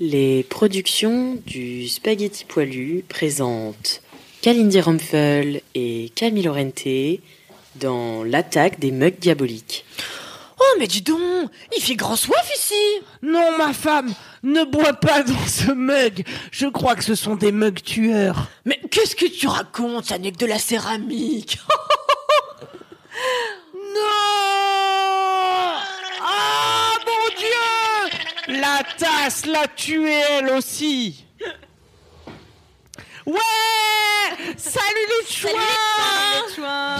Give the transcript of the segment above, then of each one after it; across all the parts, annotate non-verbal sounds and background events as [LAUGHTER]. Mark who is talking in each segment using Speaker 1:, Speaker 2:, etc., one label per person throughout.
Speaker 1: Les productions du Spaghetti Poilu présentent Kalindi Rumpfel et Camille Laurenté dans l'attaque des mugs diaboliques.
Speaker 2: Oh, mais dis donc, il fait grand soif ici
Speaker 3: Non, ma femme, ne bois pas dans ce mug. Je crois que ce sont des mugs tueurs.
Speaker 2: Mais qu'est-ce que tu racontes Ça n'est que de la céramique [LAUGHS]
Speaker 3: Non Ah, mon Dieu La tasse l'a tuée, elle aussi Ouais Salut les chouins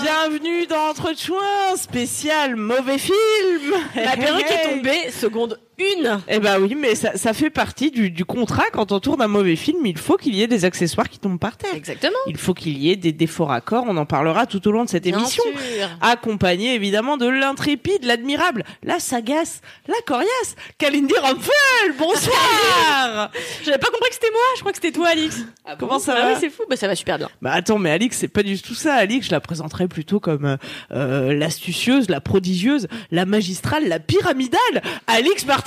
Speaker 3: Bienvenue dans Entre Chouins, spécial mauvais film
Speaker 2: La perruque est tombée, seconde une
Speaker 3: Eh ben oui, mais ça, ça fait partie du, du contrat. Quand on tourne un mauvais film, il faut qu'il y ait des accessoires qui tombent par terre.
Speaker 2: Exactement
Speaker 3: Il faut qu'il y ait des, des faux raccords. On en parlera tout au long de cette
Speaker 2: Bien
Speaker 3: émission.
Speaker 2: sûr.
Speaker 3: Accompagné évidemment de l'intrépide, l'admirable, la sagace, la coriace, Kalindi Rumpfel Bonsoir
Speaker 2: [LAUGHS] J'avais pas compris que c'était moi, je crois que c'était toi, Alix.
Speaker 3: Comment ça
Speaker 2: Ah
Speaker 3: va
Speaker 2: ouais, c'est fou, bah ça va super bien.
Speaker 3: Bah attends, mais Alix, c'est pas du tout ça. Alix, je la présenterais plutôt comme euh, euh, l'astucieuse, la prodigieuse, la magistrale, la pyramidale, Alix Martino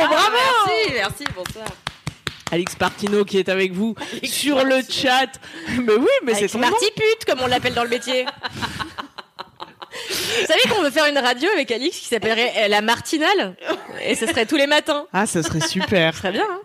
Speaker 2: Ah,
Speaker 3: Bravo
Speaker 4: Merci, merci, bonsoir.
Speaker 3: Alix Martino qui est avec vous sur le chat. Mais oui, mais c'est
Speaker 2: Avec
Speaker 3: ton nom.
Speaker 2: Marty pute, comme on l'appelle dans le [LAUGHS] métier. Vous savez qu'on veut faire une radio avec Alix qui [LAUGHS] s'appellerait euh, La Martinale Et ce serait tous les matins.
Speaker 3: Ah, ça serait super.
Speaker 2: Très bien, hein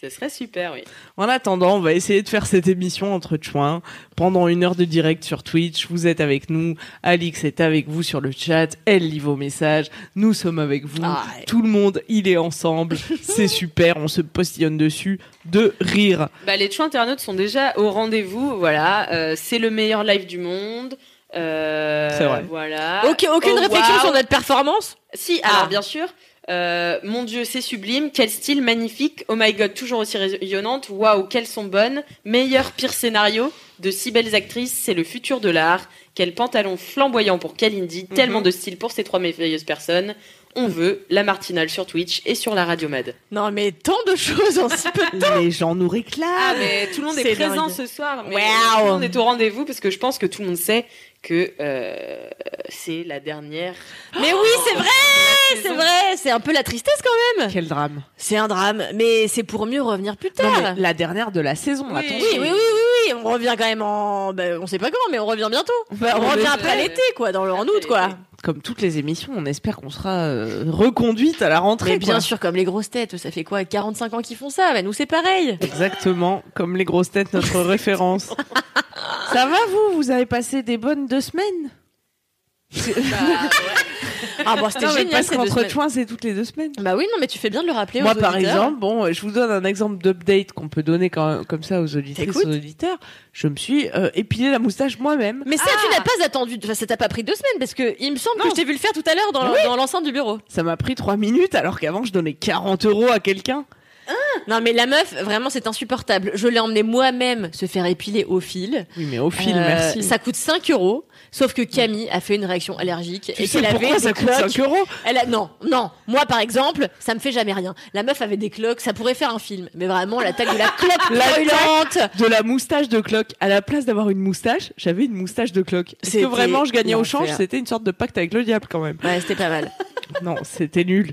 Speaker 4: Ce serait super, oui.
Speaker 3: En attendant, on va essayer de faire cette émission entre chouins pendant une heure de direct sur Twitch. Vous êtes avec nous, Alix est avec vous sur le chat, elle lit vos messages, nous sommes avec vous,
Speaker 2: Ah ouais.
Speaker 3: tout le monde, il est ensemble, c'est super, on se postillonne dessus de rire.
Speaker 4: Bah, les chouins internautes sont déjà au rendez-vous, voilà. euh, c'est le meilleur live du monde. euh,
Speaker 3: C'est vrai.
Speaker 4: Voilà.
Speaker 2: Ok, aucune
Speaker 4: Oh,
Speaker 2: réflexion
Speaker 4: waouh.
Speaker 2: sur notre performance
Speaker 4: Si,
Speaker 2: Ah.
Speaker 4: alors bien sûr. euh, mon dieu, c'est sublime. Quel style magnifique. Oh my god, toujours aussi rayonnante. Waouh, qu'elles sont bonnes. Meilleur pire scénario. De si belles actrices, c'est le futur de l'art. Quel pantalon flamboyant pour Kalindi. Tellement de style pour ces trois merveilleuses personnes. On veut la matinale sur Twitch et sur la Radio Mad.
Speaker 2: Non, mais tant de choses en si peu de temps
Speaker 3: Les gens nous réclament.
Speaker 4: Ah, mais tout le monde est,
Speaker 2: C'est
Speaker 4: présent
Speaker 2: dingue.
Speaker 4: ce soir. Mais
Speaker 2: Wow.
Speaker 4: Tout le monde est au rendez-vous parce que je pense que tout le monde sait que euh, c'est la dernière.
Speaker 2: [LAUGHS] Mais oui, c'est vrai, c'est
Speaker 4: saison.
Speaker 2: vrai, c'est un peu la tristesse quand même.
Speaker 3: Ah, Quel drame.
Speaker 2: C'est un drame, mais c'est pour mieux revenir plus
Speaker 3: Non,
Speaker 2: tard.
Speaker 3: mais la dernière de la saison,
Speaker 4: Oui.
Speaker 3: attention.
Speaker 2: Ah. Oui, oui, oui, oui, oui, on revient quand même en, ben, on sait pas quand, mais on revient [LAUGHS] bientôt. Bah, on,
Speaker 3: on
Speaker 2: revient
Speaker 3: espère.
Speaker 2: après l'été, quoi, dans le en
Speaker 4: Après
Speaker 2: août, quoi.
Speaker 4: l'été.
Speaker 3: Comme toutes les émissions, on espère qu'on sera euh, reconduite à la rentrée.
Speaker 2: Mais bien
Speaker 3: quoi.
Speaker 2: sûr, comme les grosses têtes, ça fait quoi, 45 ans qu'ils font ça. Ben nous, c'est pareil.
Speaker 3: Exactement, comme les grosses têtes, notre référence. Ça va vous Vous avez passé des bonnes deux semaines
Speaker 2: Ah bon, c'était
Speaker 3: Non, mais
Speaker 2: génial.
Speaker 3: parce
Speaker 2: ces deux
Speaker 3: qu'entre
Speaker 2: semaines.
Speaker 3: chouins, c'est toutes les deux semaines.
Speaker 2: Bah oui, non, mais tu fais bien de le rappeler.
Speaker 3: Moi,
Speaker 2: aux
Speaker 3: par
Speaker 2: auditeurs.
Speaker 3: exemple, bon, euh, je vous donne un exemple d'update qu'on peut donner quand- comme ça aux auditrices,
Speaker 2: T'écoutes
Speaker 3: aux auditeurs. Je me suis euh, épilé la moustache moi-même.
Speaker 2: Mais ça, tu n'as pas attendu. Enfin, ça t'a pas pris deux semaines parce que il me semble que
Speaker 3: Ah. Non.
Speaker 2: je t'ai vu le faire tout à l'heure dans, dans l'enceinte du bureau.
Speaker 3: Ça m'a pris trois minutes alors qu'avant je donnais 40 euros à quelqu'un.
Speaker 2: Non, mais la meuf, vraiment, c'est insupportable. Je l'ai emmenée moi-même se faire épiler au fil.
Speaker 3: Oui, mais au fil,
Speaker 2: Euh,
Speaker 3: merci.
Speaker 2: Ça coûte 5 euros, sauf que Camille a fait une réaction allergique
Speaker 3: tu
Speaker 2: et
Speaker 3: sais
Speaker 2: qu'elle avait
Speaker 3: pourquoi
Speaker 2: des
Speaker 3: ça coûte
Speaker 2: cloques.
Speaker 3: 5 euros
Speaker 2: Elle a non, non. Moi par exemple, ça me fait jamais rien. La meuf avait des cloques, ça pourrait faire un film, mais vraiment l'attaque de la cloque
Speaker 3: [LAUGHS]
Speaker 2: brûlante.
Speaker 3: de la moustache de cloque. À la place d'avoir une moustache, j'avais une moustache de cloque. Est-ce que
Speaker 2: C'était
Speaker 3: vraiment je gagnais au
Speaker 2: l'enfer.
Speaker 3: change C'était une sorte de pacte avec le diable quand même.
Speaker 2: Ouais, c'était pas mal.
Speaker 3: Non, c'était nul.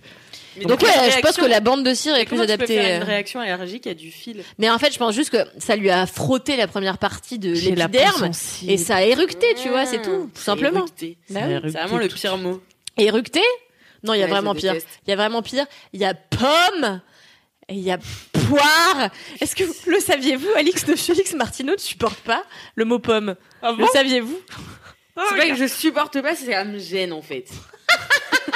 Speaker 4: Mais
Speaker 2: Donc
Speaker 4: la
Speaker 2: ouais, je pense
Speaker 4: réaction-
Speaker 2: que euh, la bande de cire est
Speaker 4: Comment
Speaker 2: plus
Speaker 4: tu peux faire
Speaker 2: adaptée.
Speaker 4: une réaction allergique à du fil
Speaker 2: Mais en fait, je pense juste que ça lui a frotté la première partie de
Speaker 3: J'ai la peau
Speaker 2: l'épiderme
Speaker 3: sensible.
Speaker 2: et ça a éructé, tu vois, c'est
Speaker 4: Mmh.
Speaker 2: tout, tout
Speaker 4: C'est
Speaker 2: simplement.
Speaker 4: éructé. Oh,
Speaker 2: Bah
Speaker 3: Ça
Speaker 2: oui.
Speaker 3: a
Speaker 4: C'est vraiment le
Speaker 3: érupté
Speaker 4: pire mot.
Speaker 2: Éructé Non, il y a
Speaker 4: Ouais,
Speaker 2: vraiment
Speaker 4: je
Speaker 2: pire.
Speaker 4: déteste.
Speaker 2: Il y a vraiment pire. Il y a pomme. Et il y a poire. Est-ce que vous le saviez-vous, Alix de Félix Martineau ne supporte pas le mot pomme
Speaker 3: Ah
Speaker 2: Le saviez-vous
Speaker 4: C'est pas que je supporte pas, c'est que ça me gêne en fait. [LAUGHS]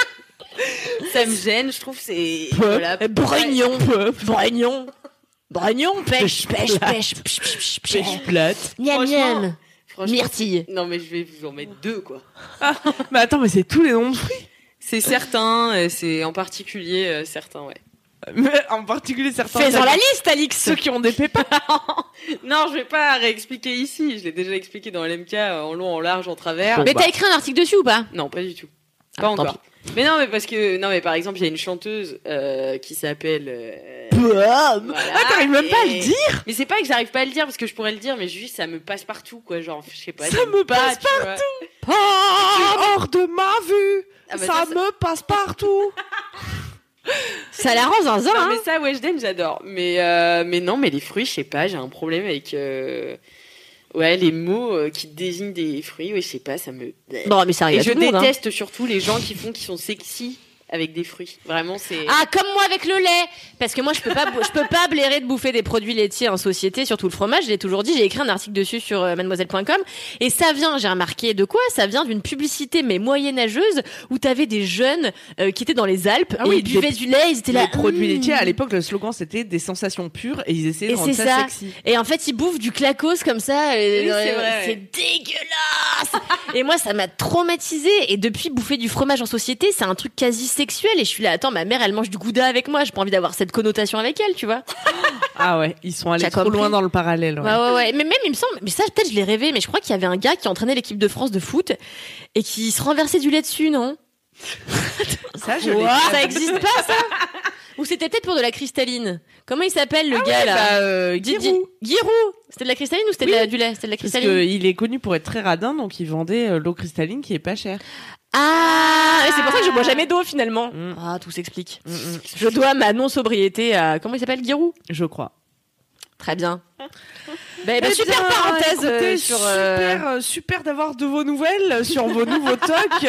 Speaker 4: ça me gêne, je trouve c'est
Speaker 3: Peu.
Speaker 4: voilà.
Speaker 2: Eh, Brognon. Brognon. Brognon, pêche, pêche, pêche, pêche, pêche, pêche,
Speaker 3: Je suis plate.
Speaker 2: Miam,
Speaker 4: Franchement,
Speaker 2: miam.
Speaker 4: Franchement,
Speaker 2: Myrtille.
Speaker 4: Non mais je vais vous en mettre deux quoi.
Speaker 3: Mais attends, mais c'est tous les noms de fruits.
Speaker 4: C'est certain, c'est en particulier euh, certain ouais.
Speaker 3: Mais en particulier certains.
Speaker 2: Fais-en la liste, Alix
Speaker 3: Ceux qui ont des pépins.
Speaker 4: Non, je vais pas réexpliquer ici. Je l'ai déjà expliqué dans LMK euh, en long, en large, en travers.
Speaker 2: Mais t'as écrit un article dessus ou pas
Speaker 4: Non, pas du tout.
Speaker 2: bah. Ah,
Speaker 4: Pas
Speaker 2: tant
Speaker 4: encore. Mais non, mais parce que non, mais par exemple, il y a une chanteuse euh, qui s'appelle. euh,
Speaker 3: Pomme.
Speaker 4: voilà,
Speaker 3: Ah, t'arrives même pas à
Speaker 4: et-
Speaker 3: le dire.
Speaker 4: Mais c'est pas que j'arrive pas à le dire parce que je pourrais le dire, mais juste ça me passe partout, quoi. Genre, je sais pas.
Speaker 3: Ça me passe
Speaker 4: partout.
Speaker 3: hors de ma vue.
Speaker 4: Ah bah
Speaker 3: ça,
Speaker 4: ça, ça-
Speaker 3: me passe
Speaker 2: [LAUGHS]
Speaker 3: partout.
Speaker 2: Ça la rend zinzin,
Speaker 4: Non,
Speaker 2: hein
Speaker 4: mais ça, Weshden, j'adore. Mais euh, mais non, mais les fruits, je sais pas. J'ai un problème avec. euh, Ouais, les mots euh, qui désignent des fruits, ouais, je sais pas, ça me.
Speaker 2: Bon, mais ça arrive
Speaker 4: Et
Speaker 2: à
Speaker 4: je
Speaker 2: tout le monde, hein.
Speaker 4: déteste surtout les gens qui font qui sont sexy avec des fruits. Vraiment, c'est.
Speaker 2: Ah, comme moi avec le lait Parce que moi, je peux pas, bou- je peux pas blairer de bouffer des produits laitiers en société, surtout le fromage. Je l'ai toujours dit, j'ai écrit un article dessus sur euh, mademoiselle.com. Et ça vient, j'ai remarqué, de quoi Ça vient d'une publicité, mais moyenâgeuse, où t'avais des jeunes euh, qui étaient dans les Alpes
Speaker 3: Ah
Speaker 2: et
Speaker 3: oui,
Speaker 2: ils buvaient
Speaker 3: des-
Speaker 2: du lait, ils étaient là...
Speaker 3: Les produits
Speaker 2: hmm.
Speaker 3: laitiers, à l'époque, le slogan c'était des sensations pures et ils essayaient
Speaker 2: Et
Speaker 3: de rendre
Speaker 2: c'est
Speaker 3: ça,
Speaker 2: ça.
Speaker 3: sexy.
Speaker 2: Et en fait, ils bouffent du clacos comme ça. euh,
Speaker 4: Oui,
Speaker 2: dans
Speaker 4: c'est
Speaker 2: les-
Speaker 4: vrai,
Speaker 2: c'est
Speaker 4: ouais.
Speaker 2: dégueulasse. et moi, ça m'a traumatisé. Et depuis, bouffer du fromage en société, c'est un truc quasi sexuel. Et je suis là, attends, ma mère, elle mange du gouda avec moi. J'ai pas envie d'avoir cette connotation avec elle, tu vois.
Speaker 3: Ah ouais, ils sont allés
Speaker 2: T'as
Speaker 3: trop
Speaker 2: compris Bah
Speaker 3: loin dans le parallèle. ouais.
Speaker 2: Ouais, ouais, ouais. Mais même, il me semble, mais ça, peut-être, je l'ai rêvé, mais je crois qu'il y avait un gars qui entraînait l'équipe de France de foot et qui se renversait du lait dessus, non
Speaker 3: Ça, je l'ai
Speaker 2: Quoi
Speaker 3: pas
Speaker 2: [LAUGHS] Ça
Speaker 3: vu.
Speaker 2: existe pas, ça Ou c'était peut-être pour de la cristalline. Comment il s'appelle, le gars, là
Speaker 3: Bah, euh,
Speaker 2: Di- di-
Speaker 3: Giroud.
Speaker 2: Giroud C'était de la cristalline ou c'était de la- du lait C'était de la
Speaker 3: Parce
Speaker 2: cristalline.
Speaker 3: qu'il est connu pour être très radin, donc il vendait euh, l'eau cristalline qui est pas chère.
Speaker 2: Ah, et c'est pour ça que je bois jamais d'eau finalement.
Speaker 3: Mm.
Speaker 2: Ah, tout s'explique. Je dois ma non-sobriété à comment il s'appelle Giroud.
Speaker 3: Je crois.
Speaker 2: Très bien. Bah, bah,
Speaker 3: Eh
Speaker 2: super
Speaker 3: bien,
Speaker 2: parenthèse
Speaker 3: écoutez,
Speaker 2: euh, sur euh,
Speaker 3: Super, euh, super d'avoir de vos nouvelles euh, sur vos nouveaux tocs.
Speaker 2: [LAUGHS]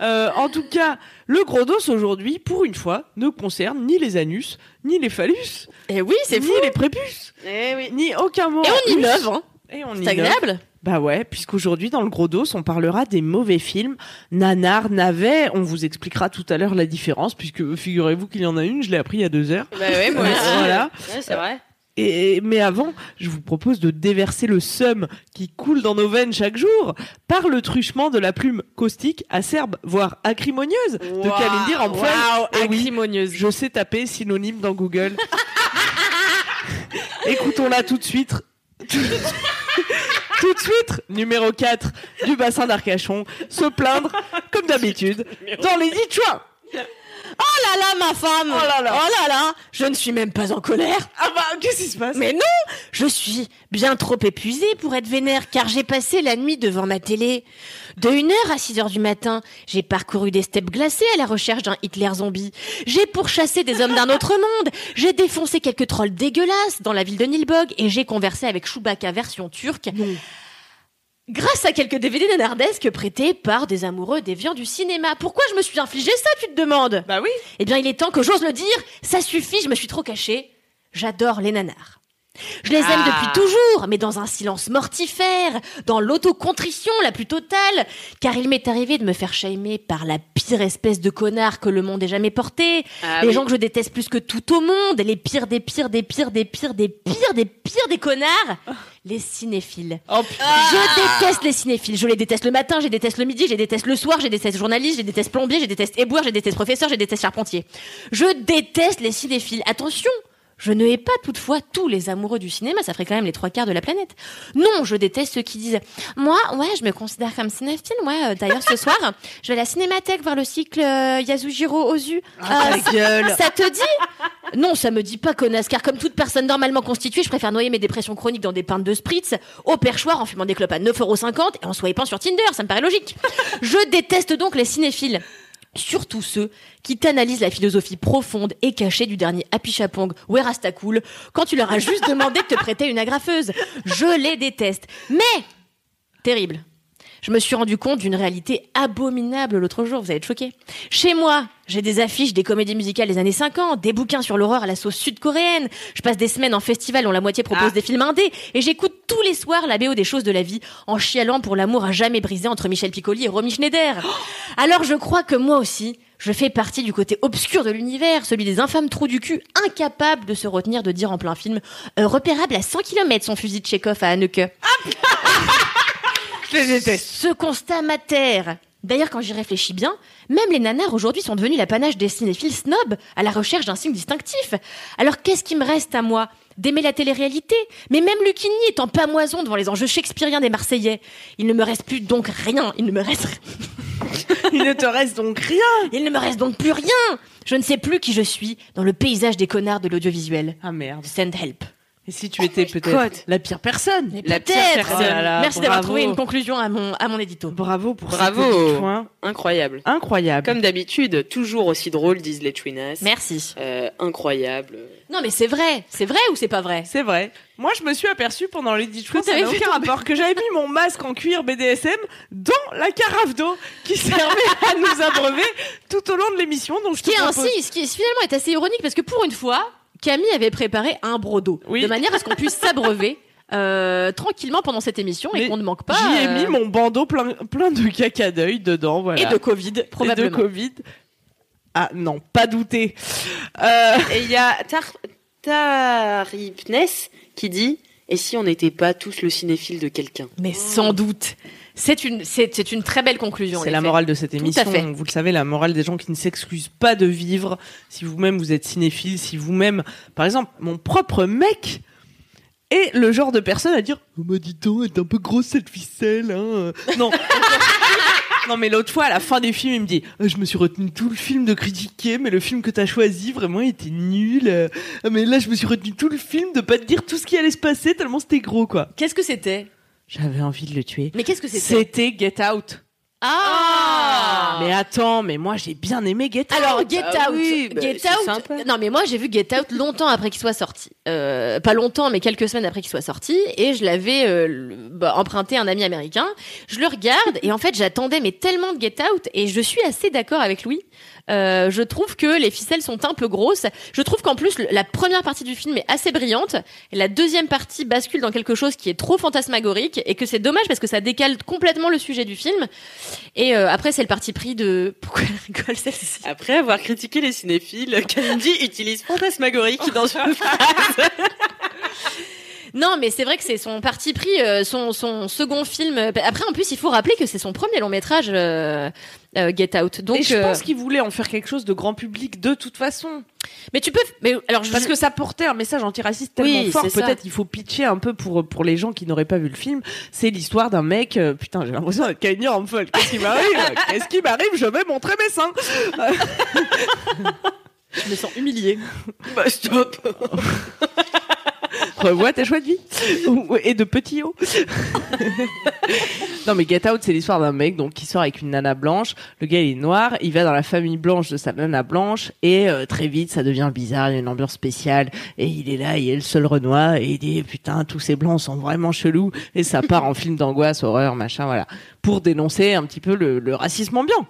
Speaker 3: Euh, en tout cas, le gros dos aujourd'hui, pour une fois, ne concerne ni les anus, ni les phallus,
Speaker 2: Eh oui, c'est
Speaker 3: ni
Speaker 2: fou.
Speaker 3: les prépuces,
Speaker 4: Eh oui.
Speaker 3: ni aucun mot.
Speaker 2: Et
Speaker 3: en
Speaker 2: on
Speaker 3: plus.
Speaker 2: innove hein.
Speaker 3: Et on
Speaker 2: C'est
Speaker 3: innove.
Speaker 2: agréable.
Speaker 3: Bah ouais, puisqu'aujourd'hui dans le gros dos, on parlera des mauvais films, nanar, navet. On vous expliquera tout à l'heure la différence, puisque figurez-vous qu'il y en a une. Je l'ai appris il y a deux heures. Euh,
Speaker 4: Bah ouais, moi aussi.
Speaker 3: Ah, Voilà.
Speaker 4: Ouais, c'est vrai.
Speaker 3: Et, mais avant, je vous propose de déverser le seum qui coule dans nos veines chaque jour par le truchement de la plume caustique, acerbe, voire acrimonieuse de Kalindir en
Speaker 2: Waouh,
Speaker 3: Et oui,
Speaker 2: acrimonieuse.
Speaker 3: je sais taper synonyme dans Google. [LAUGHS] Écoutons-la tout de suite. Tout tout de suite, numéro 4 du bassin d'Arcachon, se plaindre, comme d'habitude, dans les dix choix.
Speaker 2: Oh là là, ma femme.
Speaker 3: Oh là là.
Speaker 2: Oh là là, je ne suis même pas en colère.
Speaker 3: Ah bah, qu'est-ce qui se passe
Speaker 2: Mais non, je suis bien trop épuisée pour être vénère car j'ai passé la nuit devant ma télé. De 1h à 6h du matin, j'ai parcouru des steppes glacées à la recherche d'un Hitler zombie. J'ai pourchassé des hommes d'un autre monde. J'ai défoncé quelques trolls dégueulasses dans la ville de Nilbog et j'ai conversé avec Chewbacca version turque. Grâce à quelques DVD nanardesques prêtés par des amoureux déviants du cinéma. Pourquoi je me suis infligé ça, tu te demandes
Speaker 3: Bah oui,
Speaker 2: eh bien, il est temps que j'ose le dire. Ça suffit, je me suis trop cachée. J'adore les nanars. Je les aime
Speaker 3: Ah.
Speaker 2: depuis toujours, mais dans un silence mortifère, dans l'autocontrition la plus totale, car il m'est arrivé de me faire shamer par la pire espèce de connard que le monde ait jamais porté,
Speaker 4: Ah
Speaker 2: les
Speaker 4: oui.
Speaker 2: gens que je déteste plus que tout au monde, les pires des pires des pires des pires des pires des pires des connards,
Speaker 4: Ah.
Speaker 2: les cinéphiles.
Speaker 3: Oh, putain.
Speaker 2: Je déteste les cinéphiles. Je les déteste le matin, je les déteste le midi, je les déteste le soir, je les déteste journaliste, je les déteste plombier, je les déteste éboueur, je les déteste professeur, je les déteste charpentier. Je déteste les cinéphiles. Attention je ne hais pas toutefois tous les amoureux du cinéma, ça ferait quand même les trois quarts de la planète. Non, je déteste ceux qui disent « Moi, ouais, je me considère comme cinéphile, moi, euh, d'ailleurs, ce soir, je vais à la Cinémathèque voir le cycle euh, Yasujiro Ozu. Euh,
Speaker 3: Ah, ta gueule.
Speaker 2: ça te dit Non, ça me dit pas, connasse, car comme toute personne normalement constituée, je préfère noyer mes dépressions chroniques dans des pintes de spritz, au perchoir en fumant des clopes à 9,50€ et en swipant sur Tinder, ça me paraît logique. Je déteste donc les cinéphiles. Surtout ceux qui t'analysent la philosophie profonde et cachée du dernier Happy Chapong ou Erastacool quand tu leur as juste demandé de te prêter une agrafeuse. Je les déteste. Mais, terrible. Je me suis rendu compte d'une réalité abominable l'autre jour, vous allez être choqués. Chez moi, j'ai des affiches des comédies musicales des années 50, des bouquins sur l'horreur à la sauce sud-coréenne. Je passe des semaines en festival où la moitié propose des films indés et j'écoute tous les soirs la BO des choses de la vie en chialant pour l'amour à jamais brisé entre Michel Piccoli et Romy Schneider. Alors je crois que moi aussi, je fais partie du côté obscur de l'univers, celui des infâmes trous du cul, incapables de se retenir de dire en plein film euh, repérable à 100 km son fusil de Chekhov à Haneke.
Speaker 3: je les déteste.
Speaker 2: Ce constat m'atterre. D'ailleurs, quand j'y réfléchis bien, même les nanars aujourd'hui sont devenus l'apanage des cinéphiles snobs à la recherche d'un signe distinctif. Alors qu'est-ce qui me reste à moi D'aimer la télé-réalité Mais même Lucini est en pamoison devant les enjeux shakespeariens des Marseillais. Il ne me reste plus donc rien. Il ne me reste...
Speaker 3: Il ne te reste donc rien.
Speaker 2: Il ne me reste donc plus rien Je ne sais plus qui je suis dans le paysage des connards de l'audiovisuel.
Speaker 3: Ah merde.
Speaker 2: Send help.
Speaker 3: Et si
Speaker 2: Oh
Speaker 3: tu étais
Speaker 4: God.
Speaker 3: peut-être la pire personne
Speaker 4: La pire
Speaker 2: Peut-être.
Speaker 4: personne.
Speaker 3: Oh là là,
Speaker 2: Merci d'avoir
Speaker 3: bravo.
Speaker 2: trouvé une conclusion à mon, à mon édito.
Speaker 3: Bravo pour
Speaker 4: Bravo.
Speaker 3: ce petit point
Speaker 4: Incroyable.
Speaker 3: incroyable.
Speaker 4: Comme d'habitude, toujours aussi drôle, disent les Twinas.
Speaker 2: Merci.
Speaker 4: Euh, incroyable.
Speaker 2: Non mais c'est vrai, c'est vrai ou c'est pas vrai
Speaker 3: C'est vrai. Moi, je me suis aperçue pendant les 10 jours, ça
Speaker 2: t'avais
Speaker 3: n'a
Speaker 2: fait
Speaker 3: aucun rapport, que j'avais mis mon masque en cuir BDSM dans la carafe d'eau
Speaker 2: [LAUGHS]
Speaker 3: qui servait à nous abreuver tout au long de l'émission. Donc, je
Speaker 2: Ce qui
Speaker 3: te
Speaker 2: est
Speaker 3: propose...
Speaker 2: ainsi, ce qui est- finalement est assez ironique parce que pour une fois, Camille avait préparé un brodo
Speaker 3: Oui.
Speaker 2: de manière à ce qu'on
Speaker 3: [LAUGHS]
Speaker 2: puisse s'abreuver euh, tranquillement pendant cette émission et
Speaker 3: Mais
Speaker 2: qu'on ne manque pas.
Speaker 3: J'y ai
Speaker 2: euh,
Speaker 3: mis mon bandeau plein, plein de caca d'œil dedans, voilà.
Speaker 2: et de Covid
Speaker 3: Et de
Speaker 2: probablement.
Speaker 3: Covid. Ah non, pas douter. Euh,
Speaker 4: Et il y a Tar Taripnes qui dit Et si on n'était pas tous le cinéphile de quelqu'un
Speaker 2: Mais sans doute, c'est une c'est c'est une très belle conclusion. en
Speaker 3: C'est la
Speaker 2: effet.
Speaker 3: morale de cette
Speaker 2: à
Speaker 3: émission.
Speaker 2: fait.
Speaker 3: Vous le savez, la morale des gens qui ne s'excusent pas de vivre. Si vous-même vous êtes cinéphile, si vous-même, par exemple, mon propre mec est le genre de personne à dire Oh, bah dis donc, elle est un peu grosse cette ficelle, hein. Non. [LAUGHS] Non mais l'autre fois à la fin des films il me dit Euh, je me suis retenu tout le film de critiquer mais le film que t'as choisi vraiment il était nul euh. Ah, mais là je me suis retenu tout le film de pas te dire tout ce qui allait se passer tellement c'était gros quoi
Speaker 2: Qu'est-ce que c'était
Speaker 3: j'avais envie de le tuer
Speaker 2: Mais qu'est-ce que c'était
Speaker 3: c'était Get Out
Speaker 2: Ah
Speaker 3: mais attends, mais moi j'ai bien aimé Get Out.
Speaker 2: Alors Get Out,
Speaker 4: Ah oui, bah,
Speaker 2: Get
Speaker 4: c'est
Speaker 2: Out.
Speaker 4: sympa.
Speaker 2: Non mais moi j'ai vu Get Out longtemps après qu'il soit sorti. Euh, pas longtemps mais quelques semaines après qu'il soit sorti et je l'avais euh, le- bah, emprunté à un ami américain. Je le regarde et en fait j'attendais mais tellement de Get Out et je suis assez d'accord avec lui. Euh, je trouve que les ficelles sont un peu grosses. Je trouve qu'en plus le- la première partie du film est assez brillante et la deuxième partie bascule dans quelque chose qui est trop fantasmagorique et que c'est dommage parce que ça décale complètement le sujet du film. Et euh, après c'est le parti pris de [LAUGHS] pourquoi elle rigole celle-ci.
Speaker 4: Après avoir critiqué les cinéphiles, Candy utilise fantasmagorique dans une
Speaker 2: Non, mais c'est vrai que c'est son parti pris, euh, son, son second film. Après, en plus, il faut rappeler que c'est son premier long métrage, euh, euh, Get Out. Donc,
Speaker 3: Et je
Speaker 2: euh,
Speaker 3: pense qu'il voulait en faire quelque chose de grand public de toute façon.
Speaker 2: mais tu peux. Mais alors, je,
Speaker 3: Parce que ça portait un message antiraciste tellement
Speaker 4: Oui,
Speaker 3: fort.
Speaker 4: c'est ça.
Speaker 3: Peut-être il faut pitcher un peu pour, pour les gens qui n'auraient pas vu le film. C'est l'histoire d'un mec. euh, putain, j'ai l'impression d'être Kanye en folle. Qu'est-ce qui
Speaker 2: [LAUGHS]
Speaker 3: m'arrive Qu'est-ce qui m'arrive Je vais montrer mes seins.
Speaker 2: je me sens humiliée.
Speaker 4: [LAUGHS] bah, stop.
Speaker 3: Revois tes choix de vie. Ou- Et de petits hauts. non, mais Get Out, c'est l'histoire d'un mec donc, qui sort avec une nana blanche. Le gars, il est noir. Il va dans la famille blanche de sa nana blanche. Et euh, très vite, ça devient bizarre. Il y a une ambiance spéciale. Et il est là, il est le seul Renoir. Et il dit Putain, tous ces blancs sont vraiment chelous. Et ça part en film d'angoisse, horreur, machin, voilà. Pour dénoncer un petit peu le, le racisme ambiant.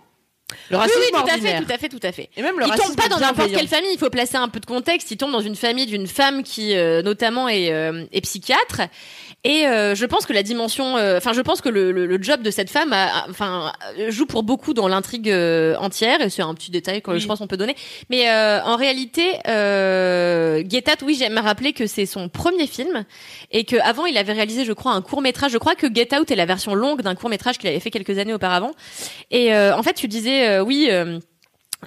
Speaker 3: Le
Speaker 2: Oui,
Speaker 3: racisme
Speaker 2: oui, tout à
Speaker 3: ordinaire.
Speaker 2: fait, tout à fait, tout à fait.
Speaker 3: Et même le
Speaker 2: il
Speaker 3: racisme
Speaker 2: tombe pas dans n'importe
Speaker 3: bienveillant.
Speaker 2: quelle famille. Il faut placer un peu de contexte. Il tombe dans une famille d'une femme qui, euh, notamment, est, euh, est psychiatre. Et euh, je pense que la dimension, euh, enfin, je pense que le, le- le job de cette femme, a- a- enfin, joue pour beaucoup dans l'intrigue euh, entière. Et c'est un petit détail que je pense qu'on peut donner. Mais euh, en réalité, euh, Get Out, oui, j'aime rappeler que c'est son premier film et que avant il avait réalisé, je crois, un court métrage. Je crois que Get Out est la version longue d'un court métrage qu'il avait fait quelques années auparavant. Et euh, en fait, tu disais, euh, oui. euh,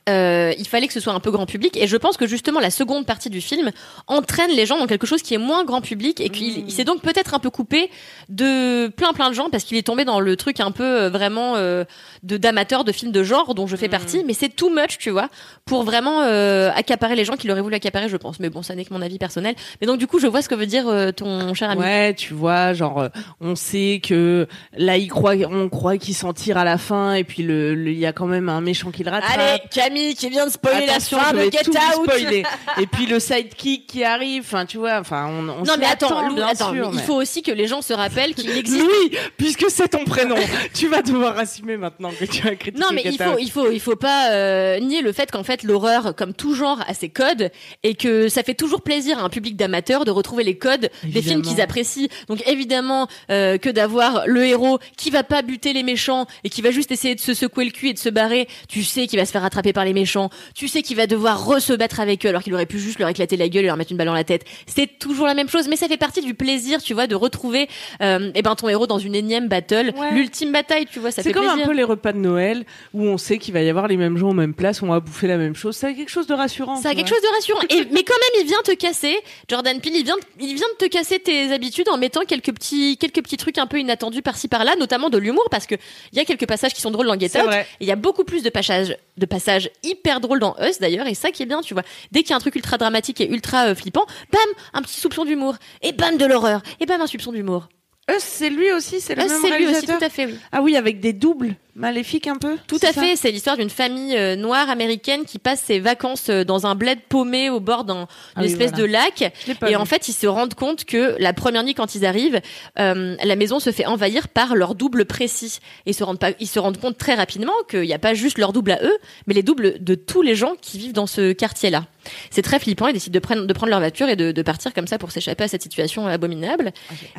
Speaker 2: euh, il fallait que ce soit un peu grand public et je pense que justement la seconde partie du film entraîne les gens dans quelque chose qui est moins grand public et qu'il
Speaker 3: Mm.
Speaker 2: il s'est donc peut-être un peu coupé de plein plein de gens parce qu'il est tombé dans le truc un peu euh, vraiment euh, de d'amateurs de films de genre dont je
Speaker 3: Mm.
Speaker 2: fais partie mais c'est too much tu vois pour vraiment euh, accaparer les gens qui l'auraient voulu accaparer je pense mais bon ça n'est que mon avis personnel mais donc du coup je vois ce que veut dire euh, ton cher ami
Speaker 3: Ouais, tu vois, genre euh, on sait que là il croit, on croit qu'il s'en tire à la fin, et puis le, le- il y a quand même un méchant qui le rattrape.
Speaker 2: Camille qui vient de spoiler
Speaker 3: Attention, je vais tout vous spoiler. et puis le sidekick qui arrive, enfin tu vois, enfin on, on
Speaker 2: non
Speaker 3: s'y
Speaker 2: mais attends,
Speaker 3: attend,
Speaker 2: Lou,
Speaker 3: bien
Speaker 2: attends
Speaker 3: sûr,
Speaker 2: mais il
Speaker 3: mais-
Speaker 2: faut aussi que les gens se
Speaker 3: [LAUGHS]
Speaker 2: rappellent qu'il existe
Speaker 3: Louis, puisque c'est ton prénom, [LAUGHS] tu vas devoir assumer maintenant que tu as critiqué.
Speaker 2: Non, mais il
Speaker 3: Get
Speaker 2: faut,
Speaker 3: Out.
Speaker 2: il faut, il faut pas euh, nier le fait qu'en fait l'horreur, comme tout genre, a ses codes et que ça fait toujours plaisir à un public d'amateurs de retrouver les codes des films
Speaker 3: Évidemment.
Speaker 2: qu'ils apprécient. Donc évidemment euh, que d'avoir le héros qui va pas buter les méchants et qui va juste essayer de se secouer le cul et de se barrer, tu sais qu'il va se faire rattraper développé par les méchants, tu sais qu'il va devoir re se battre avec eux alors qu'il aurait pu juste leur éclater la gueule et leur mettre une balle dans la tête. C'est toujours la même chose, mais ça fait partie du plaisir, tu vois, de retrouver euh, eh ben ton héros dans une énième battle,
Speaker 3: Ouais.
Speaker 2: l'ultime bataille, tu vois, ça
Speaker 3: C'est
Speaker 2: fait
Speaker 3: comme
Speaker 2: plaisir.
Speaker 3: un peu les repas de Noël où on sait qu'il va y avoir les mêmes gens aux mêmes places, on va bouffer la même chose. Ça a quelque chose de rassurant.
Speaker 2: Ça a
Speaker 3: tu
Speaker 2: quelque
Speaker 3: vois.
Speaker 2: chose de rassurant. Et- mais quand même, il vient te casser. Jordan Peele, il vient, de- il vient de te casser tes habitudes en mettant quelques petits, quelques petits trucs un peu inattendus par-ci par-là, notamment de l'humour, parce que il y a quelques passages qui sont drôles dans Get
Speaker 3: C'est
Speaker 2: Out.
Speaker 3: vrai.
Speaker 2: Et il y a beaucoup plus de passages, de passages hyper drôles dans Us d'ailleurs, et ça qui est bien, tu vois. Dès qu'il y a un truc ultra dramatique et ultra euh, flippant, bam, un petit soupçon d'humour. Et bam, de l'horreur. Et bam, un soupçon d'humour.
Speaker 3: Us, c'est lui aussi, c'est le
Speaker 2: Us,
Speaker 3: même
Speaker 2: c'est lui aussi,
Speaker 3: réalisateur.
Speaker 2: tout à fait, oui.
Speaker 3: Ah oui, avec des doubles maléfiques un peu.
Speaker 2: Tout
Speaker 3: c'est
Speaker 2: à
Speaker 3: ça
Speaker 2: fait, c'est l'histoire d'une famille euh, noire américaine qui passe ses vacances euh, dans un bled paumé au bord d'un
Speaker 3: Ah
Speaker 2: une
Speaker 3: oui,
Speaker 2: espèce
Speaker 3: voilà.
Speaker 2: de lac.
Speaker 3: Je l'ai pas
Speaker 2: Et
Speaker 3: vu. Ah,
Speaker 2: en fait, ils se rendent compte que la première nuit, quand ils arrivent, euh, la maison se fait envahir par leur double précis. Et ils se rendent, pas, ils se rendent compte très rapidement qu'il n'y a pas juste leur double à eux, mais les doubles de tous les gens qui vivent dans ce quartier-là. C'est très flippant. Ils décident de prendre, de prendre leur voiture et de, de partir comme ça pour s'échapper à cette situation abominable.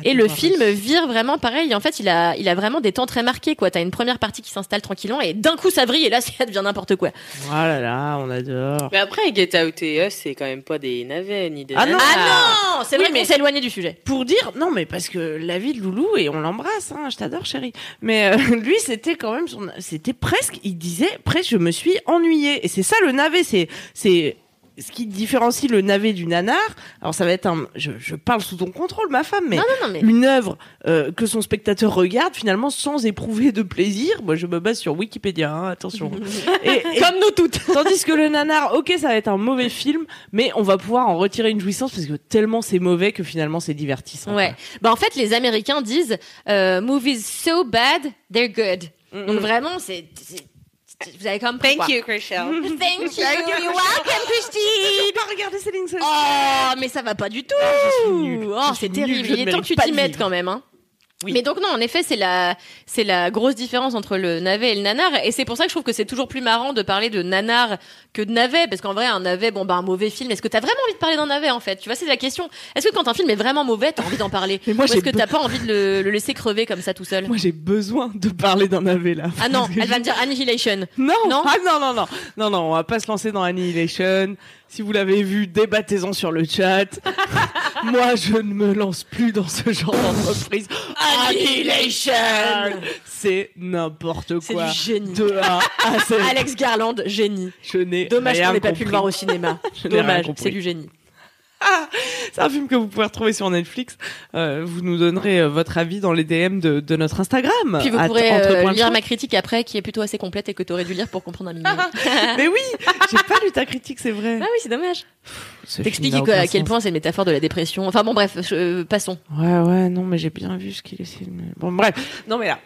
Speaker 2: Et le film vire vraiment pareil. En fait, il a, il a vraiment des temps très marqués, quoi. T'as une première partie qui s'installe tranquillement et d'un coup ça brille et là, [LAUGHS] ça devient n'importe quoi.
Speaker 3: Oh là là, on adore.
Speaker 4: Mais après, Get Out et Us, c'est quand même pas des navets ni des.
Speaker 3: Ah non.
Speaker 4: nanas.
Speaker 2: Ah non! C'est
Speaker 3: Oui,
Speaker 2: vrai qu'on
Speaker 3: mais-
Speaker 2: s'est éloigné du sujet.
Speaker 3: Pour dire, non mais parce que la vie de Loulou et on l'embrasse, hein, je t'adore chérie. Mais euh, [LAUGHS] lui c'était quand même, son- c'était presque, il disait presque je me suis ennuyé et c'est ça le navet, c'est c'est ce qui différencie le navet du nanar. Alors ça va être un, je, je parle sous ton contrôle ma femme, mais
Speaker 2: Non, non, non, mais.
Speaker 3: une œuvre euh, que son spectateur regarde finalement sans éprouver de plaisir. Moi, je me base sur Wikipédia, hein,
Speaker 2: [LAUGHS]
Speaker 3: attention. Comme nous toutes. Tandis que le nanar, ok, ça va être un mauvais film, mais on va pouvoir en retirer une jouissance parce que tellement c'est mauvais que finalement c'est divertissant.
Speaker 2: Ouais. Bah en fait, les Américains disent euh, movies so bad they're good. Donc vraiment, c'est c'est- c'est- vous avez compris. quoi.
Speaker 4: Chrishell.
Speaker 2: Thank [LAUGHS] you. You're welcome,
Speaker 3: Je
Speaker 2: Christine.
Speaker 3: pas regarder Céline Sciamma.
Speaker 2: Oh, mais ça va pas du tout. Oh,
Speaker 3: Je suis
Speaker 2: c'est
Speaker 3: nulle,
Speaker 2: terrible.
Speaker 3: je
Speaker 2: Il
Speaker 3: ne
Speaker 2: est temps que tu
Speaker 3: mérite pas
Speaker 2: t'y
Speaker 3: de
Speaker 2: mettes
Speaker 3: vivre.
Speaker 2: quand même. Hein.
Speaker 3: Oui.
Speaker 2: Mais donc non, en effet, c'est la c'est la grosse différence entre le navet et le nanar, et c'est pour ça que je trouve que c'est toujours plus marrant de parler de nanar que de navet, parce qu'en vrai, un navet, bon bah un mauvais film. Est-ce que t'as vraiment envie de parler d'un navet en fait Tu vois, c'est la question. Est-ce que quand un film est vraiment mauvais, t'as envie d'en parler
Speaker 3: Mais moi,
Speaker 2: Ou est-ce
Speaker 3: j'ai
Speaker 2: que
Speaker 3: be-
Speaker 2: t'as pas envie de le, le laisser crever comme ça tout seul
Speaker 3: Moi j'ai besoin de parler d'un navet là.
Speaker 2: Ah non, elle va me dire Annihilation.
Speaker 3: [LAUGHS] Non,
Speaker 2: Non.
Speaker 3: ah non, non, non, non, non, on va pas se lancer dans Annihilation. Si vous l'avez vu, débattez-en sur le chat. [LAUGHS] Moi, je ne me lance plus dans ce genre d'entreprise. Annihilation C'est n'importe
Speaker 2: C'est
Speaker 3: quoi.
Speaker 2: du génie.
Speaker 3: De A à Z.
Speaker 2: Alex Garland, génie.
Speaker 3: Je n'ai
Speaker 2: Dommage
Speaker 3: rien
Speaker 2: qu'on n'ait pas pu
Speaker 3: compris.
Speaker 2: le voir au cinéma.
Speaker 3: [LAUGHS] Je n'ai rien
Speaker 2: Dommage,
Speaker 3: compris.
Speaker 2: c'est du génie.
Speaker 3: C'est un film que vous pouvez retrouver sur Netflix. Euh, vous nous donnerez euh, votre avis dans les DM de, de notre Instagram.
Speaker 2: Puis vous
Speaker 3: At-
Speaker 2: pourrez
Speaker 3: entre
Speaker 2: euh,
Speaker 3: points de
Speaker 2: lire
Speaker 3: chou.
Speaker 2: ma critique après, qui est plutôt assez complète et que t'aurais dû lire pour comprendre un minimum.
Speaker 3: Mais oui, j'ai pas lu ta critique, c'est vrai.
Speaker 2: Ah oui, c'est dommage.
Speaker 3: Ce
Speaker 2: T'expliques
Speaker 3: film n'a
Speaker 2: quoi- à
Speaker 3: Bah, aucun
Speaker 2: quel
Speaker 3: sens.
Speaker 2: point c'est une métaphore de la dépression. Enfin bon, bref, je- euh, passons.
Speaker 3: Ouais, ouais, non, mais j'ai bien vu ce qu'il essayait de me- Bon, bref. Non, mais là,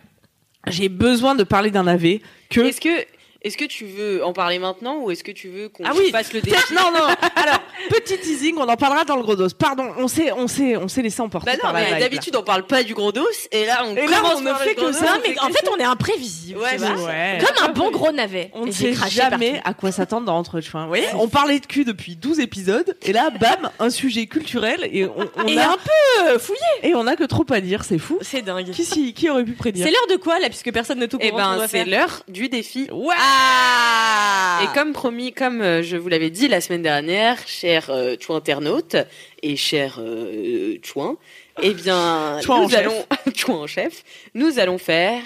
Speaker 3: j'ai besoin de parler d'un AV que.
Speaker 4: Est-ce que, est-ce que tu veux en parler maintenant ou est-ce que tu veux qu'on
Speaker 3: Ah oui,
Speaker 4: fasse le défi
Speaker 3: peut-être- Non, non. Alors, petit teasing, on en parlera dans le gros dos. Pardon, on s'est, on s'est, on s'est laissé emporter
Speaker 4: Bah non,
Speaker 3: par la
Speaker 4: mais
Speaker 3: vibe, là.
Speaker 4: d'habitude on parle pas du gros dos et là on
Speaker 3: Et là,
Speaker 4: commence
Speaker 3: on ne
Speaker 4: par
Speaker 3: fait
Speaker 4: le
Speaker 3: que
Speaker 4: gros
Speaker 3: ça.
Speaker 4: dos.
Speaker 2: Non, mais en fait, on est imprévisible.
Speaker 4: Ouais,
Speaker 2: tu vois.
Speaker 4: c'est
Speaker 3: Ouais.
Speaker 2: Comme un bon gros navet.
Speaker 3: On
Speaker 2: Et
Speaker 3: ne
Speaker 2: j'ai
Speaker 3: sait
Speaker 2: craché
Speaker 3: jamais
Speaker 2: partout.
Speaker 3: à quoi s'attendre dans Entre Vous voyez, on parlait de cul depuis 12 épisodes et là, bam, un sujet culturel et on, on
Speaker 2: Et
Speaker 3: a
Speaker 2: un peu euh, fouillé.
Speaker 3: et on a que trop à dire, c'est fou.
Speaker 2: C'est dingue.
Speaker 3: Qui, s'y- qui aurait pu prédire
Speaker 2: C'est l'heure de quoi là, puisque personne ne tout
Speaker 4: Eh
Speaker 2: comprend. qu'on
Speaker 4: ben,
Speaker 2: doit
Speaker 4: c'est
Speaker 2: faire
Speaker 4: l'heure du défi.
Speaker 3: Ouais.
Speaker 2: Ah.
Speaker 4: Et comme promis, comme euh, je vous l'avais dit la semaine dernière, cher euh, chouin internaute et cher euh, chouin, eh
Speaker 2: [LAUGHS]
Speaker 4: bien,
Speaker 3: Chouin en
Speaker 4: nous
Speaker 3: chef.
Speaker 4: allons [LAUGHS] chouin en chef, nous allons faire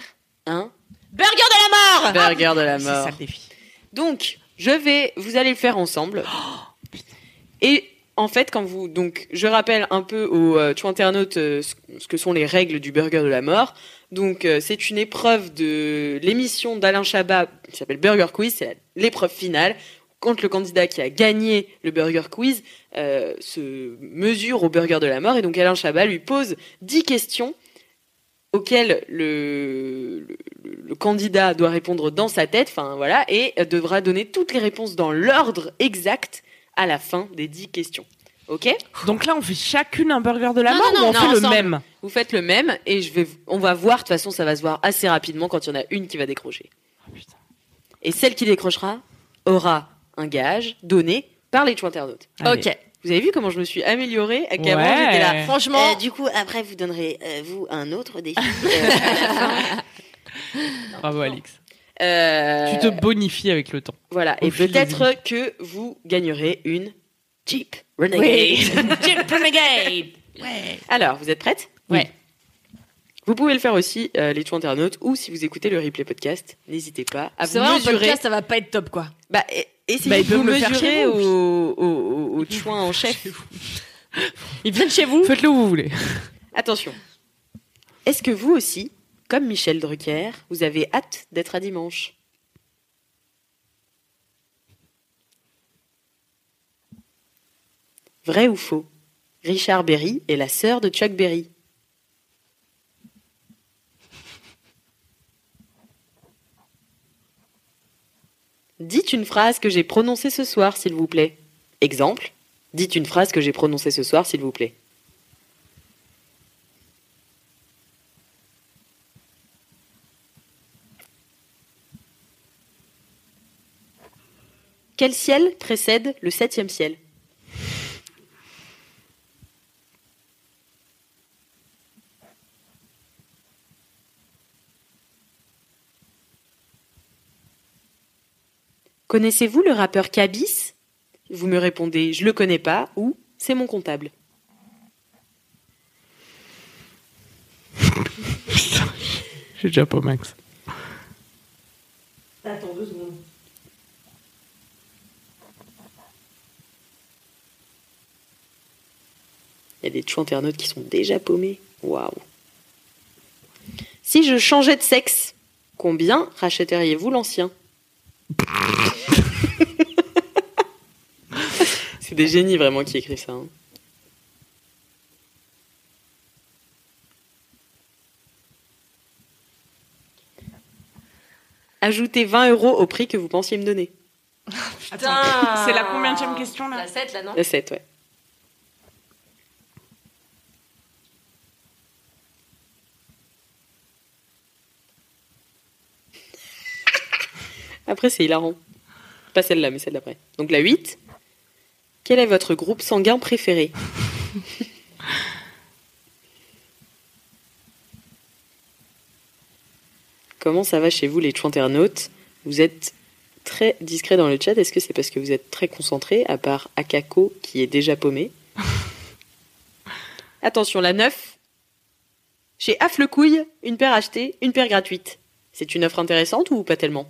Speaker 4: un
Speaker 2: Burger de la mort. Ah,
Speaker 4: burger de la
Speaker 3: C'est
Speaker 4: mort.
Speaker 3: ça le défi.
Speaker 4: Donc, je vais, vous allez le faire ensemble. Et en fait, quand vous, donc, je rappelle un peu aux euh, tu internautes euh, ce ce que sont les règles du burger de la mort. Donc, euh, c'est une épreuve de l'émission d'Alain Chabat qui s'appelle Burger Quiz. C'est la- l'épreuve finale. Quand le candidat qui a gagné le Burger Quiz euh, se mesure au Burger de la mort. Et donc, Alain Chabat lui pose 10 questions auxquelles le, le- le candidat doit répondre dans sa tête, enfin voilà, et euh, devra donner toutes les réponses dans l'ordre exact à la fin des dix questions. Ok
Speaker 3: Donc là, on fait chacune un burger de la
Speaker 2: Non,
Speaker 3: mort
Speaker 2: non,
Speaker 3: ou on
Speaker 2: non,
Speaker 3: fait le
Speaker 2: ensemble.
Speaker 3: même
Speaker 4: Vous faites le même et je vais, on va voir. De toute façon, ça va se voir assez rapidement quand il y en a une qui va décrocher.
Speaker 3: Ah, putain.
Speaker 4: Et celle qui décrochera aura un gage donné par les internautes.
Speaker 3: Allez.
Speaker 2: Ok.
Speaker 4: Vous avez vu comment je me suis améliorée avec avant
Speaker 3: Ouais.
Speaker 4: j'étais là.
Speaker 2: Franchement,
Speaker 4: Euh, du coup, après, vous donnerez euh, vous un autre défi. euh,
Speaker 3: Bravo, Alix.
Speaker 4: [LAUGHS] Euh,
Speaker 3: Tu te bonifies avec le temps.
Speaker 4: Voilà,
Speaker 3: au
Speaker 4: et
Speaker 3: fil des
Speaker 4: peut-être que vous gagnerez une Jeep Renegade.
Speaker 2: Oui. Jim [LAUGHS] Renegade.
Speaker 4: [LAUGHS] Alors, vous êtes prête
Speaker 2: Ouais.
Speaker 4: Vous pouvez le faire aussi, euh, les tout internautes, ou si vous écoutez le replay podcast, n'hésitez pas à vous
Speaker 2: C'est vrai, en
Speaker 4: mesurer.
Speaker 2: podcast, ça va pas être top, quoi.
Speaker 4: Bah, e- essayez
Speaker 3: Bah, ils
Speaker 4: de vous
Speaker 3: peuvent le faire
Speaker 4: mesurer
Speaker 3: chez vous.
Speaker 4: au, au, au, au chouin en chef.
Speaker 2: Ils viennent chez vous
Speaker 3: Faites-le où vous voulez. [LAUGHS]
Speaker 4: Attention. Est-ce que vous aussi, comme Michel Drucker, vous avez hâte d'être à dimanche Vrai ou faux Richard Berry est la sœur de Chuck Berry. Dites une phrase que j'ai prononcée ce soir, s'il vous plaît. Exemple. Dites une phrase que j'ai prononcée ce soir, s'il vous plaît. Quel ciel précède le septième ciel Connaissez-vous le rappeur Cabis Vous me répondez je le connais pas ou c'est mon comptable.
Speaker 3: J'ai déjà pas max.
Speaker 4: Il y a des tchou internautes qui sont déjà paumés. Waouh. Si je changeais de sexe, combien rachèteriez-vous l'ancien [LAUGHS] C'est des génies vraiment qui écrivent ça. hein. Ajoutez 20 euros au prix que vous pensiez me donner.
Speaker 2: Putain
Speaker 3: c'est la combienième question, là
Speaker 2: La 7, là, non
Speaker 4: Le 7, ouais. Après, c'est hilarant. Pas celle-là, mais celle d'après. Donc la 8. Quel est votre groupe sanguin préféré Comment ça va chez vous, les internautes Vous êtes très discret dans le chat. Est-ce que c'est parce que vous êtes très concentré, à part Akako qui est déjà paumé [LAUGHS] Attention, la 9. Chez Afflecouille, une paire achetée, une paire gratuite. C'est une offre intéressante ou pas tellement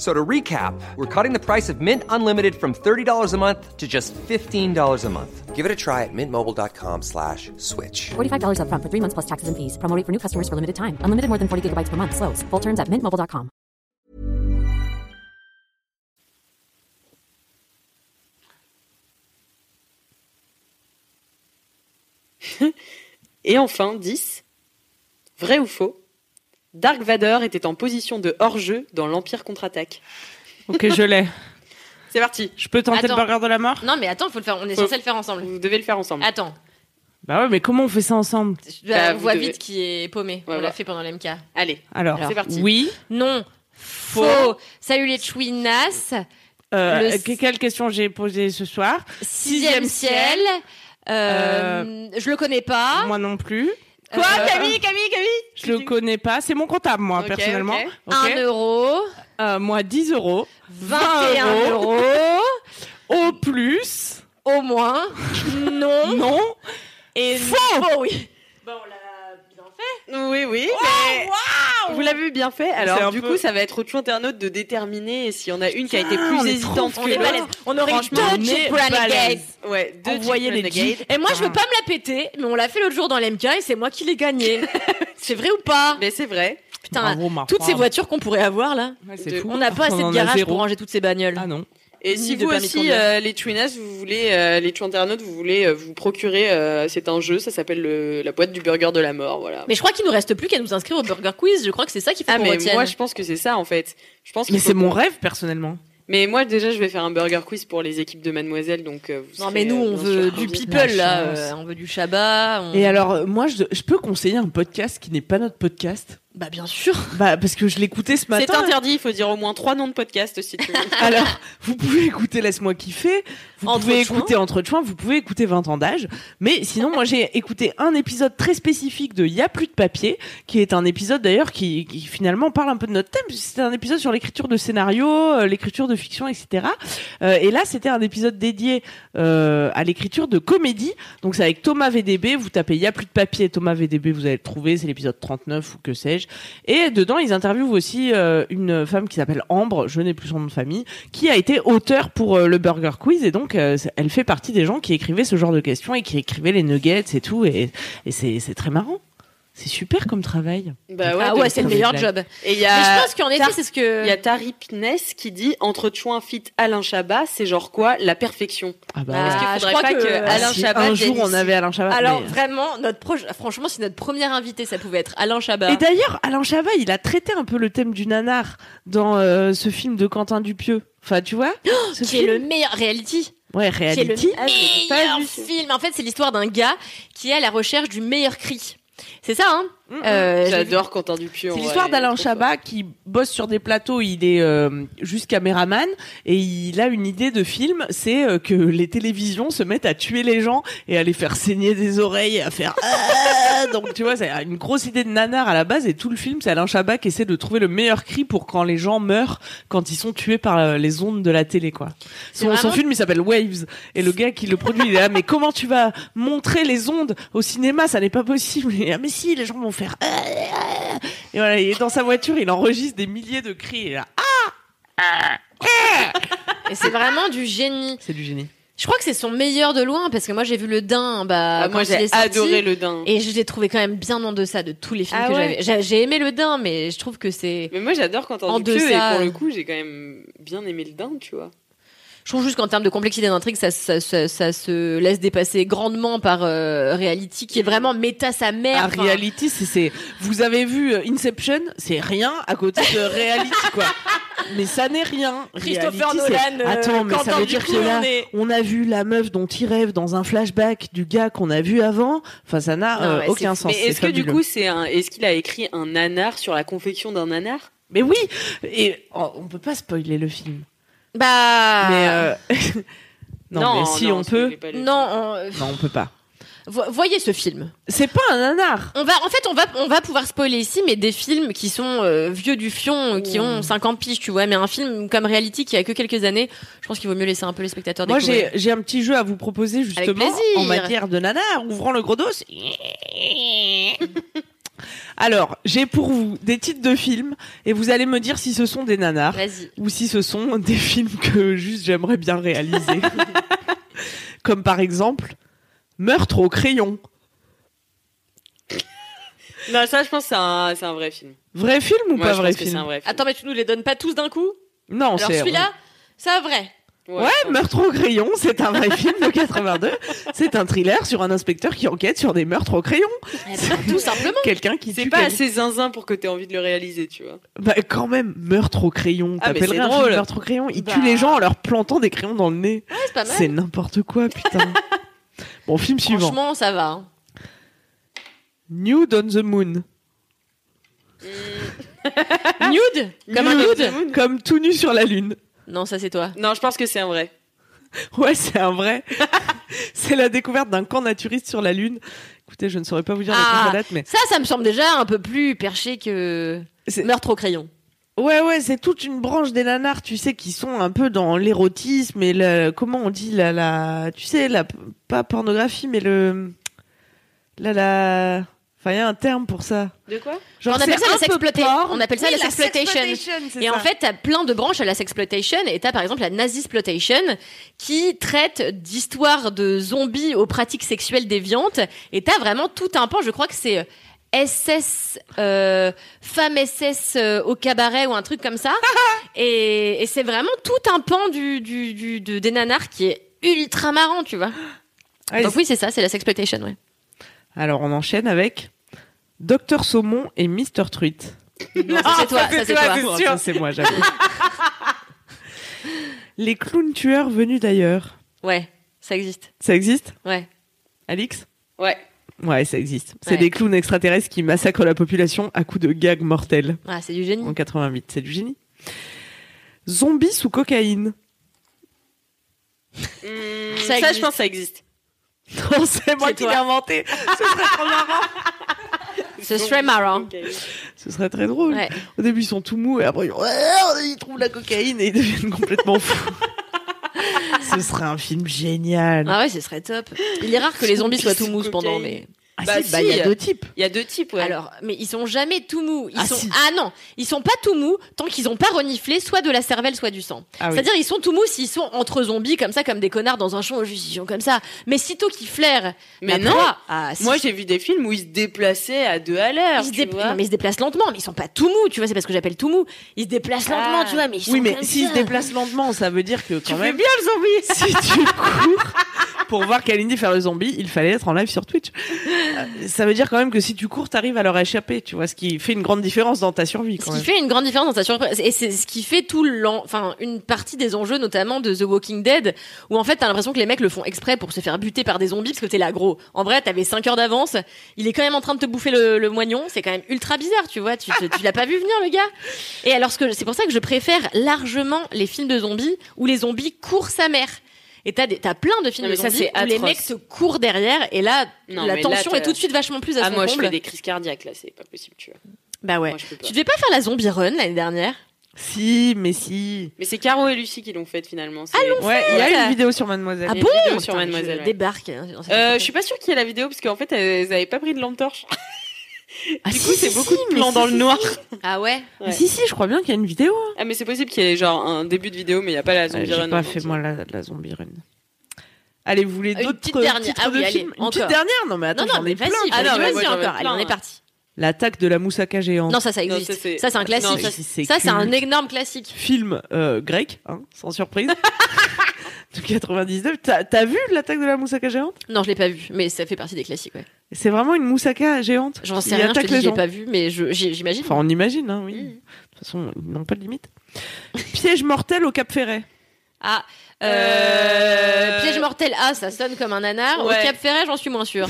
Speaker 5: So to recap, we're cutting the price of Mint Unlimited from $30 a month to just $15 a month. Give it a try at mintmobile.com slash switch.
Speaker 6: $45 upfront for three months plus taxes and fees. Promo rate for new customers for limited time. Unlimited more than 40 gigabytes per month. Slows. Full terms at mintmobile.com.
Speaker 4: Et enfin, 10. Vrai ou faux Dark Vador était en position de hors-jeu dans l'Empire contre-attaque.
Speaker 3: Ok, je l'ai.
Speaker 4: C'est parti,
Speaker 3: Je peux tenter
Speaker 2: Attends.
Speaker 3: le burger de la mort
Speaker 2: Non, mais attends, faut le faire. on est censé le faire ensemble.
Speaker 4: vous devez le faire ensemble.
Speaker 2: Attends,
Speaker 3: Bah ouais, mais comment on fait ça ensemble
Speaker 2: je
Speaker 4: Bah,
Speaker 2: on
Speaker 4: vous
Speaker 2: voit
Speaker 4: devez-
Speaker 2: vite qui est paumé.
Speaker 4: Ouais,
Speaker 2: on
Speaker 4: voilà.
Speaker 2: l'a fait pendant l'MK.
Speaker 4: Allez,
Speaker 3: Alors,
Speaker 4: Alors, c'est parti.
Speaker 3: oui.
Speaker 2: Non, faux. Salut les chouinasses.
Speaker 3: Euh,
Speaker 2: Le-
Speaker 3: que- Quelle question j'ai posée ce soir
Speaker 2: Sixième ciel. Euh, Je le connais pas.
Speaker 3: Moi non plus.
Speaker 4: Quoi,
Speaker 2: Euh,
Speaker 4: Camille, Camille, Camille
Speaker 3: Je le connais pas. C'est mon comptable, moi,
Speaker 4: Ok,
Speaker 3: personnellement.
Speaker 4: ok.
Speaker 3: Ok.
Speaker 2: Un euro.
Speaker 3: Euh, moi, 10 euros.
Speaker 2: 21 euros.
Speaker 3: Au plus.
Speaker 2: Au moins. Non.
Speaker 3: Non.
Speaker 2: Et
Speaker 3: Faux.
Speaker 2: Faux, oui.
Speaker 4: Oui, oui.
Speaker 2: Oh,
Speaker 4: mais Vous l'avez bien fait.
Speaker 3: C'est un
Speaker 4: Alors, du
Speaker 3: peu-
Speaker 4: coup, ça va être au tout internaute de déterminer s'il y en a une qui a été plus
Speaker 3: on est
Speaker 4: hésitante
Speaker 3: trop
Speaker 4: que
Speaker 2: est
Speaker 4: l'autre.
Speaker 2: balèze. On aurait eu
Speaker 4: Franchement,
Speaker 2: deux
Speaker 3: on est
Speaker 2: Jeep Renegade.
Speaker 3: balèze.
Speaker 4: Ouais, deux
Speaker 3: Envoyez
Speaker 4: Jeep
Speaker 3: les
Speaker 4: Renegade.
Speaker 3: Jeep.
Speaker 2: Et moi, je veux pas me la péter, mais on l'a fait l'autre jour dans l'MK et c'est moi qui
Speaker 3: [LAUGHS]
Speaker 2: l'ai gagné. c'est vrai ou pas
Speaker 4: Mais c'est vrai.
Speaker 2: Putain,
Speaker 3: Bravo, Marc.
Speaker 2: toutes ces
Speaker 3: Bravo.
Speaker 2: voitures qu'on pourrait avoir là,
Speaker 3: Ouais,
Speaker 4: de-
Speaker 3: c'est fou.
Speaker 2: on n'a pas assez
Speaker 3: On en
Speaker 2: de
Speaker 3: a
Speaker 2: garage
Speaker 3: zéro.
Speaker 2: pour ranger toutes ces bagnoles.
Speaker 3: Ah non.
Speaker 4: Et
Speaker 2: Ni
Speaker 4: si
Speaker 2: de
Speaker 4: vous
Speaker 2: permis de
Speaker 4: aussi,
Speaker 2: conduire.
Speaker 4: euh, les Twinas, vous voulez, euh, les Twin internautes, vous voulez euh, vous procurer, euh, c'est un jeu, ça s'appelle le- la boîte du burger de la mort, voilà.
Speaker 2: Mais je crois qu'il nous reste plus qu'à nous inscrire au Burger Quiz. Je crois que c'est ça qu'il faut
Speaker 4: ah
Speaker 2: qu'on
Speaker 4: mais
Speaker 2: retienne.
Speaker 4: moi je pense que c'est ça en fait. Je pense
Speaker 3: Mais
Speaker 4: qu'il
Speaker 3: c'est
Speaker 4: faut-
Speaker 3: mon rêve, personnellement.
Speaker 4: Mais moi, déjà, je vais faire un burger quiz pour les équipes de Mademoiselle, donc. euh, vous
Speaker 2: Non
Speaker 4: serez,
Speaker 2: mais nous
Speaker 4: euh,
Speaker 2: on
Speaker 4: bien
Speaker 2: veut
Speaker 4: sûr
Speaker 2: du
Speaker 4: invité.
Speaker 2: people là,
Speaker 3: chance.
Speaker 2: euh, on veut du Shabbat. on-
Speaker 3: Et alors, euh, moi, je, je peux conseiller un podcast qui n'est pas notre podcast
Speaker 2: Bah bien sûr.
Speaker 3: bah, Parce que je l'écoutais ce
Speaker 4: C'est
Speaker 3: matin.
Speaker 4: interdit, il faut dire au moins trois noms de podcast si tu veux.
Speaker 3: [LAUGHS] Alors, vous pouvez écouter Laisse-moi kiffer, vous
Speaker 2: Entre
Speaker 3: pouvez
Speaker 2: chouins.
Speaker 3: écouter Entre Chouins, vous pouvez écouter 20 ans d'âge. Mais sinon, moi, j'ai écouté un épisode très spécifique de Y a plus de papier, qui est un épisode d'ailleurs qui, qui, finalement parle un peu de notre thème. puisque C'était un épisode sur l'écriture de scénarios, euh, l'écriture de fiction, etc. Euh, et là, c'était un épisode dédié euh, à l'écriture de comédie. Donc, c'est avec Thomas VDB. Vous tapez Y a plus de papier, Thomas VDB, vous allez le trouver. C'est l'épisode 39 ou que sais-je. Et dedans, ils interviewent aussi euh, une femme qui s'appelle Ambre, je n'ai plus son nom de famille, qui a été auteur pour euh, le Burger Quiz. Et donc, euh, c'est- elle fait partie des gens qui écrivaient ce genre de questions et qui écrivaient les nuggets et tout. Et, et c'est c'est très marrant. C'est super comme travail.
Speaker 4: [LAUGHS] bah
Speaker 2: ah
Speaker 4: donc-
Speaker 2: ouais c'est
Speaker 3: faire
Speaker 2: le
Speaker 3: des
Speaker 2: meilleur
Speaker 3: blagues.
Speaker 2: job.
Speaker 4: Et il y
Speaker 2: Mais je
Speaker 4: a,
Speaker 2: pense qu'en effet
Speaker 4: Tar-
Speaker 2: c'est ce
Speaker 4: Euh, il y
Speaker 2: que.
Speaker 4: a Tarip Ness qui dit entre Chouin fit Alain Chabat, c'est genre quoi La perfection.
Speaker 3: Ah bah,
Speaker 2: Bah,
Speaker 3: ouais.
Speaker 4: Parce
Speaker 2: Ah,
Speaker 4: qu'il
Speaker 2: je
Speaker 4: faudrait
Speaker 2: crois
Speaker 4: pas
Speaker 2: que-
Speaker 4: que,
Speaker 2: Ah,
Speaker 4: Alain
Speaker 3: si
Speaker 4: Chabat.
Speaker 3: un jour
Speaker 4: vienne
Speaker 3: on
Speaker 4: ici.
Speaker 3: avait Alain Chabat.
Speaker 2: Alors
Speaker 3: mais-
Speaker 2: vraiment notre proche, franchement si notre premier invité ça pouvait être Alain Chabat.
Speaker 3: Et d'ailleurs, Alain Chabat, il a traité un peu le thème du nanar dans euh, ce film de Quentin Dupieux. Enfin, tu vois ce
Speaker 2: Oh, qui est le
Speaker 3: film Ah,
Speaker 2: meilleur reality,
Speaker 3: Ouais,
Speaker 2: qui est le
Speaker 3: reality.
Speaker 2: meilleur film. En fait, c'est l'histoire d'un gars qui est à la recherche du meilleur cri. C'est ça, hein
Speaker 3: Mm, mm.
Speaker 2: Euh, j'ai vu-
Speaker 4: J'adore Quentin Dupieux. en
Speaker 3: C'est
Speaker 4: vrai,
Speaker 3: l'histoire
Speaker 4: il est
Speaker 3: d'Alain
Speaker 4: trop
Speaker 3: Chabat qui bosse sur des plateaux, il est euh, juste caméraman et il a une idée de film, c'est euh, que les télévisions se mettent à tuer les gens et à les faire saigner des oreilles et à faire [LAUGHS] Ah donc tu vois c'est une grosse idée de nanar à la base et tout le film c'est Alain Chabat qui essaie de trouver le meilleur cri pour quand les gens meurent quand ils sont tués par euh, les ondes de la télé quoi.
Speaker 2: C'est
Speaker 3: Son, son
Speaker 2: vraiment-
Speaker 3: film il s'appelle Waves et le gars qui le produit il est là mais comment tu vas montrer les ondes au cinéma ça n'est pas possible Et, ah, mais si les gens vont faire Ah, ah. et voilà il est dans sa voiture il enregistre des milliers de cris et là, ah,
Speaker 2: Et c'est vraiment du génie.
Speaker 3: c'est du génie.
Speaker 2: Je crois que c'est son meilleur de loin parce que moi j'ai vu le Dain. Bah,
Speaker 4: Ah, moi
Speaker 2: quand il est
Speaker 4: j'ai
Speaker 2: sorti,
Speaker 4: adoré le din.
Speaker 2: Et je l'ai trouvé quand même bien en deçà de tous les films
Speaker 4: Ah
Speaker 2: que
Speaker 4: ouais.
Speaker 2: j'avais. J'a- J'ai aimé le Dain, mais je trouve que c'est.
Speaker 4: Mais moi j'adore Quentin
Speaker 2: En
Speaker 4: Dupieux
Speaker 2: deçà.
Speaker 4: et pour le coup j'ai quand même bien aimé le din, tu vois.
Speaker 2: Je trouve juste qu'en termes de complexité d'intrigue, ça, ça, ça, ça se laisse dépasser grandement par euh, Reality, qui est vraiment méta sa mère.
Speaker 3: Ah,
Speaker 2: enfin.
Speaker 3: reality c'est c'est vous avez vu euh, Inception c'est rien à côté de reality quoi. Mais ça n'est rien.
Speaker 2: Christopher
Speaker 3: Reality, c'est-
Speaker 2: Nolan, euh,
Speaker 3: Attends mais ça
Speaker 2: Quentin
Speaker 3: veut dire que
Speaker 2: Dupieux,
Speaker 3: là
Speaker 2: on est-
Speaker 3: on a vu la meuf dont il rêve dans un flashback du gars qu'on a vu avant. Enfin, ça n'a
Speaker 2: Non,
Speaker 3: euh,
Speaker 2: ouais, c'est
Speaker 3: aucun
Speaker 2: fou.
Speaker 3: sens.
Speaker 4: Mais est-ce
Speaker 3: C'est
Speaker 4: que du
Speaker 3: fabuleux.
Speaker 4: coup c'est un est-ce qu'il a écrit un nanar sur la confection d'un nanar
Speaker 3: Mais oui, et oh, on peut pas spoiler le film.
Speaker 2: Bah.
Speaker 3: Mais euh, [LAUGHS] non, mais si on peut,
Speaker 4: spoilez pas le-
Speaker 2: Non, on-
Speaker 3: non, on peut pas.
Speaker 2: Vo- voyez ce film.
Speaker 3: C'est pas un nanar.
Speaker 2: On va, en fait, on va, on va pouvoir spoiler ici, mais des films qui sont euh, vieux du fion, euh, qui ont 50 piges, tu vois. Mais un film comme Reality qui a que quelques années, je pense qu'il vaut mieux laisser un peu les spectateurs
Speaker 3: Moi,
Speaker 2: découvrir.
Speaker 3: j'ai j'ai un petit jeu à vous proposer justement
Speaker 2: plaisir.
Speaker 3: en matière de nanar, ouvrant le gros dos. Alors, j'ai pour vous des titres de films et vous allez me dire si ce sont des nanars
Speaker 2: Vas-y.
Speaker 3: ou si ce sont des films que juste j'aimerais
Speaker 4: [LAUGHS]
Speaker 3: bien réaliser. Comme par exemple Meurtre au crayon.
Speaker 4: Non, ça je pense que c'est un c'est un vrai film.
Speaker 3: Vrai film ou
Speaker 4: Moi,
Speaker 3: pas
Speaker 4: je
Speaker 3: vrai
Speaker 4: pense que c'est
Speaker 3: film
Speaker 4: un vrai film.
Speaker 2: Attends, mais tu nous les donnes pas tous d'un coup
Speaker 3: Non,
Speaker 2: Alors
Speaker 3: c'est-
Speaker 2: celui-là, c'est vrai.
Speaker 3: Ouais, Meurtre au crayon, c'est un vrai film de 82. C'est un thriller sur un inspecteur qui enquête sur des meurtres au crayon.
Speaker 2: Eh ben, tout simplement.
Speaker 3: Quelqu'un qui
Speaker 4: C'est
Speaker 3: tue
Speaker 4: pas
Speaker 3: quelqu'un.
Speaker 4: assez zinzin pour que t'aies envie de le réaliser, tu vois.
Speaker 3: Bah, quand même, meurtre au crayon.
Speaker 4: Ah, mais
Speaker 3: T'appellerais
Speaker 4: c'est
Speaker 3: un film
Speaker 4: drôle.
Speaker 3: meurtre au crayon. Il
Speaker 2: Bah. Ah
Speaker 3: tue les gens en leur plantant des crayons dans le nez.
Speaker 2: Ouais, c'est pas mal.
Speaker 3: C'est n'importe quoi,
Speaker 2: [LAUGHS]
Speaker 3: putain. bon, film suivant.
Speaker 2: Franchement, ça va. hein.
Speaker 3: Nude on the Moon.
Speaker 2: Nude Comme un
Speaker 3: Ah. Nude,
Speaker 2: nude
Speaker 3: Comme tout nu sur la lune.
Speaker 2: Non, ça c'est toi.
Speaker 4: Non, je pense que c'est un vrai.
Speaker 3: Ouais, c'est un vrai. [LAUGHS] c'est la découverte d'un camp naturiste sur la lune. Écoutez, je ne saurais pas vous dire
Speaker 2: Ah.
Speaker 3: la la date, mais
Speaker 2: Ça, ça me semble déjà un peu plus perché que
Speaker 3: c'est-
Speaker 2: Meurtre au crayon.
Speaker 3: Ouais, ouais, c'est toute une branche des nanars, tu sais, qui sont un peu dans l'érotisme et le, comment on dit, la, la, tu sais, la, pas pornographie, mais le, la, la, enfin, il y a un terme pour ça.
Speaker 4: De quoi
Speaker 3: Genre,
Speaker 2: On appelle
Speaker 3: c'est
Speaker 2: ça
Speaker 3: un
Speaker 2: la
Speaker 3: peu
Speaker 2: sexploita-
Speaker 3: porn.
Speaker 2: on appelle ça
Speaker 3: Oui,
Speaker 2: la sexploitation.
Speaker 3: c'est
Speaker 2: Et en
Speaker 3: ça.
Speaker 2: fait, t'as plein de branches à la sexploitation, et t'as par exemple la nazisploitation, qui traite d'histoires de zombies aux pratiques sexuelles déviantes, et t'as vraiment tout un pan, je crois que c'est euh, SS, euh, femme SS euh, au cabaret ou un truc
Speaker 3: [LAUGHS]
Speaker 2: comme ça, et, et c'est vraiment tout un pan du, du, du- de- des nanars qui est ultra marrant, tu vois.
Speaker 3: Ouais,
Speaker 2: Donc oui, c'est ça, c'est la sexploitation, ouais.
Speaker 3: c'est- Alors, on enchaîne avec Docteur Saumon et Mister Truite.
Speaker 2: Non, ça, c'est toi, ça, c'est toi. [LAUGHS]
Speaker 3: Ah, ça, c'est moi, j'avoue. Les clowns tueurs venus d'ailleurs.
Speaker 2: Ouais, ça existe.
Speaker 3: Ça existe
Speaker 2: Ouais.
Speaker 3: Alix
Speaker 4: Ouais.
Speaker 3: Ouais, ça existe. C'est
Speaker 2: Ouais.
Speaker 3: des clowns extraterrestres qui massacrent la population à coups de gags mortels
Speaker 2: Ah, c'est du génie.
Speaker 3: en 88. C'est du génie. Zombies sous cocaïne.
Speaker 4: Hmm,
Speaker 2: Ça
Speaker 4: ça, je
Speaker 2: existe.
Speaker 4: pense que ça
Speaker 2: [LAUGHS]
Speaker 4: existe.
Speaker 3: Non, c'est moi
Speaker 2: C'est
Speaker 3: qui
Speaker 2: toi.
Speaker 3: l'ai inventé. Ce serait trop marrant.
Speaker 2: Ce serait marrant.
Speaker 3: Ce serait très drôle.
Speaker 2: Ouais.
Speaker 3: Au début, ils sont tout mous et après, ils, Ouais, ils trouvent la cocaïne et ils deviennent [LAUGHS] complètement fous. Ce serait un film génial.
Speaker 2: Ah ouais, ce serait top. Il est rare que les zombies soient tout mous pendant, mais.
Speaker 3: Ah,
Speaker 4: bah
Speaker 3: si, bah, il y
Speaker 4: si.
Speaker 3: a deux types.
Speaker 4: Il y a deux types, ouais.
Speaker 2: Alors, mais ils sont jamais tout mous. Ils
Speaker 3: Ah,
Speaker 2: sont...
Speaker 3: si.
Speaker 2: ah non, ils sont pas tout mous tant qu'ils ont pas reniflé soit de la cervelle, soit du sang.
Speaker 3: Ah oui.
Speaker 2: C'est-à-dire, ils sont tout mous s'ils sont entre zombies, comme ça, comme des connards dans un champ aux juges, comme ça. Mais sitôt qu'ils flairent.
Speaker 4: Mais
Speaker 2: la
Speaker 4: non.
Speaker 2: proie- Ah, si.
Speaker 4: Moi, j'ai vu des films où ils se déplaçaient à deux à l'heure.
Speaker 2: Ils se,
Speaker 4: tu
Speaker 2: dé-
Speaker 4: vois.
Speaker 2: non, mais ils se déplacent lentement, mais ils sont pas tout mous, tu vois, c'est parce que j'appelle tout mou. Ils se déplacent
Speaker 4: Ah.
Speaker 2: lentement, tu vois, mais ils sont
Speaker 3: Oui, mais
Speaker 2: comme
Speaker 3: s'ils
Speaker 2: ça.
Speaker 3: se déplacent lentement, ça veut dire que quand même,
Speaker 4: le zombie
Speaker 3: [LAUGHS] si tu cours pour voir Kalindi faire le zombie, il fallait être en live sur Twitch. Euh, Ça veut dire quand même que si tu cours, t'arrives à leur échapper, tu vois, ce qui fait une grande différence dans ta survie
Speaker 2: Ce
Speaker 3: quand
Speaker 2: qui
Speaker 3: même.
Speaker 2: fait une grande différence dans sa surprise. Et c'est ce qui fait tout l'en, enfin, une partie des enjeux, notamment de The Walking Dead, où en fait, t'as l'impression que les mecs le font exprès pour se faire buter par des zombies, parce que t'es là, gros. En vrai, t'avais 5 heures d'avance, il est quand même en train de te bouffer le, le moignon, c'est quand même ultra bizarre, tu vois, tu, tu, tu l'as pas vu venir, le gars. Et alors, ce que, c'est pour ça que je préfère largement les films de zombies, où les zombies courent sa mère. Et t'as, des- t'as plein de films
Speaker 4: Non,
Speaker 2: de
Speaker 4: mais ça,
Speaker 2: zombies
Speaker 4: c'est
Speaker 2: où les
Speaker 4: atroce.
Speaker 2: mecs se courent derrière, et là,
Speaker 4: Non,
Speaker 2: la
Speaker 4: mais là,
Speaker 2: tension
Speaker 4: t'as-
Speaker 2: est tout de suite vachement plus à
Speaker 4: Ah,
Speaker 2: son
Speaker 4: moi, je
Speaker 2: comble.
Speaker 4: fais des crises cardiaques, là, c'est pas possible, tu vois.
Speaker 2: Bah ouais.
Speaker 4: Moi, je peux pas.
Speaker 2: Tu devais pas faire la zombie run l'année dernière?
Speaker 3: Si, mais si.
Speaker 4: Mais c'est Caro et Lucie qui l'ont fait finalement. c'est-
Speaker 3: Ouais, il y
Speaker 2: fait
Speaker 3: a une vidéo sur Mademoiselle.
Speaker 2: Ah
Speaker 4: Il y a
Speaker 2: bon
Speaker 4: une vidéo sur
Speaker 2: Putain,
Speaker 4: Mademoiselle,
Speaker 2: je
Speaker 4: ouais.
Speaker 2: débarque. hein, dans cette
Speaker 4: Euh,
Speaker 2: affaire.
Speaker 4: je suis pas sûre qu'il y ait la vidéo parce qu'en fait elles avaient pas pris de lampe torche. [LAUGHS]
Speaker 3: Ah
Speaker 2: bah
Speaker 4: du
Speaker 3: si,
Speaker 4: coup, c'est
Speaker 3: si,
Speaker 4: beaucoup
Speaker 3: si,
Speaker 4: de
Speaker 3: mais
Speaker 4: plans
Speaker 3: si,
Speaker 4: dans
Speaker 3: si,
Speaker 4: le noir.
Speaker 2: Ah ouais
Speaker 3: si. Ah Si, si, je crois bien qu'il y a une vidéo.
Speaker 4: Ah mais c'est possible qu'il y ait genre un début de vidéo mais il y a pas la
Speaker 3: Ouais,
Speaker 4: zombie
Speaker 3: J'ai
Speaker 4: run
Speaker 3: pas
Speaker 4: en
Speaker 3: fait
Speaker 4: entier.
Speaker 3: moi la, la zombie run. Allez, vous voulez
Speaker 2: Une
Speaker 3: d'autres
Speaker 2: petite dernière.
Speaker 3: titres
Speaker 2: Ah
Speaker 3: de
Speaker 2: oui, allez,
Speaker 3: films Une petite
Speaker 2: encore.
Speaker 3: dernière Non mais attends,
Speaker 2: Non, non,
Speaker 3: j'en ai
Speaker 2: mais
Speaker 3: plein.
Speaker 2: vas-y,
Speaker 3: qui
Speaker 4: Ah
Speaker 2: vas-y,
Speaker 4: non,
Speaker 3: sont-
Speaker 4: mais
Speaker 2: vas-y
Speaker 4: moi, j'en ai
Speaker 2: encore. Allez,
Speaker 4: plein,
Speaker 2: on est
Speaker 4: hein.
Speaker 2: parti.
Speaker 3: L'attaque de la moussaka géante.
Speaker 2: Non, ça, ça
Speaker 4: Non,
Speaker 2: existe.
Speaker 4: ça, c'est-
Speaker 2: ça, c'est un
Speaker 4: non,
Speaker 2: classique.
Speaker 4: ça,
Speaker 3: c'est
Speaker 2: ça, c'est un
Speaker 3: culte.
Speaker 2: énorme classique.
Speaker 3: film euh, grec, hein, sans surprise, [LAUGHS] de 99. T'as t'as vu l'attaque de la moussaka géante
Speaker 2: Non, je l'ai pas vu, mais ça fait partie des classiques, ouais.
Speaker 3: C'est vraiment une moussaka géante.
Speaker 2: J'en sais
Speaker 3: Il
Speaker 2: rien, je te
Speaker 3: attaque les
Speaker 2: dis, j'ai
Speaker 3: gens.
Speaker 2: pas vu, mais je- j'ai- j'imagine.
Speaker 3: Enfin, on imagine, hein, oui.
Speaker 2: Mm.
Speaker 3: De toute façon, ils n'ont pas de limite. Piège mortel au Cap Ferret.
Speaker 2: Ah, euh,
Speaker 4: Euh,
Speaker 2: Piège mortel, ah, ça sonne comme un nanar.
Speaker 4: Ouais.
Speaker 2: Au Cap Ferret, j'en suis
Speaker 4: [LAUGHS]
Speaker 2: moins sûre.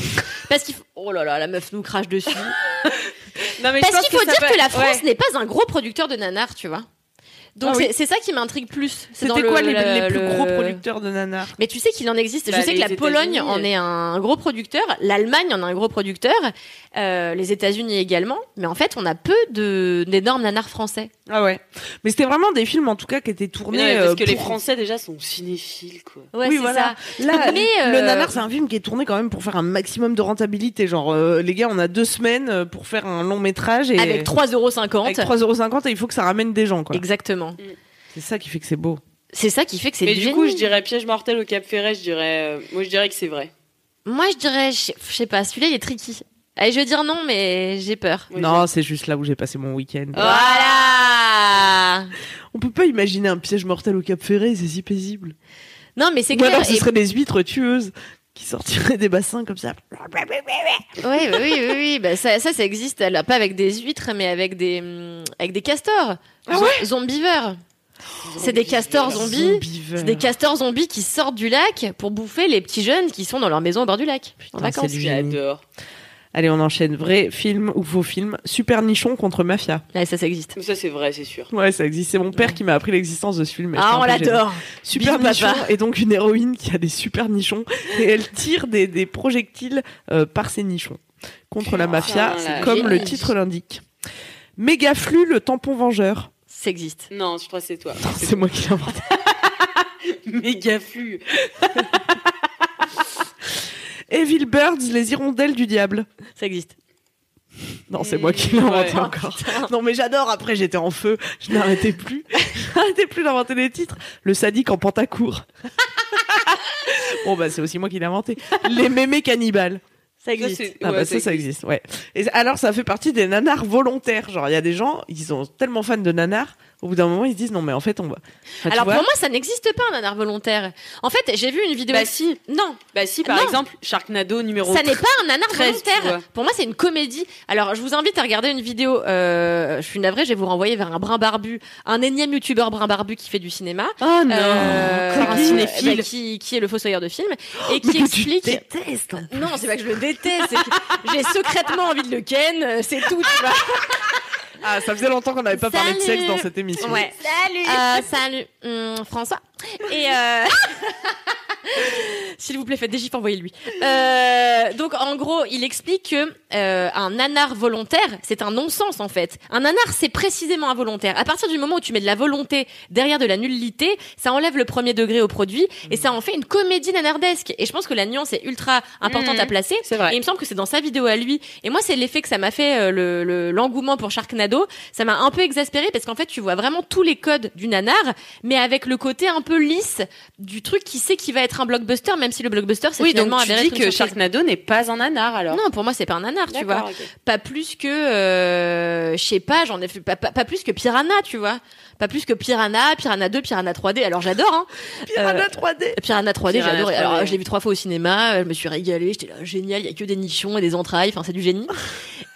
Speaker 2: Parce qu'il faut... Oh là là, la meuf nous crache dessus.
Speaker 4: Non, mais je
Speaker 2: Parce
Speaker 4: pense
Speaker 2: qu'il faut
Speaker 4: ça
Speaker 2: dire
Speaker 4: peut-
Speaker 2: que la France
Speaker 4: Ouais.
Speaker 2: n'est pas un gros producteur de nanars, tu vois. Donc
Speaker 3: Ah oui.
Speaker 2: c'est- c'est ça qui m'intrigue plus. C'est dans
Speaker 3: C'était
Speaker 2: le-
Speaker 3: quoi les,
Speaker 2: le-
Speaker 3: les plus
Speaker 2: le-
Speaker 3: gros producteurs de nanars
Speaker 2: Mais tu sais qu'il en existe.
Speaker 4: Bah,
Speaker 2: je sais que
Speaker 4: les
Speaker 2: la Pologne
Speaker 4: États-Unis, euh.
Speaker 2: en est un gros producteur, l'Allemagne en a un gros producteur, euh, les États-Unis également. Mais en fait, on a peu de d'énormes nanars français.
Speaker 3: Ah ouais. Mais c'était vraiment des films, en tout cas, qui étaient
Speaker 4: Mais
Speaker 3: tournés.
Speaker 4: non, mais parce
Speaker 3: euh,
Speaker 4: que les
Speaker 3: pour-
Speaker 4: Français déjà sont cinéphiles quoi.
Speaker 2: Ouais,
Speaker 3: oui,
Speaker 2: c'est
Speaker 3: voilà. Là,
Speaker 2: ça. Mais, euh,
Speaker 3: le nanar, c'est un film qui est tourné quand même pour faire un maximum de rentabilité. Genre, euh, les gars, on a deux semaines euh, pour faire un long métrage et
Speaker 2: Avec 3,50
Speaker 3: avec 3,50 et il faut que ça ramène des gens, quoi.
Speaker 2: Exactement.
Speaker 3: C'est ça qui fait que c'est beau.
Speaker 2: C'est ça qui fait que c'est
Speaker 4: Mais
Speaker 2: du
Speaker 4: du coup
Speaker 2: génie.
Speaker 4: je dirais piège mortel au Cap Ferret, je dirais euh, moi je dirais que c'est vrai.
Speaker 2: Moi, je dirais, je je sais pas, celui-là, il est tricky. Allez, je vais dire non, mais j'ai peur.
Speaker 4: Moi, je
Speaker 3: non, c'est juste là où j'ai passé mon week-end.
Speaker 2: Ah. Voilà.
Speaker 3: On peut pas imaginer un piège mortel au Cap Ferré, c'est si paisible.
Speaker 2: Non, mais c'est
Speaker 3: Ou
Speaker 2: clair.
Speaker 3: alors ce
Speaker 2: Et-
Speaker 3: seraient des huîtres tueuses qui sortiraient des bassins comme ça.
Speaker 2: Ouais, bah oui, oui, oui, Bah, ça, ça, ça existe. Alors, pas avec des huîtres, mais avec des, hum, avec des castors.
Speaker 3: Ah
Speaker 2: Zo- Zombivores. C'est des castors zombies. C'est des castors zombies qui sortent du lac pour bouffer les petits jeunes qui sont dans leur maison au bord du lac.
Speaker 3: Putain,
Speaker 2: en
Speaker 3: Ah, c'est
Speaker 2: vacances.
Speaker 3: du génie.
Speaker 4: J'adore.
Speaker 3: Allez, on enchaîne. Vrai film ou faux film Super nichon contre mafia.
Speaker 2: Là, ça, ça existe.
Speaker 4: Ça c'est vrai, c'est sûr.
Speaker 3: Ouais, ça existe. C'est mon père qui m'a appris l'existence de ce film. et j'étais
Speaker 2: Ah,
Speaker 3: un
Speaker 2: on
Speaker 3: peu gênée.
Speaker 2: l'adore.
Speaker 3: Super
Speaker 2: Bisous,
Speaker 3: nichon
Speaker 2: papa.
Speaker 3: est donc une héroïne qui a des super nichons et elle tire des, des projectiles euh, par ses nichons contre la mafia,
Speaker 4: c'est
Speaker 3: comme
Speaker 2: génial.
Speaker 3: le titre l'indique. Méga flux, le tampon vengeur.
Speaker 2: Ça existe.
Speaker 4: Non, je crois que c'est toi.
Speaker 3: [LAUGHS] C'est moi qui l'ai inventé.
Speaker 4: Méga flux.
Speaker 3: Evil Birds, les hirondelles du diable.
Speaker 2: Ça existe.
Speaker 3: Non, c'est moi qui l'ai inventé
Speaker 4: ouais.
Speaker 3: encore. Non, mais j'adore. Après, j'étais en feu. Je n'arrêtais [LAUGHS] plus. Je n'arrêtais plus d'inventer les titres. Le sadique en pantacourt. [LAUGHS] bon, bah, c'est aussi moi qui l'ai inventé. Les mémés cannibales.
Speaker 2: Ça
Speaker 4: Ça,
Speaker 2: existe.
Speaker 4: c'est-
Speaker 3: Ah,
Speaker 4: ouais,
Speaker 3: bah, ça, ça existe. Ouais. Et alors, ça fait partie des nanars volontaires. Genre, il y a des gens, ils sont tellement fans de nanars Au bout d'un moment, ils se disent non, mais en fait, on va. Enfin, Bah, tu
Speaker 2: Alors
Speaker 3: vois,
Speaker 2: pour moi, ça n'existe pas un nanar volontaire. En fait, j'ai vu une vidéo.
Speaker 4: Bah si.
Speaker 2: Non,
Speaker 4: Bah si, par
Speaker 2: Non.
Speaker 4: exemple, Sharknado numéro
Speaker 2: ça n'est pas un nanar
Speaker 4: 13, tu
Speaker 2: volontaire.
Speaker 4: vois.
Speaker 2: Pour moi, c'est une comédie. Alors, je vous invite à regarder une vidéo. euh, je suis navrée, je vais vous renvoyer vers un brin barbu, un énième youtubeur brin barbu qui fait du cinéma.
Speaker 3: Oh non
Speaker 2: Euh,
Speaker 3: Encore un
Speaker 2: qui-
Speaker 3: cinéphile.
Speaker 2: bah, qui, qui est le fossoyeur de films
Speaker 4: Oh,
Speaker 2: et qui explique. non, c'est pas que je le déteste. c'est que J'ai secrètement envie de le ken. euh, C'est tout. Tu vois.
Speaker 3: Ah, ça faisait longtemps qu'on n'avait pas parlé de
Speaker 2: Salut.
Speaker 3: sexe dans cette émission.
Speaker 2: Ouais. Salut. Euh, salut. Hum, François. Et euh, [LAUGHS] s'il vous plaît, faites des gifs, envoyez-lui. Euh, donc en gros, il explique que euh, un nanar volontaire, c'est un non-sens en fait. Un nanar, c'est précisément involontaire. À partir du moment où tu mets de la volonté derrière de la nullité, ça enlève le premier degré au produit et ça en fait une comédie nanardesque. Et je pense que la nuance est ultra importante
Speaker 4: Mhm.
Speaker 2: à placer.
Speaker 4: C'est vrai.
Speaker 2: Et il me semble que c'est dans sa vidéo à lui. Et moi, c'est l'effet que ça m'a fait euh, le- le- l'engouement pour Sharknado. Ça m'a un peu exaspéré parce qu'en fait, tu vois vraiment tous les codes du nanar, mais avec le côté un peu lisse du truc qui sait qui va être un blockbuster, même si le blockbuster c'est
Speaker 4: Oui, donc
Speaker 2: finalement
Speaker 4: tu
Speaker 2: avéré
Speaker 4: dis
Speaker 2: être une
Speaker 4: que
Speaker 2: surprise.
Speaker 4: Sharknado n'est pas un nanar alors.
Speaker 2: Non, pour moi, c'est pas un nanar, tu vois.
Speaker 4: D'accord, ok.
Speaker 2: Pas plus que, euh, je sais pas, j'en ai fait, pas, pas, pas plus que Piranha, tu vois. Pas plus que Piranha, Piranha 2, Piranha 3D. Alors j'adore,
Speaker 4: [LAUGHS]
Speaker 2: hein.
Speaker 4: euh,
Speaker 3: Piranha 3D
Speaker 2: Piranha 3D,
Speaker 4: Piranha
Speaker 2: j'adore.
Speaker 4: 3D.
Speaker 2: Alors, euh, je l'ai vu trois fois au cinéma, euh, je me suis régalée, j'étais là, génial, il y a que des nichons et des entrailles, enfin, c'est
Speaker 3: [LAUGHS]
Speaker 2: du génie.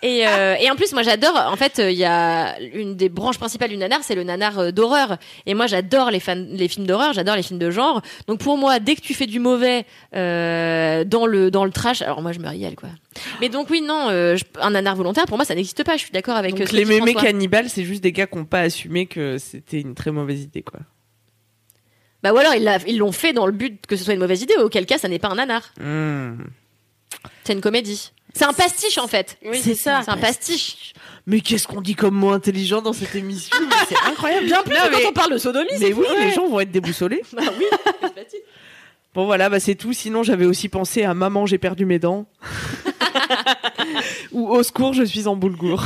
Speaker 2: Et, euh, et en plus, moi, j'adore, en fait, euh, il y a une des branches principales du nanar, c'est le nanar euh, d'horreur. Et moi, j'adore les, fans- les films d'horreur, j'adore les films de genre. Donc, pour moi, dès que tu fais du mauvais euh, dans, le, dans le trash, alors moi, je me régale, quoi. Mais donc, oui, non, euh, je- un nanar volontaire, pour moi, ça n'existe pas, je suis d'accord avec euh,
Speaker 3: Donc
Speaker 2: ce
Speaker 3: les
Speaker 2: que dit
Speaker 3: mémés
Speaker 2: François.
Speaker 3: cannibales, c'est juste des gars qui n'ont pas assumé que c'était une très mauvaise idée, quoi.
Speaker 2: Bah, ou alors, ils l'a- ils l'ont fait dans le but que ce soit une mauvaise idée, auquel cas, ça n'est pas un nanar.
Speaker 3: Hmm.
Speaker 2: C'est une comédie. C'est un pastiche en fait.
Speaker 4: Oui, c'est ça.
Speaker 2: C'est un pastiche.
Speaker 3: Mais qu'est-ce qu'on dit comme mot intelligent dans cette émission Mais
Speaker 2: [LAUGHS]
Speaker 3: C'est incroyable.
Speaker 2: Bien plus
Speaker 3: Non,
Speaker 2: que
Speaker 3: mais-
Speaker 2: quand on parle de sodomie,
Speaker 3: Mais
Speaker 2: c'est
Speaker 3: oui,
Speaker 2: fou,
Speaker 3: les
Speaker 2: ouais. Bah
Speaker 3: gens vont être
Speaker 2: [LAUGHS]
Speaker 3: déboussolés. Bon voilà, bah c'est tout. Sinon, j'avais aussi pensé à Maman, j'ai perdu mes
Speaker 2: [LAUGHS]
Speaker 3: dents. Ou Au secours, je suis en
Speaker 2: [LAUGHS]
Speaker 3: boulgour.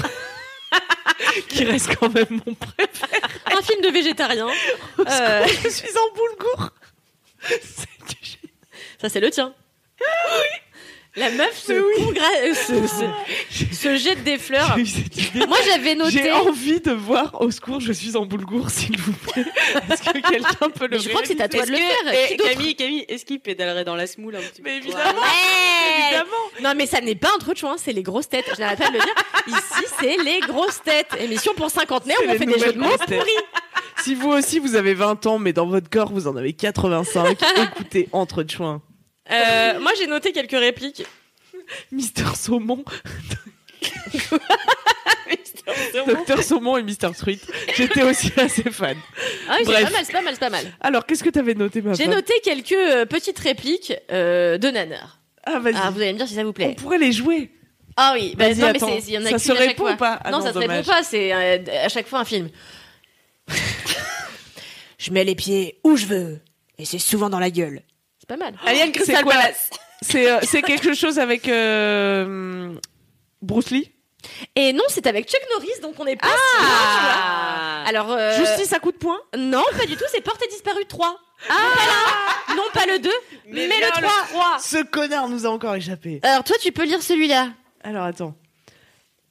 Speaker 3: [LAUGHS] Qui reste quand même mon prénom.
Speaker 2: Un film de végétarien. [LAUGHS] Euh,
Speaker 3: Je suis en boulgour. C'est du génie.
Speaker 2: ça c'est le tien. La meuf se,
Speaker 3: Mais oui.
Speaker 2: congra- euh, se- se- se jette des fleurs.
Speaker 3: J'ai eu cette idée.
Speaker 2: Moi j'avais noté.
Speaker 3: J'ai envie de voir Au secours, je suis en boulgour, s'il vous plaît. Est-ce
Speaker 2: [LAUGHS]
Speaker 3: que quelqu'un peut le
Speaker 2: Mais je crois que c'est à toi
Speaker 3: réaliser
Speaker 2: de le faire.
Speaker 4: Eh,
Speaker 2: Qui d'autre
Speaker 4: Camille, Camille, est-ce qu'il pédalerait dans la smoule un petit peu
Speaker 3: Mais
Speaker 4: Ouais.
Speaker 3: évidemment,
Speaker 2: Ouais.
Speaker 3: évidemment.
Speaker 2: Non mais ça n'est pas un truc de chouin, c'est les grosses têtes. Je n'arrête pas de le dire. Ici c'est les grosses têtes. Émission pour cinquantenaire où on
Speaker 3: les
Speaker 2: fait des jeux
Speaker 3: nouvelles
Speaker 2: de mots
Speaker 3: grosses têtes.
Speaker 2: pourris.
Speaker 3: Si vous aussi vous avez 20 ans, mais dans votre corps vous en avez
Speaker 2: [LAUGHS]
Speaker 3: 85, écoutez entre chouin.
Speaker 2: Euh, moi j'ai noté quelques répliques.
Speaker 3: Mister Saumon,
Speaker 4: Exactement.
Speaker 3: [LAUGHS] Docteur Saumon et Mister Sweet. J'étais aussi assez fan.
Speaker 2: Ah oui, c'est
Speaker 3: Bref.
Speaker 2: pas mal, c'est pas mal, c'est pas mal.
Speaker 3: Alors qu'est-ce que t'avais noté, ma
Speaker 2: J'ai
Speaker 3: femme
Speaker 2: noté quelques euh, petites répliques euh, de nanar.
Speaker 3: Ah vas-y.
Speaker 2: Ah, vous allez me dire si ça vous plaît.
Speaker 3: On pourrait les jouer.
Speaker 2: Ah oui, bah,
Speaker 3: Vas-y,
Speaker 2: non, mais
Speaker 3: attends.
Speaker 2: c'est- il y en a
Speaker 3: Ça
Speaker 2: qu'une
Speaker 3: se
Speaker 2: à chaque
Speaker 3: répond
Speaker 2: fois.
Speaker 3: ou pas Ah
Speaker 2: non,
Speaker 3: non,
Speaker 2: ça se
Speaker 3: dommage.
Speaker 2: répond pas, c'est euh, à chaque fois un film. [LAUGHS] je mets les pieds où je veux, et c'est souvent dans la gueule. C'est pas mal.
Speaker 4: Alien Crystal
Speaker 3: quoi
Speaker 4: Palace.
Speaker 3: C'est euh, c'est quelque chose avec euh, Bruce Lee.
Speaker 2: Et non, c'est avec Chuck Norris, donc on est pas si loin, tu vois. Alors, euh,
Speaker 3: Ah Justice à coup de poing.
Speaker 2: non, pas du tout, c'est Portée disparue 3. Ah non, pas le 2, mais,
Speaker 4: bien
Speaker 2: le 3.
Speaker 3: Ce connard nous a encore échappé.
Speaker 2: Alors toi, tu peux lire celui-là.
Speaker 3: Alors attends.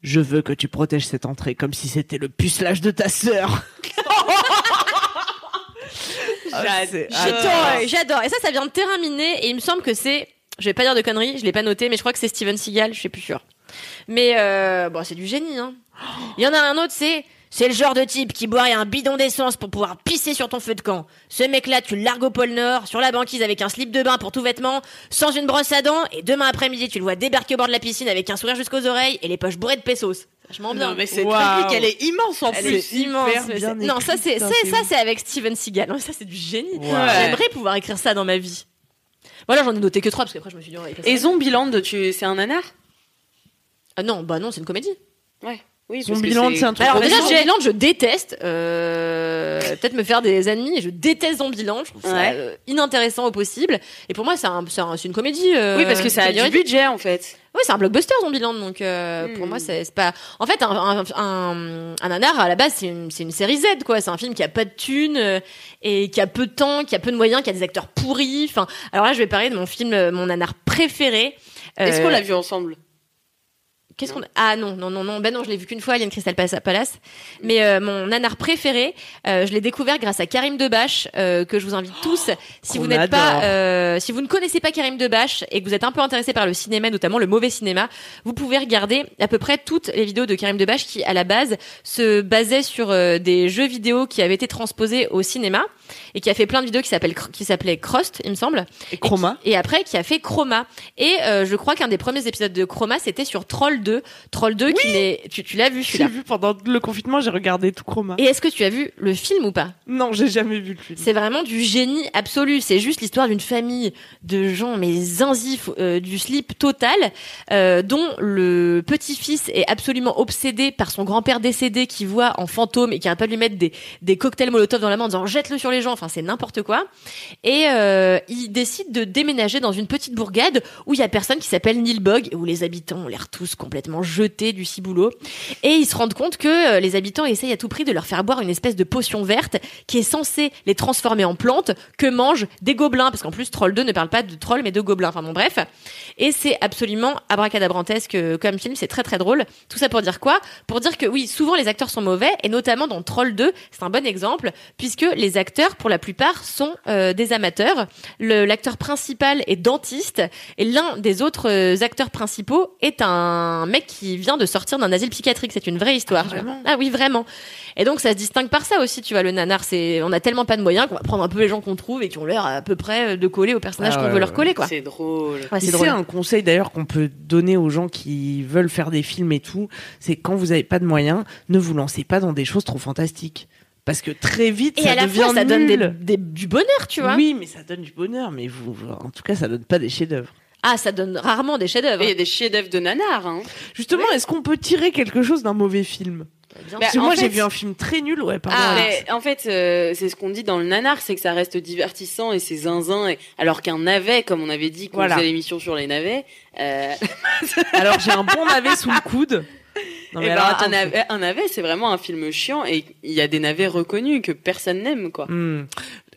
Speaker 3: Je veux que tu protèges cette entrée comme si c'était le pucelage de ta [LAUGHS] sœur. Ah, c'est-
Speaker 2: J'adore, j'adore. Et ça, ça vient de terrain miné. Et il me semble que c'est, je vais pas dire de conneries, je l'ai pas noté, mais je crois que c'est Steven Seagal, je suis plus sûre. Mais euh, bon, c'est du génie. Hein. Il y en a un autre, c'est. C'est le genre de type qui boirait un bidon d'essence pour pouvoir pisser sur ton feu de camp. Ce mec-là, tu le largues au pôle Nord, sur la banquise avec un slip de bain pour tout vêtement, sans une brosse à dents, et demain après-midi, tu le vois débarquer au bord de la piscine avec un sourire jusqu'aux oreilles et les poches bourrées de pesos. C'est Vachement bien.
Speaker 4: Non, mais cette
Speaker 3: Waouh.
Speaker 4: réplique, elle est immense en
Speaker 2: Elle
Speaker 4: plus.
Speaker 2: est immense.
Speaker 3: hyper
Speaker 2: mais
Speaker 3: bien
Speaker 2: c'est- non,
Speaker 3: écrit,
Speaker 2: ça c'est
Speaker 3: putain,
Speaker 2: ça,
Speaker 3: c'est
Speaker 2: ça,
Speaker 3: ouf.
Speaker 2: c'est avec Steven Seagal. Non, ça c'est du génie.
Speaker 3: Ouais.
Speaker 2: J'aimerais pouvoir écrire ça dans ma vie. Voilà, j'en ai noté que trois parce qu'après je me suis dit on va écrire
Speaker 4: Et
Speaker 2: ça.
Speaker 4: Zombieland, tu... c'est un nanar
Speaker 2: Ah non, bah non, c'est une comédie.
Speaker 4: Ouais. Oui, parce que
Speaker 3: Zombieland, c'est un truc.
Speaker 2: Alors
Speaker 4: Bah,
Speaker 2: déjà
Speaker 4: non.
Speaker 2: Zombieland, je déteste euh, peut-être me faire des ennemis et je déteste Zombieland, je trouve ça
Speaker 4: Ouais.
Speaker 2: euh, inintéressant au possible et pour moi c'est un, c'est un- c'est une comédie euh,
Speaker 4: Oui, parce que ça a du
Speaker 2: générique.
Speaker 4: budget en fait.
Speaker 2: Oui, c'est un blockbuster Zombieland, donc euh,
Speaker 4: Hmm.
Speaker 2: pour moi c'est c'est pas. En fait, un, un, un, un nanar à la base c'est une, c'est une série Z, quoi. C'est un film qui a pas de thunes euh, et qui a peu de temps, qui a peu de moyens, qui a des acteurs pourris. Enfin, alors là, je vais parler de mon film, euh, mon nanar préféré.
Speaker 4: Est-ce qu'on
Speaker 2: Euh,
Speaker 4: l'a vu ensemble
Speaker 2: Qu'est-ce qu'on Ah non non non non ben non je l'ai vu qu'une fois Alien Crystal Pas- Palace
Speaker 3: Mm.
Speaker 2: mais euh, mon nanar préféré euh, je l'ai découvert grâce à Karim Debache euh, que je vous invite tous si
Speaker 3: Oh, qu'on
Speaker 2: vous n'êtes pas
Speaker 3: adore.
Speaker 2: euh, si vous ne connaissez pas Karim Debache et que vous êtes un peu intéressé par le cinéma notamment le mauvais cinéma vous pouvez regarder à peu près toutes les vidéos de Karim Debache qui à la base se basait sur euh, des jeux vidéo qui avaient été transposés au cinéma et qui a fait plein de vidéos qui s'appellent qui s'appelait Crust il me semble
Speaker 3: Et Chroma.
Speaker 2: et après qui a fait Chroma. Et euh, je crois qu'un des premiers épisodes de Chroma c'était sur Troll 2. Troll 2 qui n'est tu, tu l'as vu
Speaker 3: J'ai
Speaker 2: celui-là.
Speaker 3: vu pendant le confinement, j'ai regardé tout Chroma.
Speaker 2: Et est-ce que tu as vu le film ou pas
Speaker 3: Non, j'ai jamais vu le film.
Speaker 2: C'est vraiment du génie absolu. C'est juste l'histoire d'une famille de gens mais zinzifs euh, du slip total, euh, dont le petit-fils est absolument obsédé par son grand-père décédé qui voit en fantôme et qui arrête pas de lui mettre des, des cocktails Molotov dans la main en disant jette-le sur les gens. Enfin c'est n'importe quoi. Et euh, il décide de déménager dans une petite bourgade où il y a personne qui s'appelle Nilbog et où les habitants ont l'air tous complètement jetés du ciboulot. Et ils se rendent compte que euh, les habitants essayent à tout prix de leur faire boire une espèce de potion verte qui est censée les transformer en plantes que mangent des gobelins. Parce qu'en plus, Troll 2 ne parle pas de troll mais de gobelins. Enfin bon, bref. Et c'est absolument abracadabrantesque euh, comme film. C'est très très drôle. Tout ça pour dire quoi Pour dire que oui, souvent les acteurs sont mauvais et notamment dans Troll 2, c'est un bon exemple puisque les acteurs, pour la plupart, sont euh, des amateurs. Le- L'acteur principal est dentiste et l'un des autres euh, acteurs principaux est un mec qui vient de sortir d'un asile psychiatrique. C'est une vraie histoire. tu vois. Ah oui, vraiment. Et donc ça se distingue par ça aussi, tu vois. Le nanar, c'est on a tellement pas de moyens qu'on va prendre un peu les gens qu'on trouve et qui ont l'air à peu près euh, de coller au personnage
Speaker 3: Ah
Speaker 2: qu'on
Speaker 3: ouais,
Speaker 2: veut leur
Speaker 3: ouais.
Speaker 2: coller, quoi.
Speaker 4: C'est drôle.
Speaker 2: Ouais,
Speaker 3: Et
Speaker 2: c'est
Speaker 3: c'est
Speaker 2: drôle.
Speaker 3: un conseil d'ailleurs qu'on peut donner aux gens qui veulent faire des films et tout, c'est quand vous n'avez pas de moyens, ne vous lancez pas dans des choses trop fantastiques. Parce que très vite,
Speaker 2: Et
Speaker 3: ça
Speaker 2: à la
Speaker 3: devient
Speaker 2: fois, ça donne des-
Speaker 3: nul.
Speaker 2: des- du bonheur, tu vois.
Speaker 3: Oui, mais ça donne du bonheur, mais vous, vous- en tout cas, ça donne pas des chefs-d'œuvre.
Speaker 2: Ah, ça donne rarement des
Speaker 4: Il y
Speaker 2: chefs-d'œuvre.
Speaker 4: a des chefs-d'œuvre de nanar. Hein.
Speaker 3: Justement, est-ce qu'on peut tirer quelque chose d'un mauvais film
Speaker 4: Bah,
Speaker 2: Bien
Speaker 3: Parce que
Speaker 4: en
Speaker 3: moi,
Speaker 4: fait-
Speaker 3: j'ai vu un film très nul, ouais, pardon.
Speaker 4: Ah,
Speaker 3: Alex.
Speaker 4: mais en fait, euh, c'est ce qu'on dit dans le nanar, c'est que ça reste divertissant et c'est zinzin. Et... Alors qu'un navet, comme on avait dit qu'on
Speaker 3: Voilà.
Speaker 4: faisait l'émission sur les navets, euh,
Speaker 3: Alors, j'ai un bon navet sous le coude. Non,
Speaker 4: eh
Speaker 3: mais
Speaker 4: ben,
Speaker 3: alors,
Speaker 4: un
Speaker 3: attends,
Speaker 4: navet, un navet, c'est vraiment un film chiant et il y a des navets reconnus que personne n'aime, quoi.
Speaker 3: Hmm.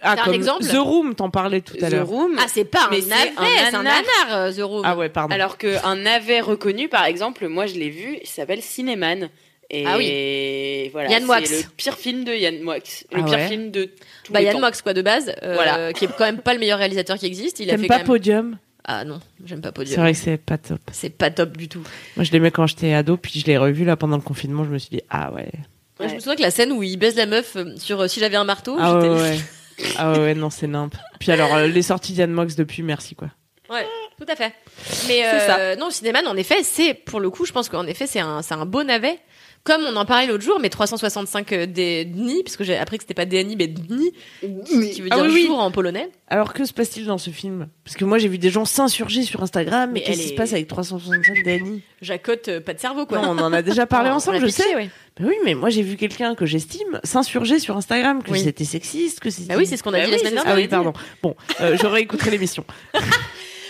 Speaker 3: Ah,
Speaker 2: T'as un
Speaker 3: comme
Speaker 2: exemple
Speaker 3: The Room, t'en parlais tout à
Speaker 4: The
Speaker 3: l'heure.
Speaker 4: Room.
Speaker 2: Ah, c'est pas un
Speaker 4: Mais
Speaker 2: navet,
Speaker 4: c'est
Speaker 2: c'est
Speaker 4: un
Speaker 2: un
Speaker 4: nanar.
Speaker 2: nanar, euh, The Room.
Speaker 3: Ah ouais, pardon.
Speaker 4: Alors qu'un navet reconnu, par exemple, moi je l'ai vu, il s'appelle Cinéman. Et
Speaker 2: Ah
Speaker 4: voilà,
Speaker 2: Yann Moix.
Speaker 4: c'est le pire film de Yann Moix. Le
Speaker 3: Ah
Speaker 4: pire
Speaker 3: ouais.
Speaker 4: film de tous
Speaker 2: Bah,
Speaker 4: les
Speaker 2: Yann
Speaker 4: temps.
Speaker 2: Mox, quoi, de base. euh,
Speaker 4: Voilà.
Speaker 2: Qui est quand même pas le meilleur réalisateur qui existe. Il a
Speaker 3: T'aimes
Speaker 2: fait
Speaker 3: pas
Speaker 2: quand même...
Speaker 3: Podium
Speaker 2: Ah non, j'aime pas
Speaker 3: C'est
Speaker 2: Podium.
Speaker 3: vrai que c'est pas top.
Speaker 2: C'est pas top du tout.
Speaker 3: Moi, je l'aimais quand j'étais ado, puis je l'ai revu là pendant le confinement. Je me suis dit, ah ouais.
Speaker 2: Moi, Je
Speaker 4: Ouais.
Speaker 2: me souviens que la scène où il baise la meuf euh, sur euh, Si j'avais un marteau,
Speaker 3: Ah ouais,
Speaker 2: j'étais-
Speaker 3: ouais. ah ouais, ouais, non, c'est nimp. Puis alors, euh, les sorties d'Anne Mox depuis, merci quoi.
Speaker 2: Ouais, [LAUGHS] tout à fait. Mais
Speaker 4: C'est
Speaker 2: euh, non, Cinéman, en effet, c'est pour le coup, je pense qu'en effet, c'est un, c'est un beau navet. Comme on en parlait l'autre jour, mais 365 euh, des dni, parce que j'ai appris que c'était pas DNI, mais dni, qui veut
Speaker 3: Ah
Speaker 2: dire
Speaker 3: oui, oui.
Speaker 2: jour en polonais.
Speaker 3: Alors, que se passe-t-il dans ce film Parce que moi, j'ai vu des gens s'insurger sur Instagram, mais,
Speaker 2: Mais
Speaker 3: qu'est-ce
Speaker 2: elle
Speaker 3: qui se
Speaker 2: est-
Speaker 3: passe avec 365 Dani
Speaker 2: Jacotte, euh, pas de cerveau, quoi.
Speaker 3: Non, on en a
Speaker 2: [LAUGHS]
Speaker 3: déjà parlé
Speaker 2: On- on
Speaker 3: ensemble, je
Speaker 2: l'a pitché,
Speaker 3: sais.
Speaker 2: ouais.
Speaker 3: Mais Bah oui, mais moi, j'ai vu quelqu'un que j'estime s'insurger sur Instagram, que
Speaker 2: Oui.
Speaker 3: c'était sexiste, que c'était.
Speaker 2: Bah oui, c'est ce qu'on a
Speaker 4: Bah
Speaker 2: dit
Speaker 4: oui,
Speaker 2: la semaine
Speaker 4: c'est ce
Speaker 2: dernière.
Speaker 3: Ah oui, pardon. Bon, euh, je réécouterai
Speaker 2: [LAUGHS]
Speaker 3: l'émission.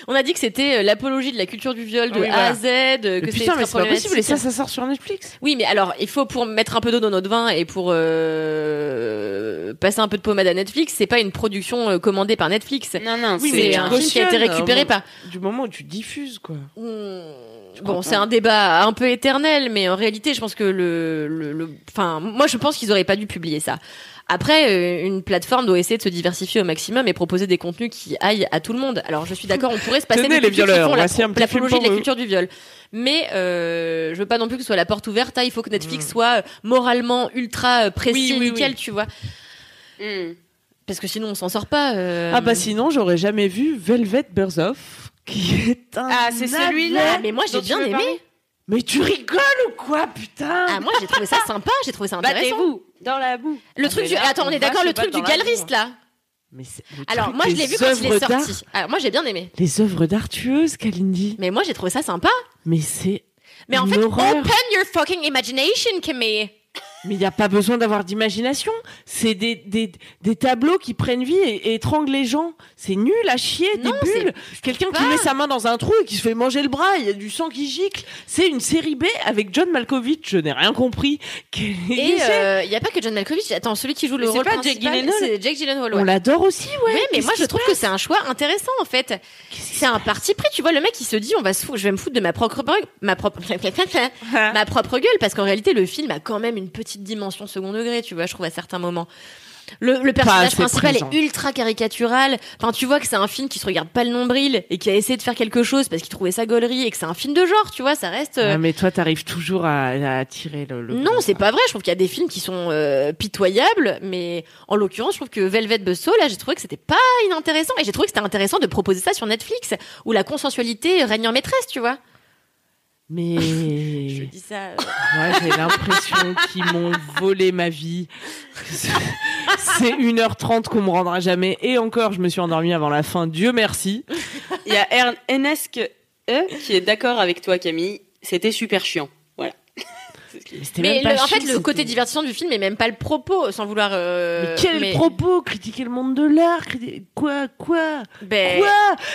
Speaker 2: On a dit que c'était euh, l'apologie de la culture du viol de
Speaker 3: Oui,
Speaker 2: A
Speaker 3: voilà.
Speaker 2: à Z, euh,
Speaker 3: Mais
Speaker 2: que
Speaker 3: Putain, mais c'est pas
Speaker 2: problématique. hein.
Speaker 3: possible. Et ça, ça sort sur Netflix.
Speaker 2: Oui, mais alors, il faut pour mettre un peu d'eau dans notre vin et pour euh, passer un peu de pommade à Netflix, c'est pas une production euh, commandée par Netflix.
Speaker 4: Non, non,
Speaker 3: Oui, mais
Speaker 2: c'est un film qui a été
Speaker 3: cautionne,
Speaker 2: récupéré
Speaker 3: euh,
Speaker 2: par.
Speaker 3: Du moment où tu diffuses, quoi.
Speaker 2: Bon, c'est un débat un peu éternel, mais en réalité, je pense que le, le, le- enfin, moi, je pense qu'ils auraient pas dû publier ça. Après, euh, une plateforme doit essayer de se diversifier au maximum et proposer des contenus qui aillent à tout le monde. Alors, je suis d'accord, on pourrait se passer
Speaker 3: Tenez, les
Speaker 2: des contenus qui
Speaker 3: violeurs,
Speaker 2: font la-
Speaker 3: voici un petit
Speaker 2: l'apologie
Speaker 3: film
Speaker 2: de la
Speaker 3: pour
Speaker 2: culture du viol. Mais euh, je veux pas non plus que ce soit la porte ouverte. Ah, il faut que Netflix soit euh, moralement ultra euh, précis,
Speaker 3: Mm. Oui, oui,
Speaker 2: nickel,
Speaker 3: oui. Mm.
Speaker 2: tu vois,
Speaker 4: Hmm.
Speaker 2: parce que sinon, on s'en sort pas. euh.
Speaker 3: Ah bah sinon, j'aurais jamais vu Velvet Burzoff, qui est un.
Speaker 4: Ah, c'est
Speaker 3: navet.
Speaker 4: celui-là
Speaker 2: Ah, mais moi, j'ai
Speaker 4: dont tu
Speaker 2: bien
Speaker 4: veux
Speaker 2: aimé.
Speaker 4: parler
Speaker 3: Mais tu rigoles ou quoi, putain
Speaker 2: Ah, moi, j'ai trouvé ça sympa, j'ai trouvé ça
Speaker 3: Bah,
Speaker 2: intéressant.
Speaker 4: Battez-vous dans la boue.
Speaker 2: Le
Speaker 3: Ah,
Speaker 2: truc
Speaker 3: mais
Speaker 2: du.
Speaker 3: là,
Speaker 2: Attends, on
Speaker 3: on
Speaker 2: est
Speaker 3: va
Speaker 2: d'accord,
Speaker 3: se
Speaker 2: le truc
Speaker 3: battre
Speaker 2: du
Speaker 3: dans la hein.
Speaker 2: galeriste là.
Speaker 3: Mais c'est le
Speaker 2: Alors
Speaker 3: truc
Speaker 2: moi je
Speaker 3: des
Speaker 2: l'ai vu quand il est
Speaker 3: œuvres d'art-
Speaker 2: sorti. Alors moi j'ai bien aimé.
Speaker 3: Les œuvres d'art tueuses, Kalindi.
Speaker 2: Mais moi j'ai trouvé ça sympa.
Speaker 3: Mais c'est.
Speaker 2: Mais en
Speaker 3: une
Speaker 2: fait,
Speaker 3: horreur.
Speaker 2: open your fucking imagination, Camille.
Speaker 3: Mais il n'y a pas besoin d'avoir d'imagination. C'est des, des, des tableaux qui prennent vie et, et étranglent les gens. C'est nul à chier,
Speaker 2: Non,
Speaker 3: des
Speaker 2: c'est-
Speaker 3: bulles. Quelqu'un qui
Speaker 2: pas.
Speaker 3: met sa main dans un trou et qui se fait manger le bras, il y a du sang qui gicle. C'est une série B avec John Malkovich, je n'ai rien compris. Quel
Speaker 2: Et euh, il
Speaker 3: essai.
Speaker 2: n'y a pas que John Malkovich. Attends, celui qui joue le
Speaker 4: Mais c'est
Speaker 2: rôle
Speaker 4: pas Jake
Speaker 2: principal,
Speaker 4: Gyllenhaal
Speaker 2: c'est Jake Gyllenhaal.
Speaker 3: On
Speaker 2: ouais.
Speaker 3: l'adore aussi, ouais.
Speaker 2: Oui, mais
Speaker 3: Qu'est-ce
Speaker 2: moi
Speaker 3: qui
Speaker 2: je
Speaker 3: se
Speaker 2: trouve que c'est un choix intéressant en fait. C'est un parti pris, tu vois. Le mec il se dit on va se fou- je vais me foutre de ma propre ma propre [LAUGHS] ma propre gueule parce qu'en réalité le film a quand même une petite dimension second degré, tu vois. Je trouve à certains moments. Le, le personnage
Speaker 3: assez
Speaker 2: principal
Speaker 3: présent.
Speaker 2: est ultra caricatural. Enfin, tu vois que c'est un film qui se regarde pas le nombril et qui a essayé de faire quelque chose parce qu'il trouvait ça gaulerie et que c'est un film de genre, tu vois. Ça reste. euh,
Speaker 3: Ouais, Ah, mais toi, t'arrives toujours à, à attirer le. le-
Speaker 2: non, c'est pas vrai. Je trouve qu'il y a des films qui sont euh, pitoyables, mais en l'occurrence, je trouve que Velvet Buzzsaw, là, j'ai trouvé que c'était pas inintéressant. Et j'ai trouvé que c'était intéressant de proposer ça sur Netflix, où la consensualité règne en maîtresse, tu vois.
Speaker 3: Mais
Speaker 2: Je dis ça. euh,
Speaker 3: moi, j'ai l'impression qu'ils m'ont volé ma vie. C'est 1h30 qu'on me rendra jamais. Et encore, je me suis endormie avant la fin. Dieu merci.
Speaker 4: Il y a Ern- Ernest E qui est d'accord avec toi, Camille. C'était super chiant. Voilà. C'est ce qu'il dit.
Speaker 3: c'était
Speaker 2: Mais
Speaker 3: même pas
Speaker 2: le- en
Speaker 3: chiant,
Speaker 2: fait, le côté
Speaker 3: c'était-
Speaker 2: divertissant du film est même pas le propos, sans vouloir. euh,
Speaker 3: Mais quel
Speaker 2: mais-
Speaker 3: propos Critiquer le monde de l'art criti- Quoi Quoi
Speaker 2: Ben,
Speaker 3: Quoi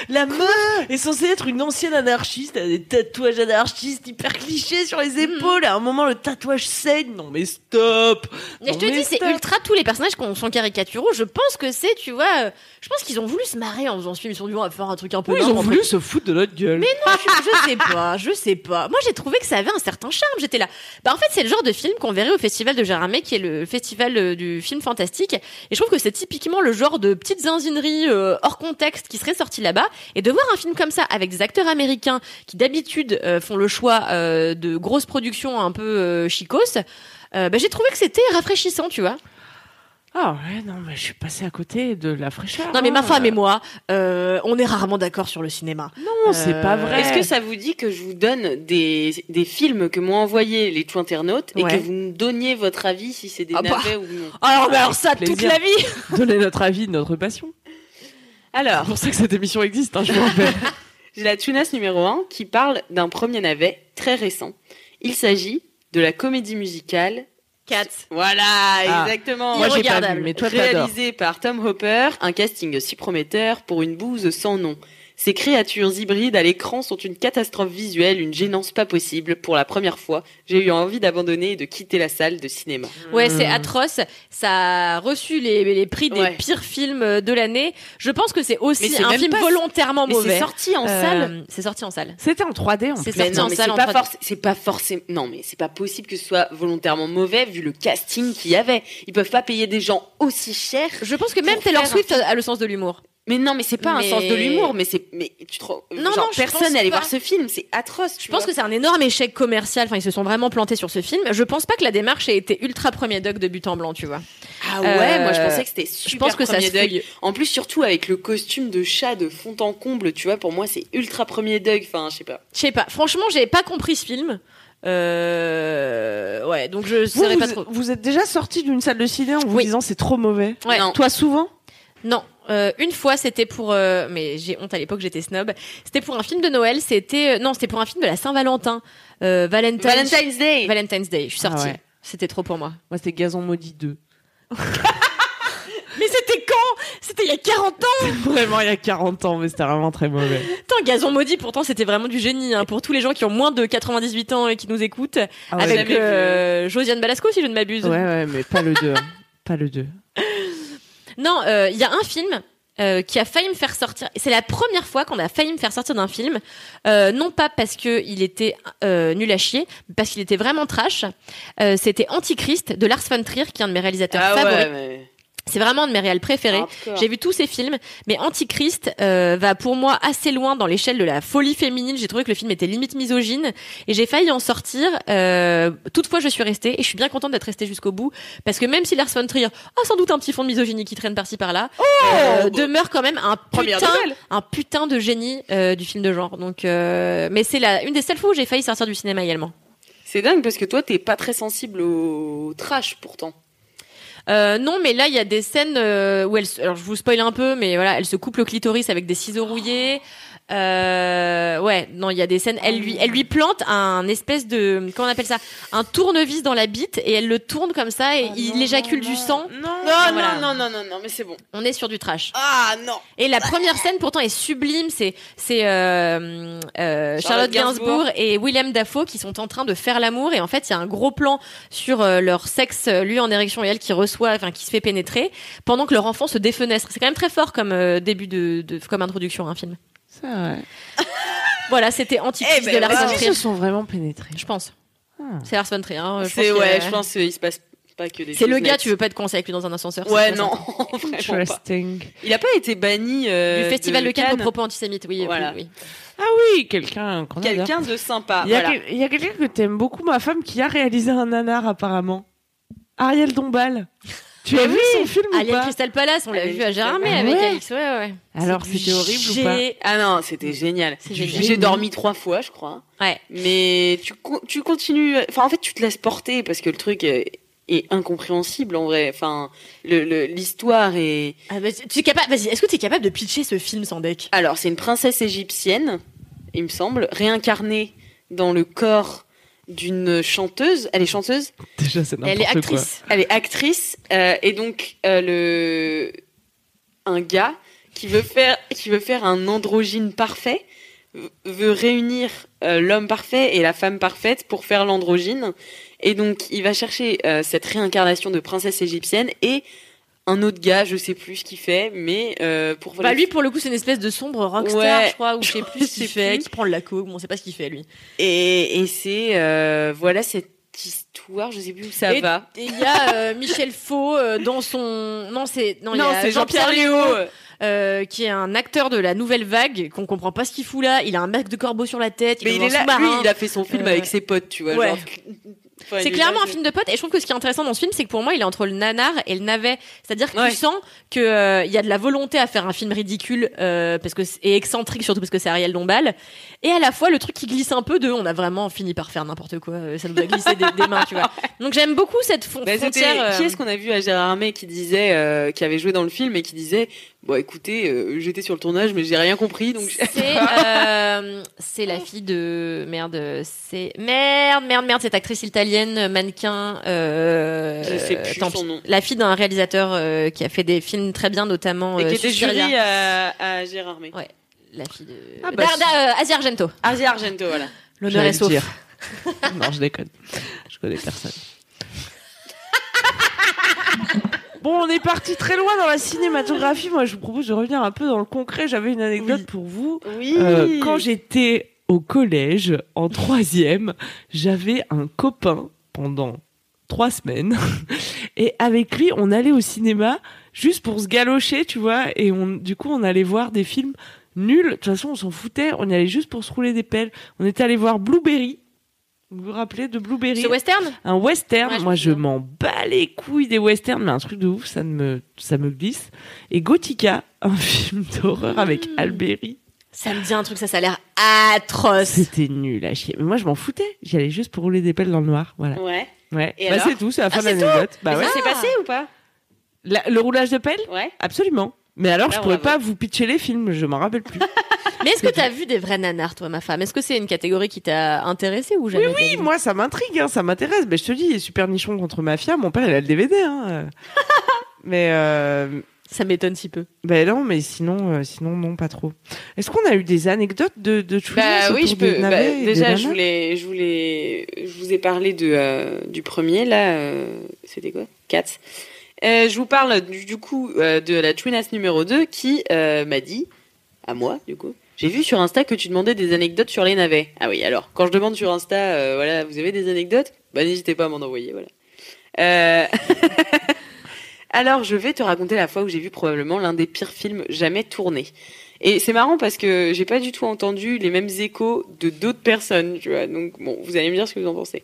Speaker 3: La meuf est censée être une ancienne anarchiste, elle a des tatouages anarchistes hyper clichés sur
Speaker 2: Hmm.
Speaker 3: les épaules. À un moment, le tatouage saigne. Non mais stop
Speaker 2: mais je
Speaker 3: Non,
Speaker 2: te dis, c'est
Speaker 3: stop.
Speaker 2: ultra. Tous les personnages qui ont- sont caricaturaux, je pense que c'est, tu vois, euh, je pense qu'ils ont voulu se marrer en faisant ce film. Ils se sont dit, on va faire un truc un peu.
Speaker 3: Oui, ils
Speaker 2: nimpe
Speaker 3: ont
Speaker 2: entre
Speaker 3: voulu se foutre de notre gueule.
Speaker 2: Mais non, je, je sais pas, je sais pas. Moi, j'ai trouvé que ça avait un certain charme. J'étais là. Bah, en fait, c'est le genre de film qu'on verrait au festival de Jaramé, qui est le festival euh, du film fantastique. Et je trouve que c'est typiquement le genre de petites zinzineries euh, hors contexte qui serait sorti là-bas. Et de voir un film comme ça avec des acteurs américains qui d'habitude euh, font le choix euh, de grosses productions un peu euh, chicos. euh, bah, j'ai trouvé que c'était rafraîchissant, tu vois.
Speaker 3: Ah ouais, non, mais je suis passée à côté de la fraîcheur.
Speaker 2: Non, mais ma
Speaker 3: hein.
Speaker 2: femme et moi, euh, on est rarement d'accord sur le cinéma.
Speaker 3: Non, c'est
Speaker 2: Euh,
Speaker 3: pas vrai.
Speaker 4: Est-ce que ça vous dit que je vous donne des, des films que m'ont envoyé les tout internautes et
Speaker 2: Ouais.
Speaker 4: que vous me donniez votre avis si c'est des
Speaker 2: Ah bah.
Speaker 4: navets ou non
Speaker 2: Alors, bah, alors ça, Ah. toute
Speaker 3: Plaisir.
Speaker 2: la vie.
Speaker 3: Donner notre avis, notre passion.
Speaker 4: Alors,
Speaker 3: C'est pour ça que cette émission existe, hein, je vous rappelle.
Speaker 4: j'ai la Tunas numéro 1 qui parle d'un premier navet très récent. Il s'agit de la comédie musicale.
Speaker 2: Quatre.
Speaker 4: Voilà,
Speaker 3: Ah.
Speaker 4: exactement.
Speaker 3: Moi, j'ai pas
Speaker 2: Irregardable.
Speaker 3: vu, mais toi, t'adores.
Speaker 4: réalisé par Tom Hopper, un casting si prometteur pour une bouse sans nom. Ces créatures hybrides à l'écran sont une catastrophe visuelle, une gênance pas possible. Pour la première fois, j'ai eu envie d'abandonner et de quitter la salle de cinéma.
Speaker 3: Oh,
Speaker 2: Ouais, c'est atroce. Ça a reçu les, les prix des
Speaker 4: Hmm. Ouais.
Speaker 2: pires films euh, de l'année. Je pense que c'est
Speaker 4: Mais
Speaker 2: aussi
Speaker 4: c'est
Speaker 2: un
Speaker 4: même
Speaker 2: film
Speaker 4: pas-
Speaker 2: volontairement
Speaker 4: Mais c'est
Speaker 2: mauvais.
Speaker 4: sorti en
Speaker 2: Euh,
Speaker 4: salle.
Speaker 2: C'est sorti en salle.
Speaker 3: [LAUGHS] C'était en 3D, en
Speaker 2: C'est
Speaker 3: plus.
Speaker 2: sorti
Speaker 4: non,
Speaker 2: en
Speaker 4: mais
Speaker 2: salle
Speaker 4: c'est
Speaker 2: en
Speaker 4: pas,
Speaker 2: 3D.
Speaker 4: forc- c'est pas forcément. Non, mais c'est pas possible que ce soit volontairement mauvais vu le casting qu'il y avait. Ils peuvent pas payer des gens aussi cher.
Speaker 2: Je pense que même
Speaker 4: Pour
Speaker 2: Taylor
Speaker 4: faire un
Speaker 2: Swift a le sens de l'humour.
Speaker 4: Mais non, mais c'est pas
Speaker 2: Mais-
Speaker 4: un sens de l'humour. Mais c'est. Mais tu te. Non,
Speaker 2: Non, non, je pense
Speaker 4: personne n'allait
Speaker 2: pas.
Speaker 4: voir ce film. C'est atroce.
Speaker 2: Je pense que c'est un énorme échec commercial. Enfin, ils se sont vraiment plantés sur ce film. Je pense pas que la démarche ait été ultra premier dog de but en blanc, tu vois.
Speaker 4: Ah ouais,
Speaker 2: Euh,
Speaker 4: moi je pensais que c'était super.
Speaker 2: Je pense que ça
Speaker 4: premier
Speaker 2: se
Speaker 4: Doug.
Speaker 2: fouille.
Speaker 4: En plus, surtout avec le costume de chat de fond en comble, tu vois, pour moi c'est ultra premier Doug. Enfin, je sais pas.
Speaker 2: Je sais pas. Franchement, j'ai pas compris ce film. Euh... Ouais, donc je
Speaker 3: Vous,
Speaker 2: saurais pas
Speaker 3: vous-
Speaker 2: trop.
Speaker 3: vous êtes déjà sorti d'une salle de ciné en vous
Speaker 2: Oui.
Speaker 3: disant c'est trop mauvais.
Speaker 2: Ouais.
Speaker 4: Non.
Speaker 3: Toi, souvent
Speaker 2: Non, euh, une fois c'était pour euh, mais j'ai honte à l'époque j'étais snob. C'était pour un film de Noël, c'était euh, non, c'était pour un film de la Saint-Valentin. Euh, Valentine's,
Speaker 4: Valentine's Day.
Speaker 2: Valentine's Day, je suis
Speaker 3: Ah
Speaker 2: sortie.
Speaker 3: ouais.
Speaker 2: C'était trop pour moi.
Speaker 3: Moi, c'était Gazon Maudit 2.
Speaker 2: Mais c'était quand C'était il y a 40 ans.
Speaker 3: [LAUGHS] Vraiment, il y a 40 ans, mais c'était vraiment très mauvais.
Speaker 2: Putain, Gazon maudit pourtant c'était vraiment du génie hein, pour tous les gens qui ont moins de 98 ans et qui nous écoutent
Speaker 3: Ah ouais,
Speaker 2: avec
Speaker 4: Jamais vu.
Speaker 2: euh, Josiane Balasco si je ne m'abuse.
Speaker 3: Ouais, ouais, mais pas le 2. hein. Pas le 2.
Speaker 2: Non, euh, il y a un film euh, qui a failli me faire sortir. C'est la première fois qu'on a failli me faire sortir d'un film, Euh, non pas parce que il était euh, nul à chier, mais parce qu'il était vraiment trash. Euh, C'était Antichrist de Lars von Trier, qui est un de mes réalisateurs
Speaker 4: Ah
Speaker 2: favoris.
Speaker 4: ouais, Ah, mais.
Speaker 2: C'est vraiment un de mes réals préférés.
Speaker 4: hardcore.
Speaker 2: J'ai vu tous ces films, mais Antichrist euh, va pour moi assez loin dans l'échelle de la folie féminine. J'ai trouvé que le film était limite misogyne et j'ai failli en sortir. Euh, toutefois, je suis restée et je suis bien contente d'être restée jusqu'au bout parce que même si Lars von Trier a sans doute un petit fond de misogynie qui traîne par-ci par-là, euh, demeure quand même un
Speaker 4: Oh Première
Speaker 2: putain,
Speaker 4: nouvelle.
Speaker 2: un putain de génie euh, du film de genre. Donc, euh, mais c'est la une des seules fois où j'ai failli sortir du cinéma également.
Speaker 4: C'est dingue parce que toi t'es pas très sensible au trash pourtant.
Speaker 2: Euh, non, mais là, il y a des scènes euh, où elle. se- Alors, je vous spoil un peu, mais voilà, elle se coupe le clitoris avec des ciseaux rouillés. Euh, ouais, non, il y a des scènes. Elle lui, elle lui plante un espèce de, comment on appelle ça, un tournevis dans la bite et elle le tourne comme ça et il éjacule du sang.
Speaker 4: Non, Ah, non,
Speaker 2: voilà.
Speaker 4: non, non, non, non, mais c'est bon.
Speaker 2: On est sur du trash.
Speaker 4: Ah non.
Speaker 2: Et la première scène pourtant est sublime, c'est c'est euh, euh, Charlotte
Speaker 4: Charlotte Gainsbourg.
Speaker 2: Gainsbourg et Willem Dafoe qui sont en train de faire l'amour et en fait il y a un gros plan sur euh, leur sexe, euh, lui en érection et elle qui reçoit, enfin qui se fait pénétrer pendant que leur enfant se défenestre. C'est quand même très fort comme euh, début de, de- comme introduction à un film.
Speaker 3: C'est vrai.
Speaker 2: Voilà, c'était anti
Speaker 4: Eh ben,
Speaker 2: de Lars
Speaker 4: voilà.
Speaker 2: von
Speaker 3: Est-ce
Speaker 2: Trier,
Speaker 3: qu'ils se sont vraiment pénétrés
Speaker 2: je pense.
Speaker 3: Hmm.
Speaker 2: C'est Lars von Trier. hein, je
Speaker 4: C'est
Speaker 2: pense qu'il y a-
Speaker 4: ouais, je pense euh, qu'il se passe pas que des.
Speaker 2: C'est le
Speaker 4: choses
Speaker 2: gars,
Speaker 4: nettes.
Speaker 2: tu veux pas être coincé avec lui dans un ascenseur.
Speaker 4: Ouais,
Speaker 2: c'est
Speaker 4: non, [LAUGHS]
Speaker 2: pas ça.
Speaker 4: vraiment pas.
Speaker 3: Interesting.
Speaker 4: Il a pas été banni euh,
Speaker 2: Du festival
Speaker 4: de
Speaker 2: de Cannes aux
Speaker 4: Cannes.
Speaker 2: propos antisémites, oui. oui,
Speaker 4: Voilà.
Speaker 2: oui.
Speaker 3: Ah oui, quelqu'un qu'on adore.
Speaker 4: Quelqu'un de sympa.
Speaker 2: Ah,
Speaker 3: Il y a,
Speaker 4: voilà.
Speaker 3: quel- il y a quelqu'un que t'aimes beaucoup, ma femme, qui a réalisé un nanar apparemment. Ariel
Speaker 2: [LAUGHS]
Speaker 3: Dombal. Tu as vu son film ou
Speaker 2: Alien
Speaker 3: pas
Speaker 2: Crystal Palace, on l'a
Speaker 4: Alien
Speaker 2: vu à
Speaker 4: Crystal
Speaker 2: Gérardmer
Speaker 3: Palace.
Speaker 2: avec
Speaker 3: Ouais.
Speaker 2: Alix, ouais, ouais.
Speaker 3: Alors
Speaker 4: C'est
Speaker 3: c'était horrible ou pas
Speaker 4: gé- Ah non,
Speaker 3: Mm.
Speaker 4: c'était génial.
Speaker 2: C'est génial.
Speaker 4: J'ai dormi trois fois, je crois.
Speaker 2: Ouais.
Speaker 4: Mais tu, co- tu continues. Enfin, en fait, tu te laisses porter parce que le truc est, est incompréhensible en vrai. Enfin, le- le- l'histoire est.
Speaker 2: Ah, bah, tu- tu es capable, vas-y, est-ce que tu es capable de pitcher ce film sans deck
Speaker 4: Alors, c'est une princesse égyptienne, il me semble, réincarnée dans le corps d'une chanteuse. Elle est chanteuse.
Speaker 3: Déjà c'est
Speaker 2: Elle est
Speaker 3: n'importe quoi.
Speaker 2: actrice.
Speaker 4: Elle est actrice euh, et donc euh, le un gars qui veut faire qui veut faire un androgyne parfait v- veut réunir euh, l'homme parfait et la femme parfaite pour faire l'androgyne et donc il va chercher euh, cette réincarnation de princesse égyptienne et un autre gars je sais plus ce qu'il fait mais euh, pour
Speaker 2: Bah,
Speaker 4: la-
Speaker 2: lui, pour le coup, c'est une espèce de sombre rockstar,
Speaker 4: Ouais.
Speaker 2: je crois, ou [LAUGHS] je sais plus ce qu'il
Speaker 4: Je sais
Speaker 2: fait,
Speaker 4: plus.
Speaker 2: qui prend le laco, ou on sait pas ce qu'il fait, lui.
Speaker 4: et, et c'est euh, voilà cette histoire je sais plus où ça
Speaker 2: et
Speaker 4: va
Speaker 2: et il y a euh, Michel Faux euh, dans son. Non, c'est. Non, il y a Jean-Pierre Léo. euh, qui est un acteur de la nouvelle vague, qu'on comprend pas ce qu'il fout là. Il a un masque de corbeau sur la tête.
Speaker 4: mais
Speaker 2: est
Speaker 4: il
Speaker 2: dans
Speaker 4: est
Speaker 2: un
Speaker 4: là lui
Speaker 2: sous-marin.
Speaker 4: il a fait son film
Speaker 2: Euh,
Speaker 4: avec ses potes tu vois
Speaker 2: ouais.
Speaker 4: genre- Enfin, il
Speaker 2: C'est
Speaker 4: est là,
Speaker 2: clairement un
Speaker 4: je-
Speaker 2: film de potes et je trouve que ce qui est intéressant dans ce film, c'est que pour moi, il est entre le nanar et le navet. C'est-à-dire que
Speaker 4: Ouais.
Speaker 2: tu sens que euh, il y a de la volonté à faire un film ridicule euh, parce que c'est- et excentrique surtout parce que c'est Ariel Dombal et à la fois le truc qui glisse un peu de on a vraiment fini par faire n'importe quoi, euh, ça nous a glissé des, des mains, tu
Speaker 4: [LAUGHS]
Speaker 2: vois. Donc j'aime beaucoup cette fon-
Speaker 4: Bah, c'était-
Speaker 2: frontière. euh,
Speaker 4: Qui est-ce qu'on a vu à Gérard Armé qui disait, euh, qui avait joué dans le film et qui disait, bon écoutez, euh, j'étais sur le tournage mais j'ai rien compris
Speaker 2: [LAUGHS]
Speaker 4: donc. je-
Speaker 2: c'est euh, c'est la fille de merde c'est merde merde merde cette actrice italienne mannequin euh,
Speaker 4: Je sais plus
Speaker 2: tant
Speaker 4: son
Speaker 2: pis.
Speaker 4: nom.
Speaker 2: la fille d'un réalisateur euh, qui a fait des films très bien notamment
Speaker 4: Et
Speaker 2: euh,
Speaker 4: qui était
Speaker 2: Suspiria.
Speaker 4: jury à, à Gérard Armé.
Speaker 2: Ouais. La fille de.
Speaker 3: Ah bah,
Speaker 2: Darda,
Speaker 3: si.
Speaker 2: euh, Asia Argento.
Speaker 4: Asia Argento, voilà.
Speaker 2: L'honneur
Speaker 3: J'allais
Speaker 2: est sauf.
Speaker 3: le dire. [LAUGHS] non, je déconne. Je connais personne. [LAUGHS] Bon, on est parti très loin dans la cinématographie. Moi, je vous propose de revenir un peu dans le concret. J'avais une anecdote
Speaker 4: Oui.
Speaker 3: pour vous.
Speaker 4: Oui.
Speaker 3: Euh, quand j'étais au collège, en troisième, j'avais un copain pendant trois semaines. [LAUGHS] Et avec lui, on allait au cinéma juste pour se galocher, tu vois. Et on, du coup, on allait voir des films nuls. De toute façon, on s'en foutait. On y allait juste pour se rouler des pelles. On était allé voir Blueberry. Vous vous rappelez de Blueberry
Speaker 2: Ce western
Speaker 3: un western.
Speaker 2: Ouais, je
Speaker 3: Moi,
Speaker 2: me
Speaker 3: je
Speaker 2: souviens.
Speaker 3: m'en bats les couilles des westerns, mais un truc de ouf, ça me, ça me glisse. Et Gothica, un [LAUGHS] film d'horreur avec
Speaker 2: Mm.
Speaker 3: Alberi.
Speaker 2: Ça me dit un truc, ça, ça a l'air
Speaker 3: [LAUGHS]
Speaker 2: atroce.
Speaker 3: C'était nul à chier. Mais moi, je m'en foutais. J'y allais juste pour rouler des pelles dans le noir. Voilà.
Speaker 4: Ouais.
Speaker 3: Ouais.
Speaker 4: Et
Speaker 3: bah,
Speaker 4: alors Ah,
Speaker 3: c'est tout, c'est la fin de
Speaker 4: c'est
Speaker 3: l'anecdote. Bah
Speaker 4: Mais
Speaker 3: ouais.
Speaker 4: ça s'est passé ou pas
Speaker 3: La- le roulage de pelles
Speaker 4: Ouais.
Speaker 3: Absolument. Mais alors,
Speaker 4: Là,
Speaker 3: je
Speaker 4: on
Speaker 3: pourrais
Speaker 4: la
Speaker 3: pas vous pitcher les films, je m'en rappelle plus.
Speaker 2: Mais est-ce que t'as vu des vrais nanars, toi, ma femme Est-ce que c'est une catégorie qui t'a intéressée ou jamais
Speaker 3: Oui, moi, ça m'intrigue, hein, ça m'intéresse. Mais je te dis, Super Nichon contre Mafia, mon père, il a le DVD.
Speaker 4: [LAUGHS]
Speaker 3: Hein. mais, euh,
Speaker 2: Ça m'étonne si peu.
Speaker 3: Ben non, mais sinon, euh, sinon non, pas trop. Est-ce qu'on a eu des anecdotes de, de choses
Speaker 4: Bah oui, je peux. bah, déjà, je voulais,
Speaker 3: voulais...
Speaker 4: je voulais, je vous ai parlé de euh, du premier là. euh, C'était quoi Cats. Euh, je vous parle du, du coup euh, de la Twinass numéro 2 qui euh, m'a dit à moi du coup. J'ai vu sur Insta que tu demandais des anecdotes sur les navets. Ah oui, alors quand je demande sur Insta, euh, voilà, vous avez des anecdotes Bah n'hésitez pas à m'en envoyer, voilà. Euh, alors je vais te raconter la fois où j'ai vu probablement l'un des pires films jamais tournés. Et c'est marrant parce que j'ai pas du tout entendu les mêmes échos de d'autres personnes, tu vois. Donc bon, vous allez me dire ce que vous en pensez.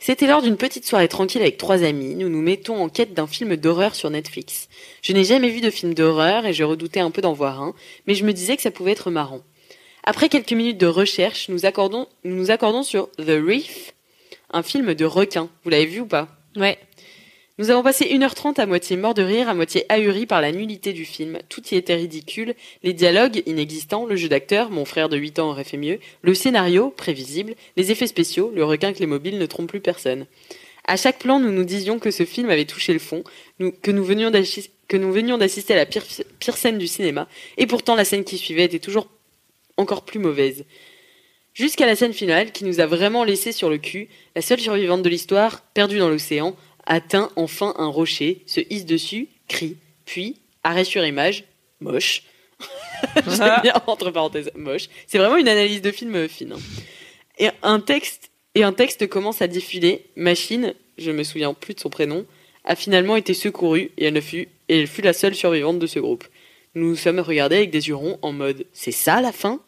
Speaker 4: C'était lors d'une petite soirée tranquille avec trois amis. Nous nous mettons en quête d'un film d'horreur sur Netflix. Je n'ai jamais vu de film d'horreur et je redoutais un peu d'en voir un, mais je me disais que ça pouvait être marrant. Après quelques minutes de recherche, nous accordons, nous nous accordons sur The Reef, un film de requin. Vous l'avez vu ou pas
Speaker 2: Ouais.
Speaker 4: Nous avons passé 1h30 à moitié mort de rire, à moitié ahuri par la nullité du film. Tout y était ridicule, les dialogues inexistants, le jeu d'acteur, mon frère de 8 ans aurait fait mieux, le scénario, prévisible, les effets spéciaux, le requin que les mobiles ne trompent plus personne. À chaque plan, nous nous disions que ce film avait touché le fond, nous- que nous venions d'assis- que nous venions d'assister à la pire, pire scène du cinéma, et pourtant la scène qui suivait était toujours encore plus mauvaise. Jusqu'à la scène finale qui nous a vraiment laissé sur le cul, la seule survivante de l'histoire, perdue dans l'océan, atteint enfin un rocher, se hisse dessus, crie, puis, arrêt sur image, moche. [LAUGHS] J'aime bien entre parenthèses, moche. C'est vraiment une analyse de film euh, fine. hein. Et un texte et un texte commence à défiler. Machine, je me souviens plus de son prénom, a finalement été secourue et elle ne fut et elle fut la seule survivante de ce groupe. Nous nous sommes regardés avec des hurons en mode c'est ça la fin.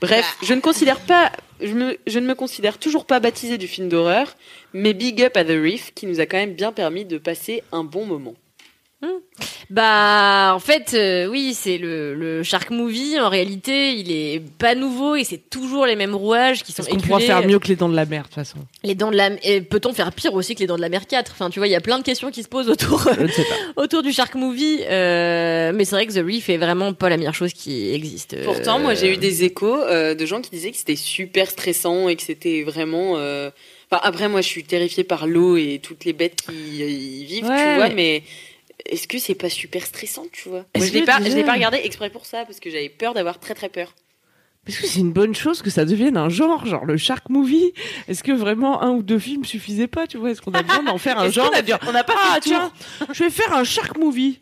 Speaker 4: Bref, je ne considère pas, je, me- je ne me considère toujours pas baptisé du film d'horreur, mais big up à The Reef qui nous a quand même bien permis de passer un bon moment.
Speaker 2: Bah, en fait, euh, oui, c'est le, le Shark Movie. En réalité, il est pas nouveau et c'est toujours les mêmes rouages qui sont
Speaker 3: Parce qu'on pourra
Speaker 2: éculés.
Speaker 4: euh,
Speaker 3: faire mieux que les dents de la mer, de toute façon.
Speaker 2: Les dents de la et peut-on faire pire aussi que les dents de la mer 4 Enfin, tu vois, il y a plein de questions qui se posent autour [LAUGHS]
Speaker 3: Je ne sais pas.
Speaker 2: autour du Shark Movie. euh, mais c'est vrai que The Reef est vraiment pas la meilleure chose qui existe. Euh,
Speaker 4: Pourtant, moi, j'ai eu des échos euh, de gens qui disaient que c'était super stressant et que c'était vraiment. euh, Enfin, après, moi, je suis terrifiée par l'eau et toutes les bêtes qui y vivent,
Speaker 3: Ouais.
Speaker 4: tu vois, mais. Est-ce que c'est pas super stressant, tu vois
Speaker 3: Est-ce
Speaker 4: Moi, Je l'ai
Speaker 3: que
Speaker 4: pas,
Speaker 3: déjà-
Speaker 4: je l'ai pas regardé exprès pour ça parce que j'avais peur d'avoir très très peur.
Speaker 3: Est-ce que c'est une bonne chose que ça devienne un genre, genre le shark movie Est-ce que vraiment un ou deux films suffisaient pas, tu vois Est-ce qu'on a besoin d'en faire un genre et dire, Ah tiens, je vais faire un shark movie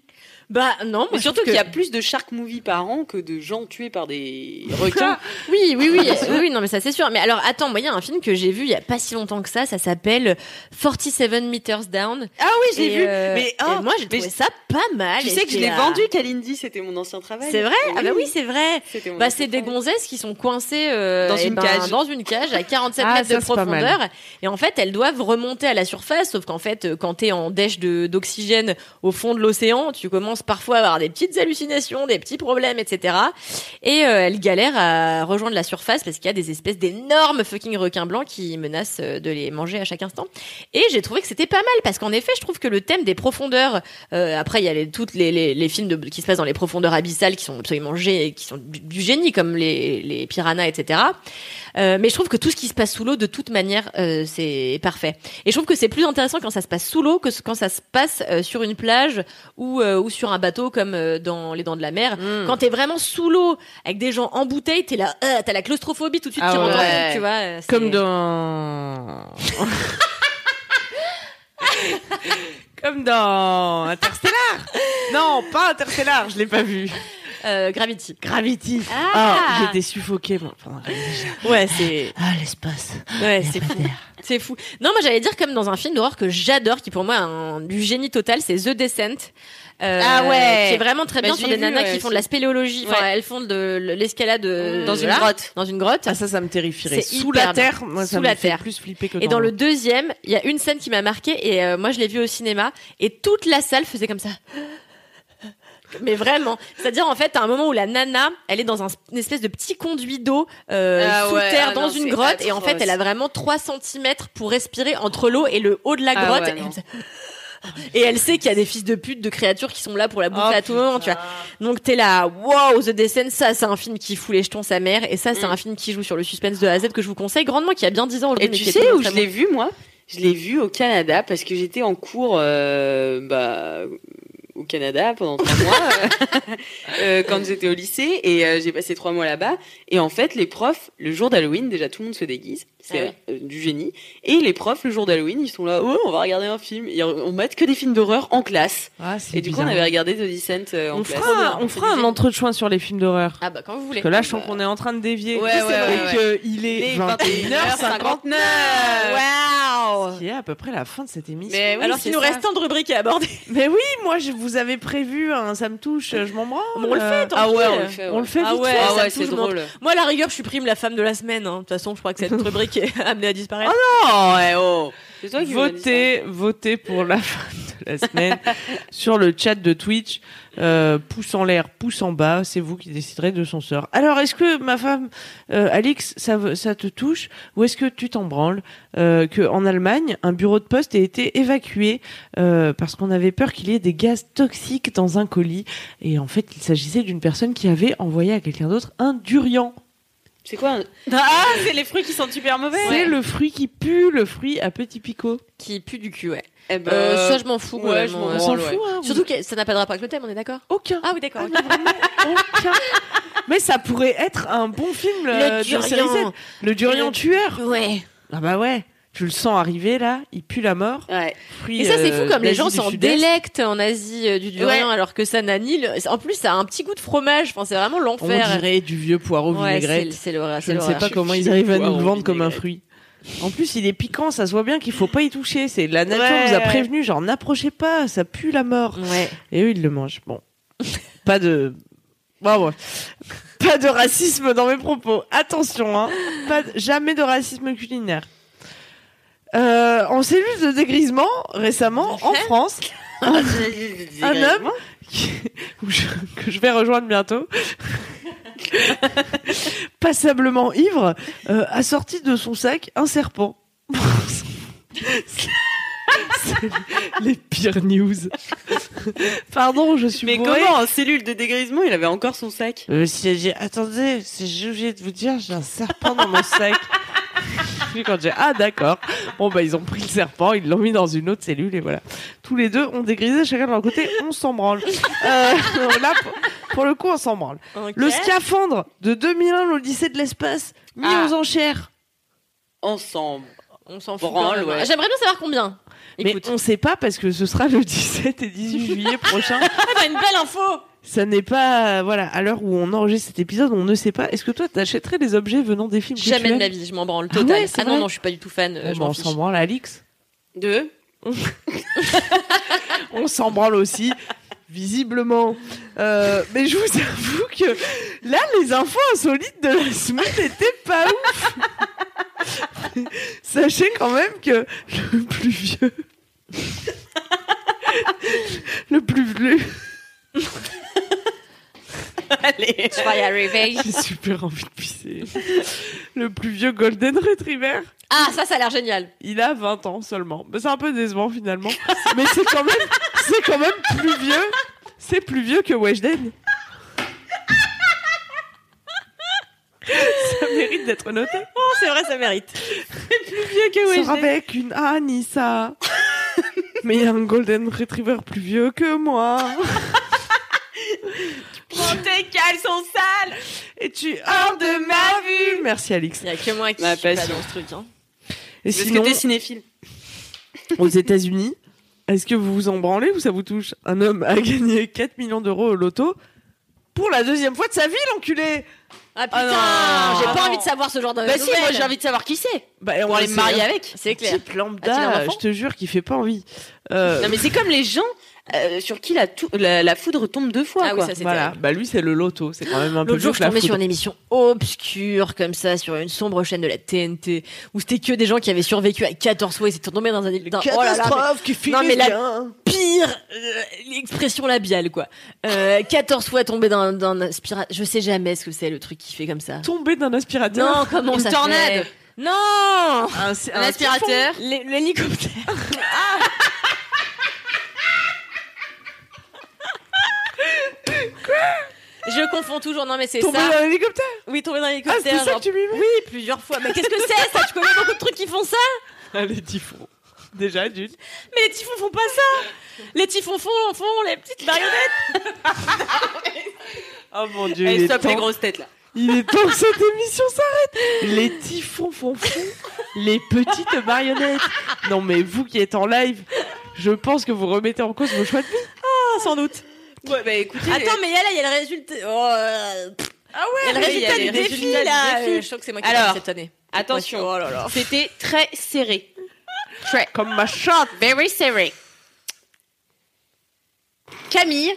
Speaker 2: Bah non,
Speaker 4: Mais
Speaker 2: moi, je trouve
Speaker 4: surtout qu'il
Speaker 2: que-
Speaker 4: y a plus de shark movie par an que de gens tués par des [LAUGHS] requins.
Speaker 2: Oui, oui, [LAUGHS] oui, oui, oui, non, mais ça c'est sûr. Mais alors, attends, moi, il y a un film que j'ai vu il y a pas si longtemps que ça. Ça s'appelle 47 Meters Down.
Speaker 4: ah oui, j'ai
Speaker 2: Et,
Speaker 4: vu.
Speaker 2: euh,
Speaker 4: mais
Speaker 2: et
Speaker 4: ah,
Speaker 2: moi, j'ai
Speaker 4: mais
Speaker 2: trouvé ça pas mal.
Speaker 4: Tu
Speaker 2: Et
Speaker 4: sais que je
Speaker 2: j'étais
Speaker 4: l'ai
Speaker 2: là-
Speaker 4: vendu, Kalindi, c'était mon ancien travail.
Speaker 2: C'est vrai Ah bah oui, c'est vrai.
Speaker 4: C'était mon
Speaker 2: Bah,
Speaker 4: ancien
Speaker 2: c'est des
Speaker 4: travail.
Speaker 2: gonzesses qui sont coincées euh,
Speaker 4: Dans
Speaker 2: eh
Speaker 4: une
Speaker 2: ben,
Speaker 4: cage.
Speaker 2: dans une cage à 47
Speaker 3: Ah,
Speaker 2: mètres
Speaker 3: ça,
Speaker 2: de
Speaker 3: c'est pas mal.
Speaker 2: profondeur. Et en fait, elles doivent remonter à la surface. Sauf qu'en fait, euh, quand t'es en dèche de- d'oxygène au fond de l'océan, tu commences parfois à avoir des petites hallucinations, des petits problèmes, etc. Et euh, elles galèrent à rejoindre la surface parce qu'il y a des espèces d'énormes fucking requins blancs qui menacent euh, de les manger à chaque instant. Et j'ai trouvé que c'était pas mal parce qu'en effet, je trouve que le thème des profondeurs euh, après, il y a les, toutes les, les, les films de, qui se passent dans les profondeurs abyssales qui sont absolument gé- qui sont du, du génie comme les, les piranhas, etc. Euh, mais je trouve que tout ce qui se passe sous l'eau, de toute manière, euh, c'est parfait. Et je trouve que c'est plus intéressant quand ça se passe sous l'eau que ce- quand ça se passe euh, sur une plage ou, euh, ou sur un bateau comme euh, dans Les Dents de la Mer.
Speaker 3: Hmm.
Speaker 2: Quand t'es vraiment sous l'eau avec des gens en bouteille, t'es là, euh, t'as la claustrophobie tout de suite
Speaker 3: Ah
Speaker 2: qui rentre en
Speaker 3: ouais.
Speaker 2: compte, tu vois. euh, c'est-
Speaker 3: Comme dans... [LAUGHS] Comme dans Interstellar Non, pas Interstellar, je l'ai pas vu.
Speaker 2: euh, Gravity.
Speaker 3: Gravity
Speaker 2: Ah.
Speaker 3: j'étais suffoquée, moi. pendant Gravity.
Speaker 2: Ouais, c'est.
Speaker 3: Ah, l'espace
Speaker 2: Ouais, c'est fou. C'est fou. Non, moi j'allais dire comme dans un film d'horreur que j'adore, qui pour moi est un- du génie total, c'est The Descent. Euh,
Speaker 4: Ah ouais.
Speaker 2: Qui est vraiment très
Speaker 4: Bah,
Speaker 2: bien
Speaker 4: je
Speaker 2: sur
Speaker 4: l'ai
Speaker 2: des
Speaker 4: vu,
Speaker 2: nanas
Speaker 4: ouais,
Speaker 2: qui font de
Speaker 4: c'est-
Speaker 2: la spéléologie. Enfin,
Speaker 4: Ouais.
Speaker 2: elles font de l- l'escalade euh,
Speaker 4: Dans une
Speaker 2: voilà,
Speaker 4: grotte.
Speaker 2: Dans une grotte.
Speaker 3: Ah ça, ça me terrifierait.
Speaker 2: C'est
Speaker 3: Sous
Speaker 2: hyper
Speaker 3: la
Speaker 2: bien.
Speaker 3: terre, moi, ça
Speaker 2: Sous
Speaker 3: me
Speaker 2: la
Speaker 3: fait
Speaker 2: terre.
Speaker 3: plus flipper que
Speaker 2: Et dans le deuxième, il y a une scène qui m'a marquée et euh, moi je l'ai vue au cinéma et toute la salle faisait comme ça. [LAUGHS] Mais vraiment, c'est-à-dire en fait, t'as un moment où la nana, elle est dans un, une espèce de petit conduit d'eau euh,
Speaker 4: Ah
Speaker 2: sous
Speaker 4: ouais,
Speaker 2: terre
Speaker 4: ah
Speaker 2: dans
Speaker 4: non,
Speaker 2: une
Speaker 4: c'est
Speaker 2: grotte et en fait,
Speaker 4: atroce.
Speaker 2: elle a vraiment 3 cm pour respirer entre l'eau et le haut de la
Speaker 4: Ah
Speaker 2: grotte.
Speaker 4: ouais,
Speaker 2: Et elle
Speaker 4: non.
Speaker 2: fait- [LAUGHS] et elle sait qu'il y a des fils de pute, de créatures qui sont là pour la bouffer
Speaker 3: Oh,
Speaker 2: à tout moment, tu vois. Donc t'es là, wow, The Descent, ça c'est un film qui fout les jetons sa mère, et ça c'est
Speaker 4: Mm.
Speaker 2: un film qui joue sur le suspense de A à Z que je vous conseille grandement, qui a bien 10 ans aujourd'hui.
Speaker 4: Et
Speaker 2: mais
Speaker 4: tu
Speaker 2: qui est
Speaker 4: sais où
Speaker 2: extrêmement
Speaker 4: je l'ai vu, moi Je l'ai vu au Canada parce que j'étais en cours euh, bah, au Canada pendant trois mois euh, [LAUGHS] quand j'étais au lycée et euh, j'ai passé trois mois là-bas. Et en fait, les profs, le jour d'Halloween, déjà tout le monde se déguise, c'est
Speaker 2: Ah ouais.
Speaker 4: euh, du génie. Et les profs, le jour d'Halloween, ils sont là, oh, on va regarder un film. Et on on mate que des films d'horreur en classe.
Speaker 3: Ah, c'est
Speaker 4: Et du coup, on
Speaker 3: bizarre.
Speaker 2: hein.
Speaker 4: avait regardé The Descent euh, en
Speaker 3: On
Speaker 4: classe.
Speaker 3: fera, un- on fera un entrechoin sur les films d'horreur.
Speaker 2: Ah bah quand vous voulez.
Speaker 3: Parce que là, je sens qu'on est en train de dévier.
Speaker 4: Ouais, ouais, ouais,
Speaker 3: et qu'il est
Speaker 4: Les
Speaker 3: 21h59.
Speaker 4: 21h59.
Speaker 2: Waouh
Speaker 3: Qui est à peu près la fin de cette émission.
Speaker 4: Mais oui,
Speaker 2: Alors si
Speaker 4: c'est
Speaker 2: nous
Speaker 4: ça.
Speaker 2: reste tant de rubriques à aborder,
Speaker 3: Mais oui, moi, je vous avais prévu, hein, ça me touche, je m'en branle.
Speaker 2: on le fait. tant
Speaker 3: Ah
Speaker 2: pis.
Speaker 3: ouais,
Speaker 2: [LAUGHS]
Speaker 4: on le fait,
Speaker 3: on le fait
Speaker 2: Ah
Speaker 3: vite
Speaker 2: ouais,
Speaker 3: fait,
Speaker 4: Ah
Speaker 2: ça
Speaker 4: ouais,
Speaker 2: me
Speaker 4: c'est
Speaker 2: touche, je m'en-
Speaker 4: drôle.
Speaker 2: Moi, à la rigueur, je supprime la femme de la semaine. hein. De toute façon, je crois
Speaker 3: [LAUGHS]
Speaker 2: que cette rubrique est amenée à disparaître.
Speaker 3: Oh, eh, oh.
Speaker 4: C'est toi qui me l'as dit ça.
Speaker 3: Votez, votez pour la [LAUGHS] fin de la semaine [LAUGHS] sur le chat de Twitch. Euh, pouce en l'air, pouce en bas, c'est vous qui déciderez de son sort. Alors, est-ce que ma femme, euh, Alix, ça, veut- ça te touche ou est-ce que tu t'en branles euh, que en Allemagne, un bureau de poste ait été évacué euh, parce qu'on avait peur qu'il y ait des gaz toxiques dans un colis et en fait, il s'agissait d'une personne qui avait envoyé à quelqu'un d'autre un durian.
Speaker 4: C'est quoi un- Ah, c'est les fruits qui sentent super mauvais.
Speaker 3: C'est le fruit qui pue, le fruit à petits picots.
Speaker 2: Qui pue du cul, ouais.
Speaker 4: Eh ben,
Speaker 2: Euh, ça, je m'en fous.
Speaker 4: ouais,
Speaker 2: moi,
Speaker 4: je
Speaker 2: mon-
Speaker 4: m'en
Speaker 2: euh,
Speaker 3: On
Speaker 4: branle,
Speaker 3: s'en
Speaker 4: ouais.
Speaker 3: fout, hein.
Speaker 2: Surtout que ça n'a pas de rapport avec le thème, on est d'accord
Speaker 3: Aucun.
Speaker 2: Ah oui, d'accord. ok.
Speaker 3: Aucun. [LAUGHS] Mais ça pourrait être un bon film euh, de
Speaker 2: Le
Speaker 3: série Z.
Speaker 2: durian.
Speaker 3: Le Durian
Speaker 2: Le-
Speaker 3: tueur.
Speaker 2: Ouais.
Speaker 3: Ah bah ouais. Tu le sens arriver là, il pue la mort.
Speaker 4: Ouais.
Speaker 3: Fruit,
Speaker 2: Et ça, c'est
Speaker 3: euh,
Speaker 2: fou comme les
Speaker 3: d'Asie
Speaker 2: gens
Speaker 3: du
Speaker 2: s'en
Speaker 3: Sud-Est.
Speaker 2: délectent en Asie euh, du durian
Speaker 4: Ouais.
Speaker 2: alors que ça n'a ni le- En plus, ça a un petit goût de fromage. Enfin, c'est vraiment
Speaker 3: On
Speaker 2: l'enfer.
Speaker 3: dirait du vieux poireau
Speaker 2: Ouais, c'est
Speaker 3: vinaigrette.
Speaker 2: c'est l'horreur.
Speaker 3: Je
Speaker 2: c'est
Speaker 3: ne sais
Speaker 2: l'horreur.
Speaker 3: pas comment ils arrivent à nous le vendre comme un fruit. En plus, il est piquant, ça se voit bien qu'il faut pas y toucher. C'est la nature
Speaker 4: Ouais,
Speaker 3: nous a
Speaker 4: ouais.
Speaker 3: prévenu, genre n'approchez pas, ça pue la mort.
Speaker 2: Ouais.
Speaker 3: Et eux, ils le mangent. Bon, pas de, bon, ouais. pas de racisme dans mes propos. Attention, hein. Pas de- jamais de racisme culinaire. Euh, en cellule de dégrisement, récemment, en France, un homme qui- [LAUGHS] où je- que je vais rejoindre bientôt, [LAUGHS] passablement ivre, euh, a sorti de son sac
Speaker 4: [LAUGHS]
Speaker 3: un serpent. C'est- c'est les pires news. Pardon, je suis
Speaker 4: Mais
Speaker 3: bourrée.
Speaker 4: comment en cellule de dégrisement, il avait encore son sac
Speaker 3: Euh, si j'ai attendez, c'est- j'ai oublié de vous dire, j'ai un serpent dans mon
Speaker 2: [LAUGHS]
Speaker 3: sac. Puis quand j'ai ah d'accord, bon bah ils ont pris le serpent, ils l'ont mis dans une autre cellule et voilà. Tous les deux ont dégrisé chacun de leur côté, on s'en branle. Euh, [LAUGHS] là, pour, pour le coup, on s'en branle. Le scaphandre de 2001, l'Odyssée de l'espace, mis
Speaker 4: Ah.
Speaker 3: aux enchères.
Speaker 4: ensemble
Speaker 2: On s'en fout.
Speaker 4: fout
Speaker 2: quand
Speaker 4: quand
Speaker 2: même.
Speaker 4: même.
Speaker 2: J'aimerais bien savoir combien. Écoute. [LAUGHS]
Speaker 3: Mais on sait pas parce que ce sera le 17 et 18 juillet
Speaker 2: [LAUGHS]
Speaker 3: prochain.
Speaker 2: Ah, une belle info
Speaker 3: Ça n'est pas voilà à l'heure où on enregistre cet épisode, on ne sait pas. Est-ce que toi t'achèterais des objets venant des films que tu
Speaker 2: Jamais de
Speaker 3: aimes
Speaker 2: la vie, je m'en branle
Speaker 3: Ah
Speaker 2: total. Ah,
Speaker 3: ouais, c'est
Speaker 2: non,
Speaker 3: vrai
Speaker 2: non, je suis pas du tout fan. euh,
Speaker 3: Bon,
Speaker 2: je
Speaker 3: bah,
Speaker 2: m'en
Speaker 3: on
Speaker 2: fiche.
Speaker 3: s'en branle, Alix.
Speaker 4: de
Speaker 3: [LAUGHS] On s'en branle aussi, visiblement. Euh, mais je vous avoue que là, les infos insolites de la semaine n'étaient pas ouf. [LAUGHS] Sachez quand même que le plus vieux. Le plus vieux. [LAUGHS]
Speaker 4: Allez.
Speaker 2: Je vais y arriver.
Speaker 3: J'ai super envie de pisser. Le plus vieux Golden Retriever.
Speaker 2: Ah, ça, ça a l'air génial.
Speaker 3: Il a 20 ans seulement. Mais c'est un peu décevant finalement. [LAUGHS] Mais c'est quand même, c'est quand même plus vieux. C'est plus vieux que Weshden. Ça mérite d'être noté.
Speaker 4: c'est vrai, ça mérite.
Speaker 3: Vieux que
Speaker 4: Weshden.
Speaker 3: avec une Anissa. Mais il y a un Golden Retriever plus vieux que moi.
Speaker 4: Prends tes caleçons sales.
Speaker 3: Et tu es hors de ma vue. Merci Alix.
Speaker 2: Il y a que moi qui
Speaker 4: Ma
Speaker 2: suis pas
Speaker 4: passion.
Speaker 2: dans ce truc. hein.
Speaker 3: Et
Speaker 4: Parce
Speaker 3: sinon,
Speaker 4: que t'es cinéphile.
Speaker 3: aux États-Unis, est-ce que vous vous en branlez ou ça vous touche Un homme a gagné 4 millions d'euros au loto pour la deuxième fois de sa vie, l'enculé
Speaker 2: Ah putain,
Speaker 3: Ah non.
Speaker 2: j'ai pas
Speaker 3: Ah
Speaker 2: envie de savoir ce genre de
Speaker 4: Bah si, moi
Speaker 2: nouvelles.
Speaker 4: j'ai envie de savoir qui c'est.
Speaker 3: Bah, on
Speaker 4: Pour aller
Speaker 3: le
Speaker 4: me
Speaker 3: sait,
Speaker 4: marier
Speaker 3: hein.
Speaker 4: avec.
Speaker 2: C'est clair.
Speaker 3: Type
Speaker 2: A-t-il Ah, un
Speaker 3: lambda,
Speaker 2: enfant
Speaker 3: je te jure qu'il fait pas envie. Euh,
Speaker 4: Non mais c'est comme les gens euh, sur qui la, tou- la, la foudre tombe deux fois.
Speaker 2: Ah oui,
Speaker 4: quoi.
Speaker 2: ça, c'est
Speaker 3: voilà,
Speaker 2: terrible.
Speaker 3: bah lui c'est le loto, c'est quand même un peu
Speaker 2: L'autre jour,
Speaker 3: mieux
Speaker 2: je
Speaker 3: que la
Speaker 2: tombais sur
Speaker 3: foudre.
Speaker 2: une émission obscure comme ça, sur une sombre chaîne de la TNT, où c'était que des gens qui avaient survécu à 14 fois et s'étaient tombés dans un dans- oh là là, mais-
Speaker 3: qui finit
Speaker 2: mais la- pire euh, expression labiale quoi. Euh, 14 fois tombé dans dans un aspirateur, je sais jamais ce que c'est le truc qui fait comme ça.
Speaker 3: Tomber d'un aspirateur.
Speaker 2: Non, comment
Speaker 4: Une
Speaker 2: ça
Speaker 4: tornade.
Speaker 2: fait Non
Speaker 3: Un,
Speaker 4: Un aspirateur.
Speaker 2: L'hé-
Speaker 3: [LAUGHS]
Speaker 2: L'hélicoptère. Ah Je confonds toujours. Non mais c'est
Speaker 3: Tomber
Speaker 2: ça.
Speaker 3: d'un hélicoptère.
Speaker 2: Oui, tomber dans
Speaker 3: Ah, c'est
Speaker 2: l'hélicoptère.
Speaker 3: ça
Speaker 2: genre,
Speaker 3: que tu m'y mets
Speaker 2: oui, plusieurs fois. Mais qu'est-ce que c'est ça Tu connais beaucoup de trucs qui font ça
Speaker 3: Ah, les typhons. Déjà d'une.
Speaker 2: Mais les typhons font pas ça. Les typhons font font les petites marionnettes.
Speaker 3: Oh mon dieu, il
Speaker 4: Allez,
Speaker 3: est,
Speaker 4: stop les
Speaker 3: temps,
Speaker 4: grosses têtes là.
Speaker 3: il est temps que cette émission s'arrête. Les typhons font fond, les petites marionnettes. Non mais vous qui êtes en live, je pense que vous remettez en cause vos choix de vie.
Speaker 4: Ah, sans doute. Ouais, bah écoutez.
Speaker 2: Attends, mais là, il y a le résultat. ah ouais, il y a le
Speaker 4: mais il y a
Speaker 2: résultat
Speaker 4: les
Speaker 2: du défi,
Speaker 4: résultats du
Speaker 2: là.
Speaker 4: défi.
Speaker 2: Euh, Je crois que c'est moi qui
Speaker 4: Alors,
Speaker 2: gagne cette année.
Speaker 4: attention.
Speaker 2: Moi, je- oh là là.
Speaker 4: C'était très serré.
Speaker 3: Comme ma chatte.
Speaker 4: Very serré. Camille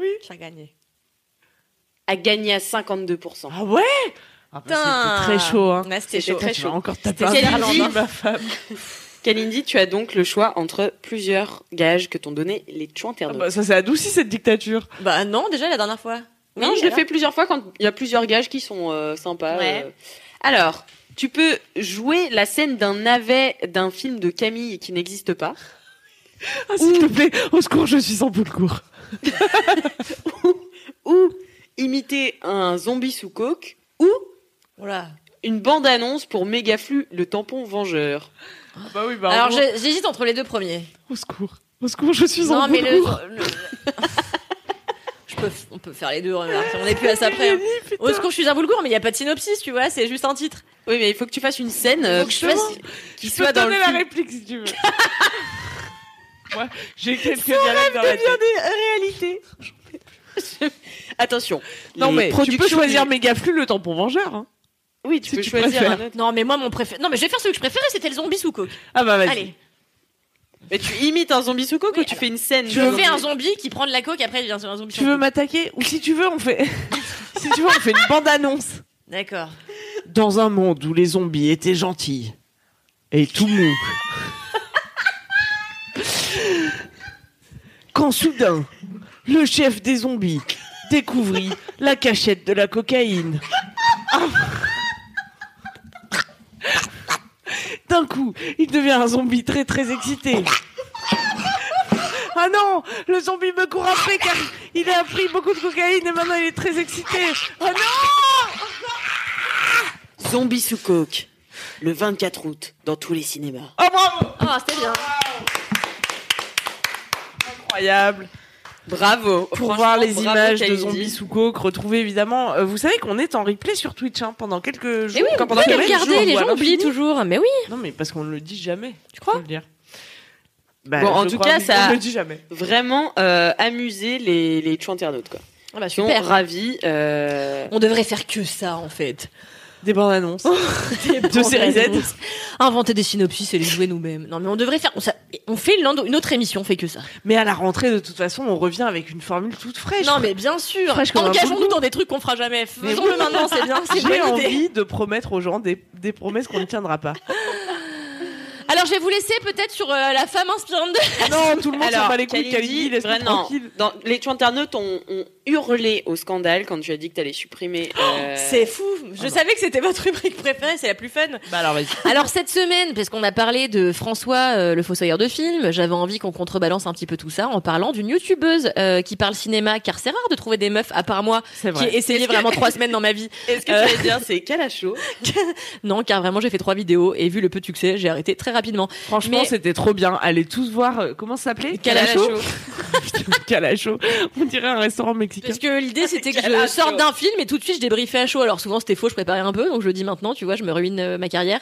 Speaker 2: J'ai gagné.
Speaker 4: a gagné à 52%.
Speaker 3: Ah ouais Ah bah,
Speaker 2: Putain.
Speaker 3: C'était très chaud, hein.
Speaker 2: Ouais, c'était
Speaker 4: C'était
Speaker 2: chaud.
Speaker 4: très
Speaker 3: Tu
Speaker 4: chaud.
Speaker 3: vas encore taper un
Speaker 4: C'était
Speaker 3: verlan
Speaker 4: Kalindi.
Speaker 3: dans ma femme.
Speaker 4: Kalindi, tu as donc le choix entre plusieurs gages que t'ont donné les
Speaker 3: Ah
Speaker 4: chouinternautes.
Speaker 3: bah, ça s'est adouci cette dictature.
Speaker 7: Bah non, déjà la dernière fois.
Speaker 4: non,
Speaker 7: Oui,
Speaker 4: je le
Speaker 7: alors
Speaker 4: fais plusieurs fois quand il y a plusieurs gages qui sont euh, sympas.
Speaker 7: Ouais.
Speaker 4: euh. Alors, tu peux jouer la scène d'un navet d'un film de Camille qui n'existe pas.
Speaker 3: Ah, s'il te plaît, au secours, je suis en boule court.
Speaker 4: ou imiter un zombie sous coke, ou
Speaker 7: Oula.
Speaker 4: une bande-annonce pour Megaflu, le tampon vengeur.
Speaker 3: Ah bah oui, bah.
Speaker 7: Alors
Speaker 3: au-
Speaker 7: j'ai- j'hésite entre les deux premiers.
Speaker 3: Au secours. Au secours, je suis en
Speaker 7: Non, mais
Speaker 3: boule
Speaker 7: le.
Speaker 3: court.
Speaker 7: le- je peux, on peut faire les deux, remarque. On est plus à ça près. hein. Au secours, je suis un boulgour, mais il n'y a pas de synopsis, tu vois, c'est juste un titre.
Speaker 4: Oui, mais il faut que tu fasses une scène euh,
Speaker 7: Faut que je fasse-
Speaker 4: qui
Speaker 3: Je peux
Speaker 4: soit
Speaker 3: te
Speaker 4: dans le
Speaker 3: donner la
Speaker 4: film.
Speaker 3: réplique si [LAUGHS] tu veux. Moi, j'ai quelques dialectes dans la tête.
Speaker 7: réalité.
Speaker 4: Attention.
Speaker 3: Non,
Speaker 4: les
Speaker 3: mais tu peux
Speaker 4: productions
Speaker 3: choisir
Speaker 4: du-
Speaker 3: Megaflu, le tampon vengeur. Hein.
Speaker 4: Oui, tu
Speaker 3: si
Speaker 4: peux
Speaker 3: tu
Speaker 4: choisir
Speaker 3: préfères.
Speaker 4: un autre.
Speaker 2: Non, mais moi, mon préféré. Non, mais je vais faire celui que je préférais, c'était le zombie sous coke.
Speaker 3: Ah bah vas-y.
Speaker 2: Allez,
Speaker 4: Mais tu imites un zombie sous coke
Speaker 2: Oui,
Speaker 4: ou tu fais une scène
Speaker 2: je fais un zombie qui prend de la coke, après il devient un zombie
Speaker 3: Tu
Speaker 2: sans
Speaker 3: veux
Speaker 2: coke.
Speaker 3: m'attaquer Ou si tu veux, on fait. [LAUGHS] si tu veux, on fait une bande-annonce.
Speaker 7: D'accord.
Speaker 3: Dans un monde où les zombies étaient gentils et tout mou. Quand soudain, le chef des zombies découvrit la cachette de la cocaïne. D'un coup, il devient un zombie très très excité. Ah non, le zombie me court après car il a pris beaucoup de cocaïne et maintenant il est très excité. Ah non
Speaker 4: Zombie sous coke, le 24 août, dans tous les cinémas.
Speaker 3: Oh bravo
Speaker 2: Ah, c'était bien.
Speaker 3: Incroyable
Speaker 4: Bravo.
Speaker 3: Pour voir les
Speaker 4: bravo,
Speaker 3: images de
Speaker 4: Kalindi.
Speaker 3: zombies sous coke, retrouver évidemment. euh, vous savez qu'on est en replay sur Twitch hein, pendant quelques jours.
Speaker 2: Mais Eh oui,
Speaker 3: quand
Speaker 2: on peut
Speaker 3: pendant
Speaker 2: les
Speaker 3: quelques jours,
Speaker 2: regarder, les
Speaker 3: ou à
Speaker 2: gens oublient
Speaker 3: l'infini.
Speaker 2: toujours. Mais oui.
Speaker 3: Non mais parce qu'on ne le dit jamais. Tu
Speaker 2: crois
Speaker 3: Bah,
Speaker 4: Bon, en tout cas, ça-
Speaker 3: On ne le dit jamais.
Speaker 4: Vraiment euh, amuser les, les chouinternautes, quoi.
Speaker 2: Ah bah,
Speaker 4: Ils sont
Speaker 2: super.
Speaker 4: ravis. euh,
Speaker 2: On devrait faire que ça, en fait.
Speaker 3: Des bandes [LAUGHS] annonces. de série Z.
Speaker 2: Inventer des synopsis et les jouer nous-mêmes. Non, mais on devrait faire. On, ça- on fait une autre- une autre émission, on fait que ça.
Speaker 3: Mais à la rentrée, de toute façon, on revient avec une formule toute fraîche.
Speaker 2: Non, mais bien sûr.
Speaker 3: Fraîche comme un
Speaker 2: Engageons-nous
Speaker 3: bonbon.
Speaker 2: dans des trucs qu'on fera jamais.
Speaker 3: Mais
Speaker 2: Faisons-le
Speaker 3: oui.
Speaker 2: maintenant, c'est bien.
Speaker 7: [LAUGHS]
Speaker 2: C'est une
Speaker 3: J'ai
Speaker 2: bonne idée.
Speaker 3: envie de promettre aux gens des, des promesses qu'on ne tiendra
Speaker 2: [LAUGHS]
Speaker 3: pas.
Speaker 2: Alors, je vais vous laisser peut-être sur euh, la femme inspirante de.
Speaker 3: non, tout le monde s'en
Speaker 4: Alors,
Speaker 3: bat les couilles.
Speaker 4: Kalindi,
Speaker 3: Kalindi, laisse-moi
Speaker 4: vraiment,
Speaker 3: tranquille.
Speaker 4: dans- les internautes ont, ont hurlé au scandale quand tu as dit que t'allais supprimer. euh,
Speaker 7: C'est fou.
Speaker 3: ah
Speaker 7: Je savais que c'était votre rubrique préférée, c'est la plus fun.
Speaker 3: Bah alors vas-y.
Speaker 2: Alors cette semaine, parce qu'on a parlé de François, euh, le fossoyeur de films, j'avais envie qu'on contrebalance un petit peu tout ça en parlant d'une youtubeuse euh, qui parle cinéma, car c'est rare de trouver des meufs à part moi
Speaker 3: C'est
Speaker 2: qui ai essayé vraiment trois semaines dans ma vie.
Speaker 4: [LAUGHS] Est-ce que
Speaker 2: Euh,
Speaker 4: tu veux dire c'est Calacho
Speaker 2: [LAUGHS] Non, car vraiment j'ai fait trois vidéos et vu le peu de succès, j'ai arrêté très rapidement.
Speaker 3: Franchement,
Speaker 2: Mais-
Speaker 3: c'était trop bien. Allez tous voir. euh, Comment ça s'appelait
Speaker 2: Calacho. [LAUGHS]
Speaker 3: Calacho. On dirait un restaurant mexicain.
Speaker 2: Parce que l'idée c'était que je
Speaker 4: Calacho.
Speaker 2: sorte d'un film et tout de suite je débriefais à chaud. Alors souvent c'était faux, je préparais un peu, donc je le dis maintenant, tu vois, je me ruine euh, ma carrière.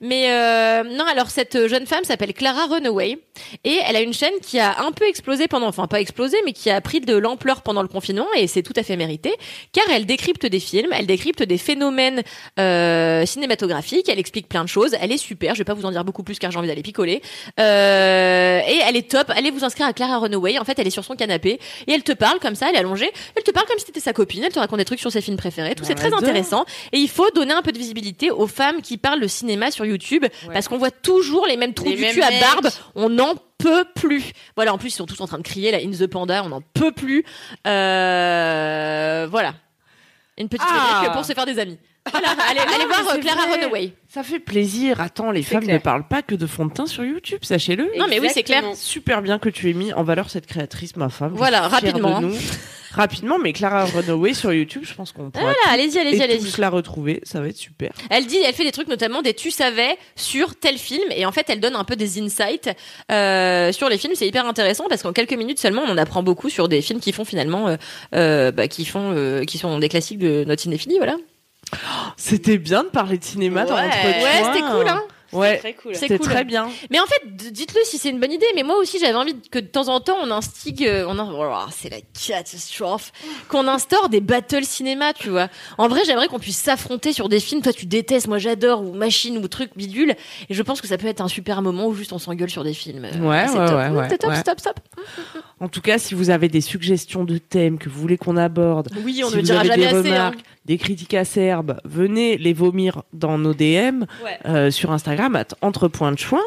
Speaker 2: Mais euh, non, alors cette jeune femme s'appelle Clara Runaway et elle a une chaîne qui a un peu explosé pendant, enfin pas explosé, mais qui a pris de l'ampleur pendant le confinement et c'est tout à fait mérité car elle décrypte des films, elle décrypte des phénomènes euh, cinématographiques, elle explique plein de choses, elle est super, je vais pas vous en dire beaucoup plus car j'ai envie d'aller picoler. Euh, et elle est top, allez vous inscrire à Clara Runaway, en fait elle est sur son canapé et elle te parle comme ça, elle est allongée, elle te parle comme si t'étais sa copine, elle te raconte des trucs sur ses films préférés, tout
Speaker 3: Bah,
Speaker 2: c'est très
Speaker 3: j'adore.
Speaker 2: intéressant et il faut donner un peu de visibilité aux femmes qui parlent de cinéma sur YouTube parce qu'on voit toujours les mêmes trous
Speaker 4: Les
Speaker 2: du
Speaker 4: mêmes
Speaker 2: cul à
Speaker 4: mecs.
Speaker 2: barbe, on n'en peut plus. Voilà, en plus ils sont tous en train de crier là, In the Panda, on n'en peut plus. Euh, voilà. Une petite
Speaker 3: Ah.
Speaker 2: rubrique pour se faire des amis. Voilà, allez, allez voir euh,
Speaker 3: c'est
Speaker 2: Clara
Speaker 3: vrai.
Speaker 2: Runaway.
Speaker 3: Ça fait plaisir. Attends, les femmes
Speaker 4: clair.
Speaker 3: ne parlent pas que de fond de tein sur YouTube, sachez-le.
Speaker 2: Non, mais oui, c'est clair.
Speaker 4: Exactement.
Speaker 3: Super bien que tu aies mis en valeur cette créatrice, ma femme. Je
Speaker 2: Voilà,
Speaker 3: suis fière de
Speaker 2: rapidement, hein.
Speaker 3: nous. Rapidement, mais Clara Runaway sur YouTube, je pense qu'on pourra
Speaker 2: Voilà, allez-y,
Speaker 3: tous
Speaker 2: allez-y,
Speaker 3: et
Speaker 2: allez-y.
Speaker 3: tous la retrouver. Ça va être super.
Speaker 2: Elle dit, elle fait des trucs notamment des tu savais sur tel film et en fait elle donne un peu des insights euh, sur les films. C'est hyper intéressant parce qu'en quelques minutes seulement on en apprend beaucoup sur des films qui font finalement, euh, euh, bah, qui font, euh, qui sont des classiques de notre cinéphilie, voilà.
Speaker 3: C'était bien de parler de cinéma dans
Speaker 4: Ouais.
Speaker 3: l'entretien.
Speaker 2: Ouais, c'était cool, hein.
Speaker 3: Ouais.
Speaker 4: Très cool.
Speaker 2: C'est
Speaker 3: C'était
Speaker 2: cool.
Speaker 3: très bien.
Speaker 2: Mais en fait, d- dites-le si c'est une bonne idée. Mais moi aussi, j'avais envie que de temps en temps, on instigue, euh, on, in- Oh, c'est la catastrophe, qu'on instaure des battles cinéma, tu vois. En vrai, j'aimerais qu'on puisse s'affronter sur des films. Toi, tu détestes, moi, j'adore, ou machine, ou truc bidule. Et je pense que ça peut être un super moment où juste on s'engueule sur des films. Euh,
Speaker 3: Ouais,
Speaker 2: c'est
Speaker 3: ouais,
Speaker 2: top.
Speaker 3: ouais, ouais,
Speaker 2: C'est top,
Speaker 3: ouais.
Speaker 2: stop, stop.
Speaker 3: En tout cas, si vous avez des suggestions de thèmes que vous voulez qu'on aborde,
Speaker 2: Oui,
Speaker 7: hein.
Speaker 3: si vous avez des remarques, des critiques acerbes, venez les vomir dans nos DM
Speaker 7: Ouais.
Speaker 3: euh, sur Instagram, at entre points de choix.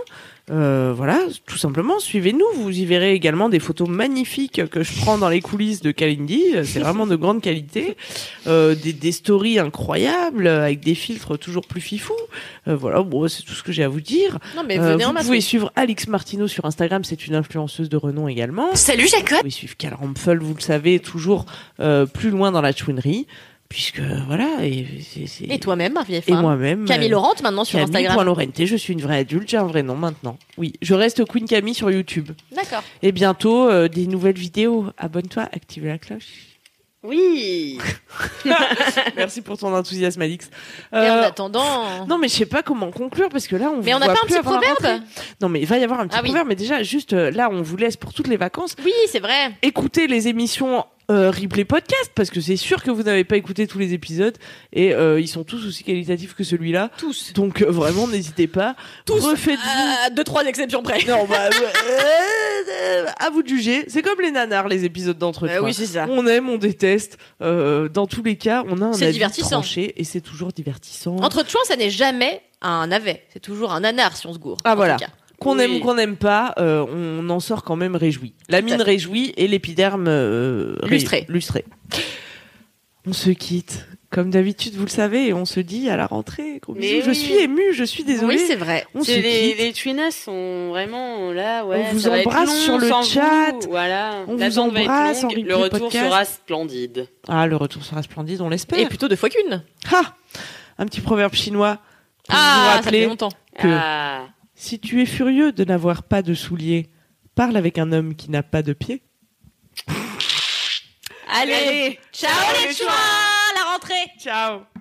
Speaker 3: Euh, voilà, tout simplement, suivez-nous. Vous y verrez également des photos magnifiques que je prends dans les coulisses de Kalindi. C'est vraiment de grande qualité. Euh, des, des stories incroyables euh, avec des filtres toujours plus fifous. Euh, voilà, bon, c'est tout ce que j'ai à vous dire.
Speaker 7: Non, mais
Speaker 3: Euh,
Speaker 7: venez en
Speaker 3: vous
Speaker 7: masse.
Speaker 3: pouvez suivre Alix Martino sur Instagram, c'est une influenceuse de renom également.
Speaker 7: Salut Jacob
Speaker 3: Vous pouvez suivre Cal Rampfel, vous le savez, toujours euh, plus loin dans la chouinerie. Puisque voilà, et, c'est- c'est-
Speaker 2: Et toi-même, Marie
Speaker 3: et moi-même.
Speaker 2: Camille
Speaker 3: euh,
Speaker 2: Laurent maintenant sur
Speaker 3: Camille
Speaker 2: Instagram.
Speaker 3: point Laurenté, je suis une vraie adulte, j'ai un vrai nom maintenant. Oui, je reste Queen Camille sur YouTube.
Speaker 2: D'accord.
Speaker 3: Et bientôt, euh, des nouvelles vidéos. Abonne-toi, active la cloche. [LAUGHS]
Speaker 4: Oui.
Speaker 3: Merci pour ton enthousiasme, Alix.
Speaker 2: Et en
Speaker 3: Euh,
Speaker 2: attendant.
Speaker 7: [LAUGHS]
Speaker 3: non, mais je sais pas comment conclure parce que là, on
Speaker 2: Mais
Speaker 3: vous
Speaker 2: on n'a
Speaker 3: voit
Speaker 2: pas
Speaker 3: plus
Speaker 2: un petit
Speaker 3: avant la
Speaker 2: proverbe
Speaker 3: rentrée. Non, mais il va y avoir un petit
Speaker 2: Ah oui.
Speaker 3: proverbe, mais déjà, juste euh, là, on vous laisse pour toutes les vacances.
Speaker 2: Oui, c'est vrai.
Speaker 3: Écoutez les émissions euh, replay podcast parce que c'est sûr que vous n'avez pas écouté tous les épisodes et euh, ils sont tous aussi qualitatifs que celui-là.
Speaker 7: Tous.
Speaker 3: Donc euh, vraiment, n'hésitez pas.
Speaker 7: Tous. Euh.
Speaker 3: Refaites-vous
Speaker 7: À deux, trois exceptions près.
Speaker 3: Non, bah, euh, euh, à vous de juger. C'est comme les nanars, les épisodes d'entretien.
Speaker 7: Bah oui, c'est ça.
Speaker 3: on aime, on déteste. Euh, dans tous les cas, on a un
Speaker 2: C'est
Speaker 3: avis
Speaker 2: divertissant.
Speaker 3: tranché et c'est toujours divertissant.
Speaker 2: Entre chouans, ça n'est jamais un navet. C'est toujours un nanar si on se gourre.
Speaker 3: Ah,
Speaker 2: en
Speaker 3: voilà.
Speaker 2: tout cas.
Speaker 3: Qu'on
Speaker 4: Oui.
Speaker 3: aime ou qu'on n'aime pas, euh, on en sort quand même réjoui. La mine
Speaker 2: fait.
Speaker 3: réjouie et l'épiderme euh, ré-
Speaker 2: Lustré.
Speaker 3: lustré. On se quitte. Comme d'habitude, vous le savez, et on se dit à la rentrée. Gros
Speaker 4: Mais
Speaker 3: bisous. Je
Speaker 4: oui.
Speaker 3: suis émue, je suis désolée.
Speaker 2: Oui, c'est vrai.
Speaker 3: on se
Speaker 4: C'est les,
Speaker 3: quitte.
Speaker 4: les Twinas sont vraiment là, ouais.
Speaker 3: On vous
Speaker 4: ça va être
Speaker 3: embrasse
Speaker 4: long
Speaker 3: sur le
Speaker 4: sans
Speaker 3: chat.
Speaker 4: vous, Voilà.
Speaker 3: On vous
Speaker 4: L'attente va être
Speaker 3: embrasse
Speaker 4: longue,
Speaker 3: en replay
Speaker 4: Le retour
Speaker 3: podcast.
Speaker 4: sera splendide.
Speaker 3: Ah, le retour sera splendide, on l'espère.
Speaker 7: Et plutôt deux fois qu'une.
Speaker 3: Ah Un petit proverbe chinois. Pour vous
Speaker 7: Ah, ça
Speaker 3: rappeler
Speaker 7: fait longtemps.
Speaker 3: que
Speaker 4: Ah.
Speaker 3: si tu es furieux de n'avoir pas de souliers, parle avec un homme qui n'a pas de pieds.
Speaker 7: Allez, ciao les chouins, la rentrée.
Speaker 3: Ciao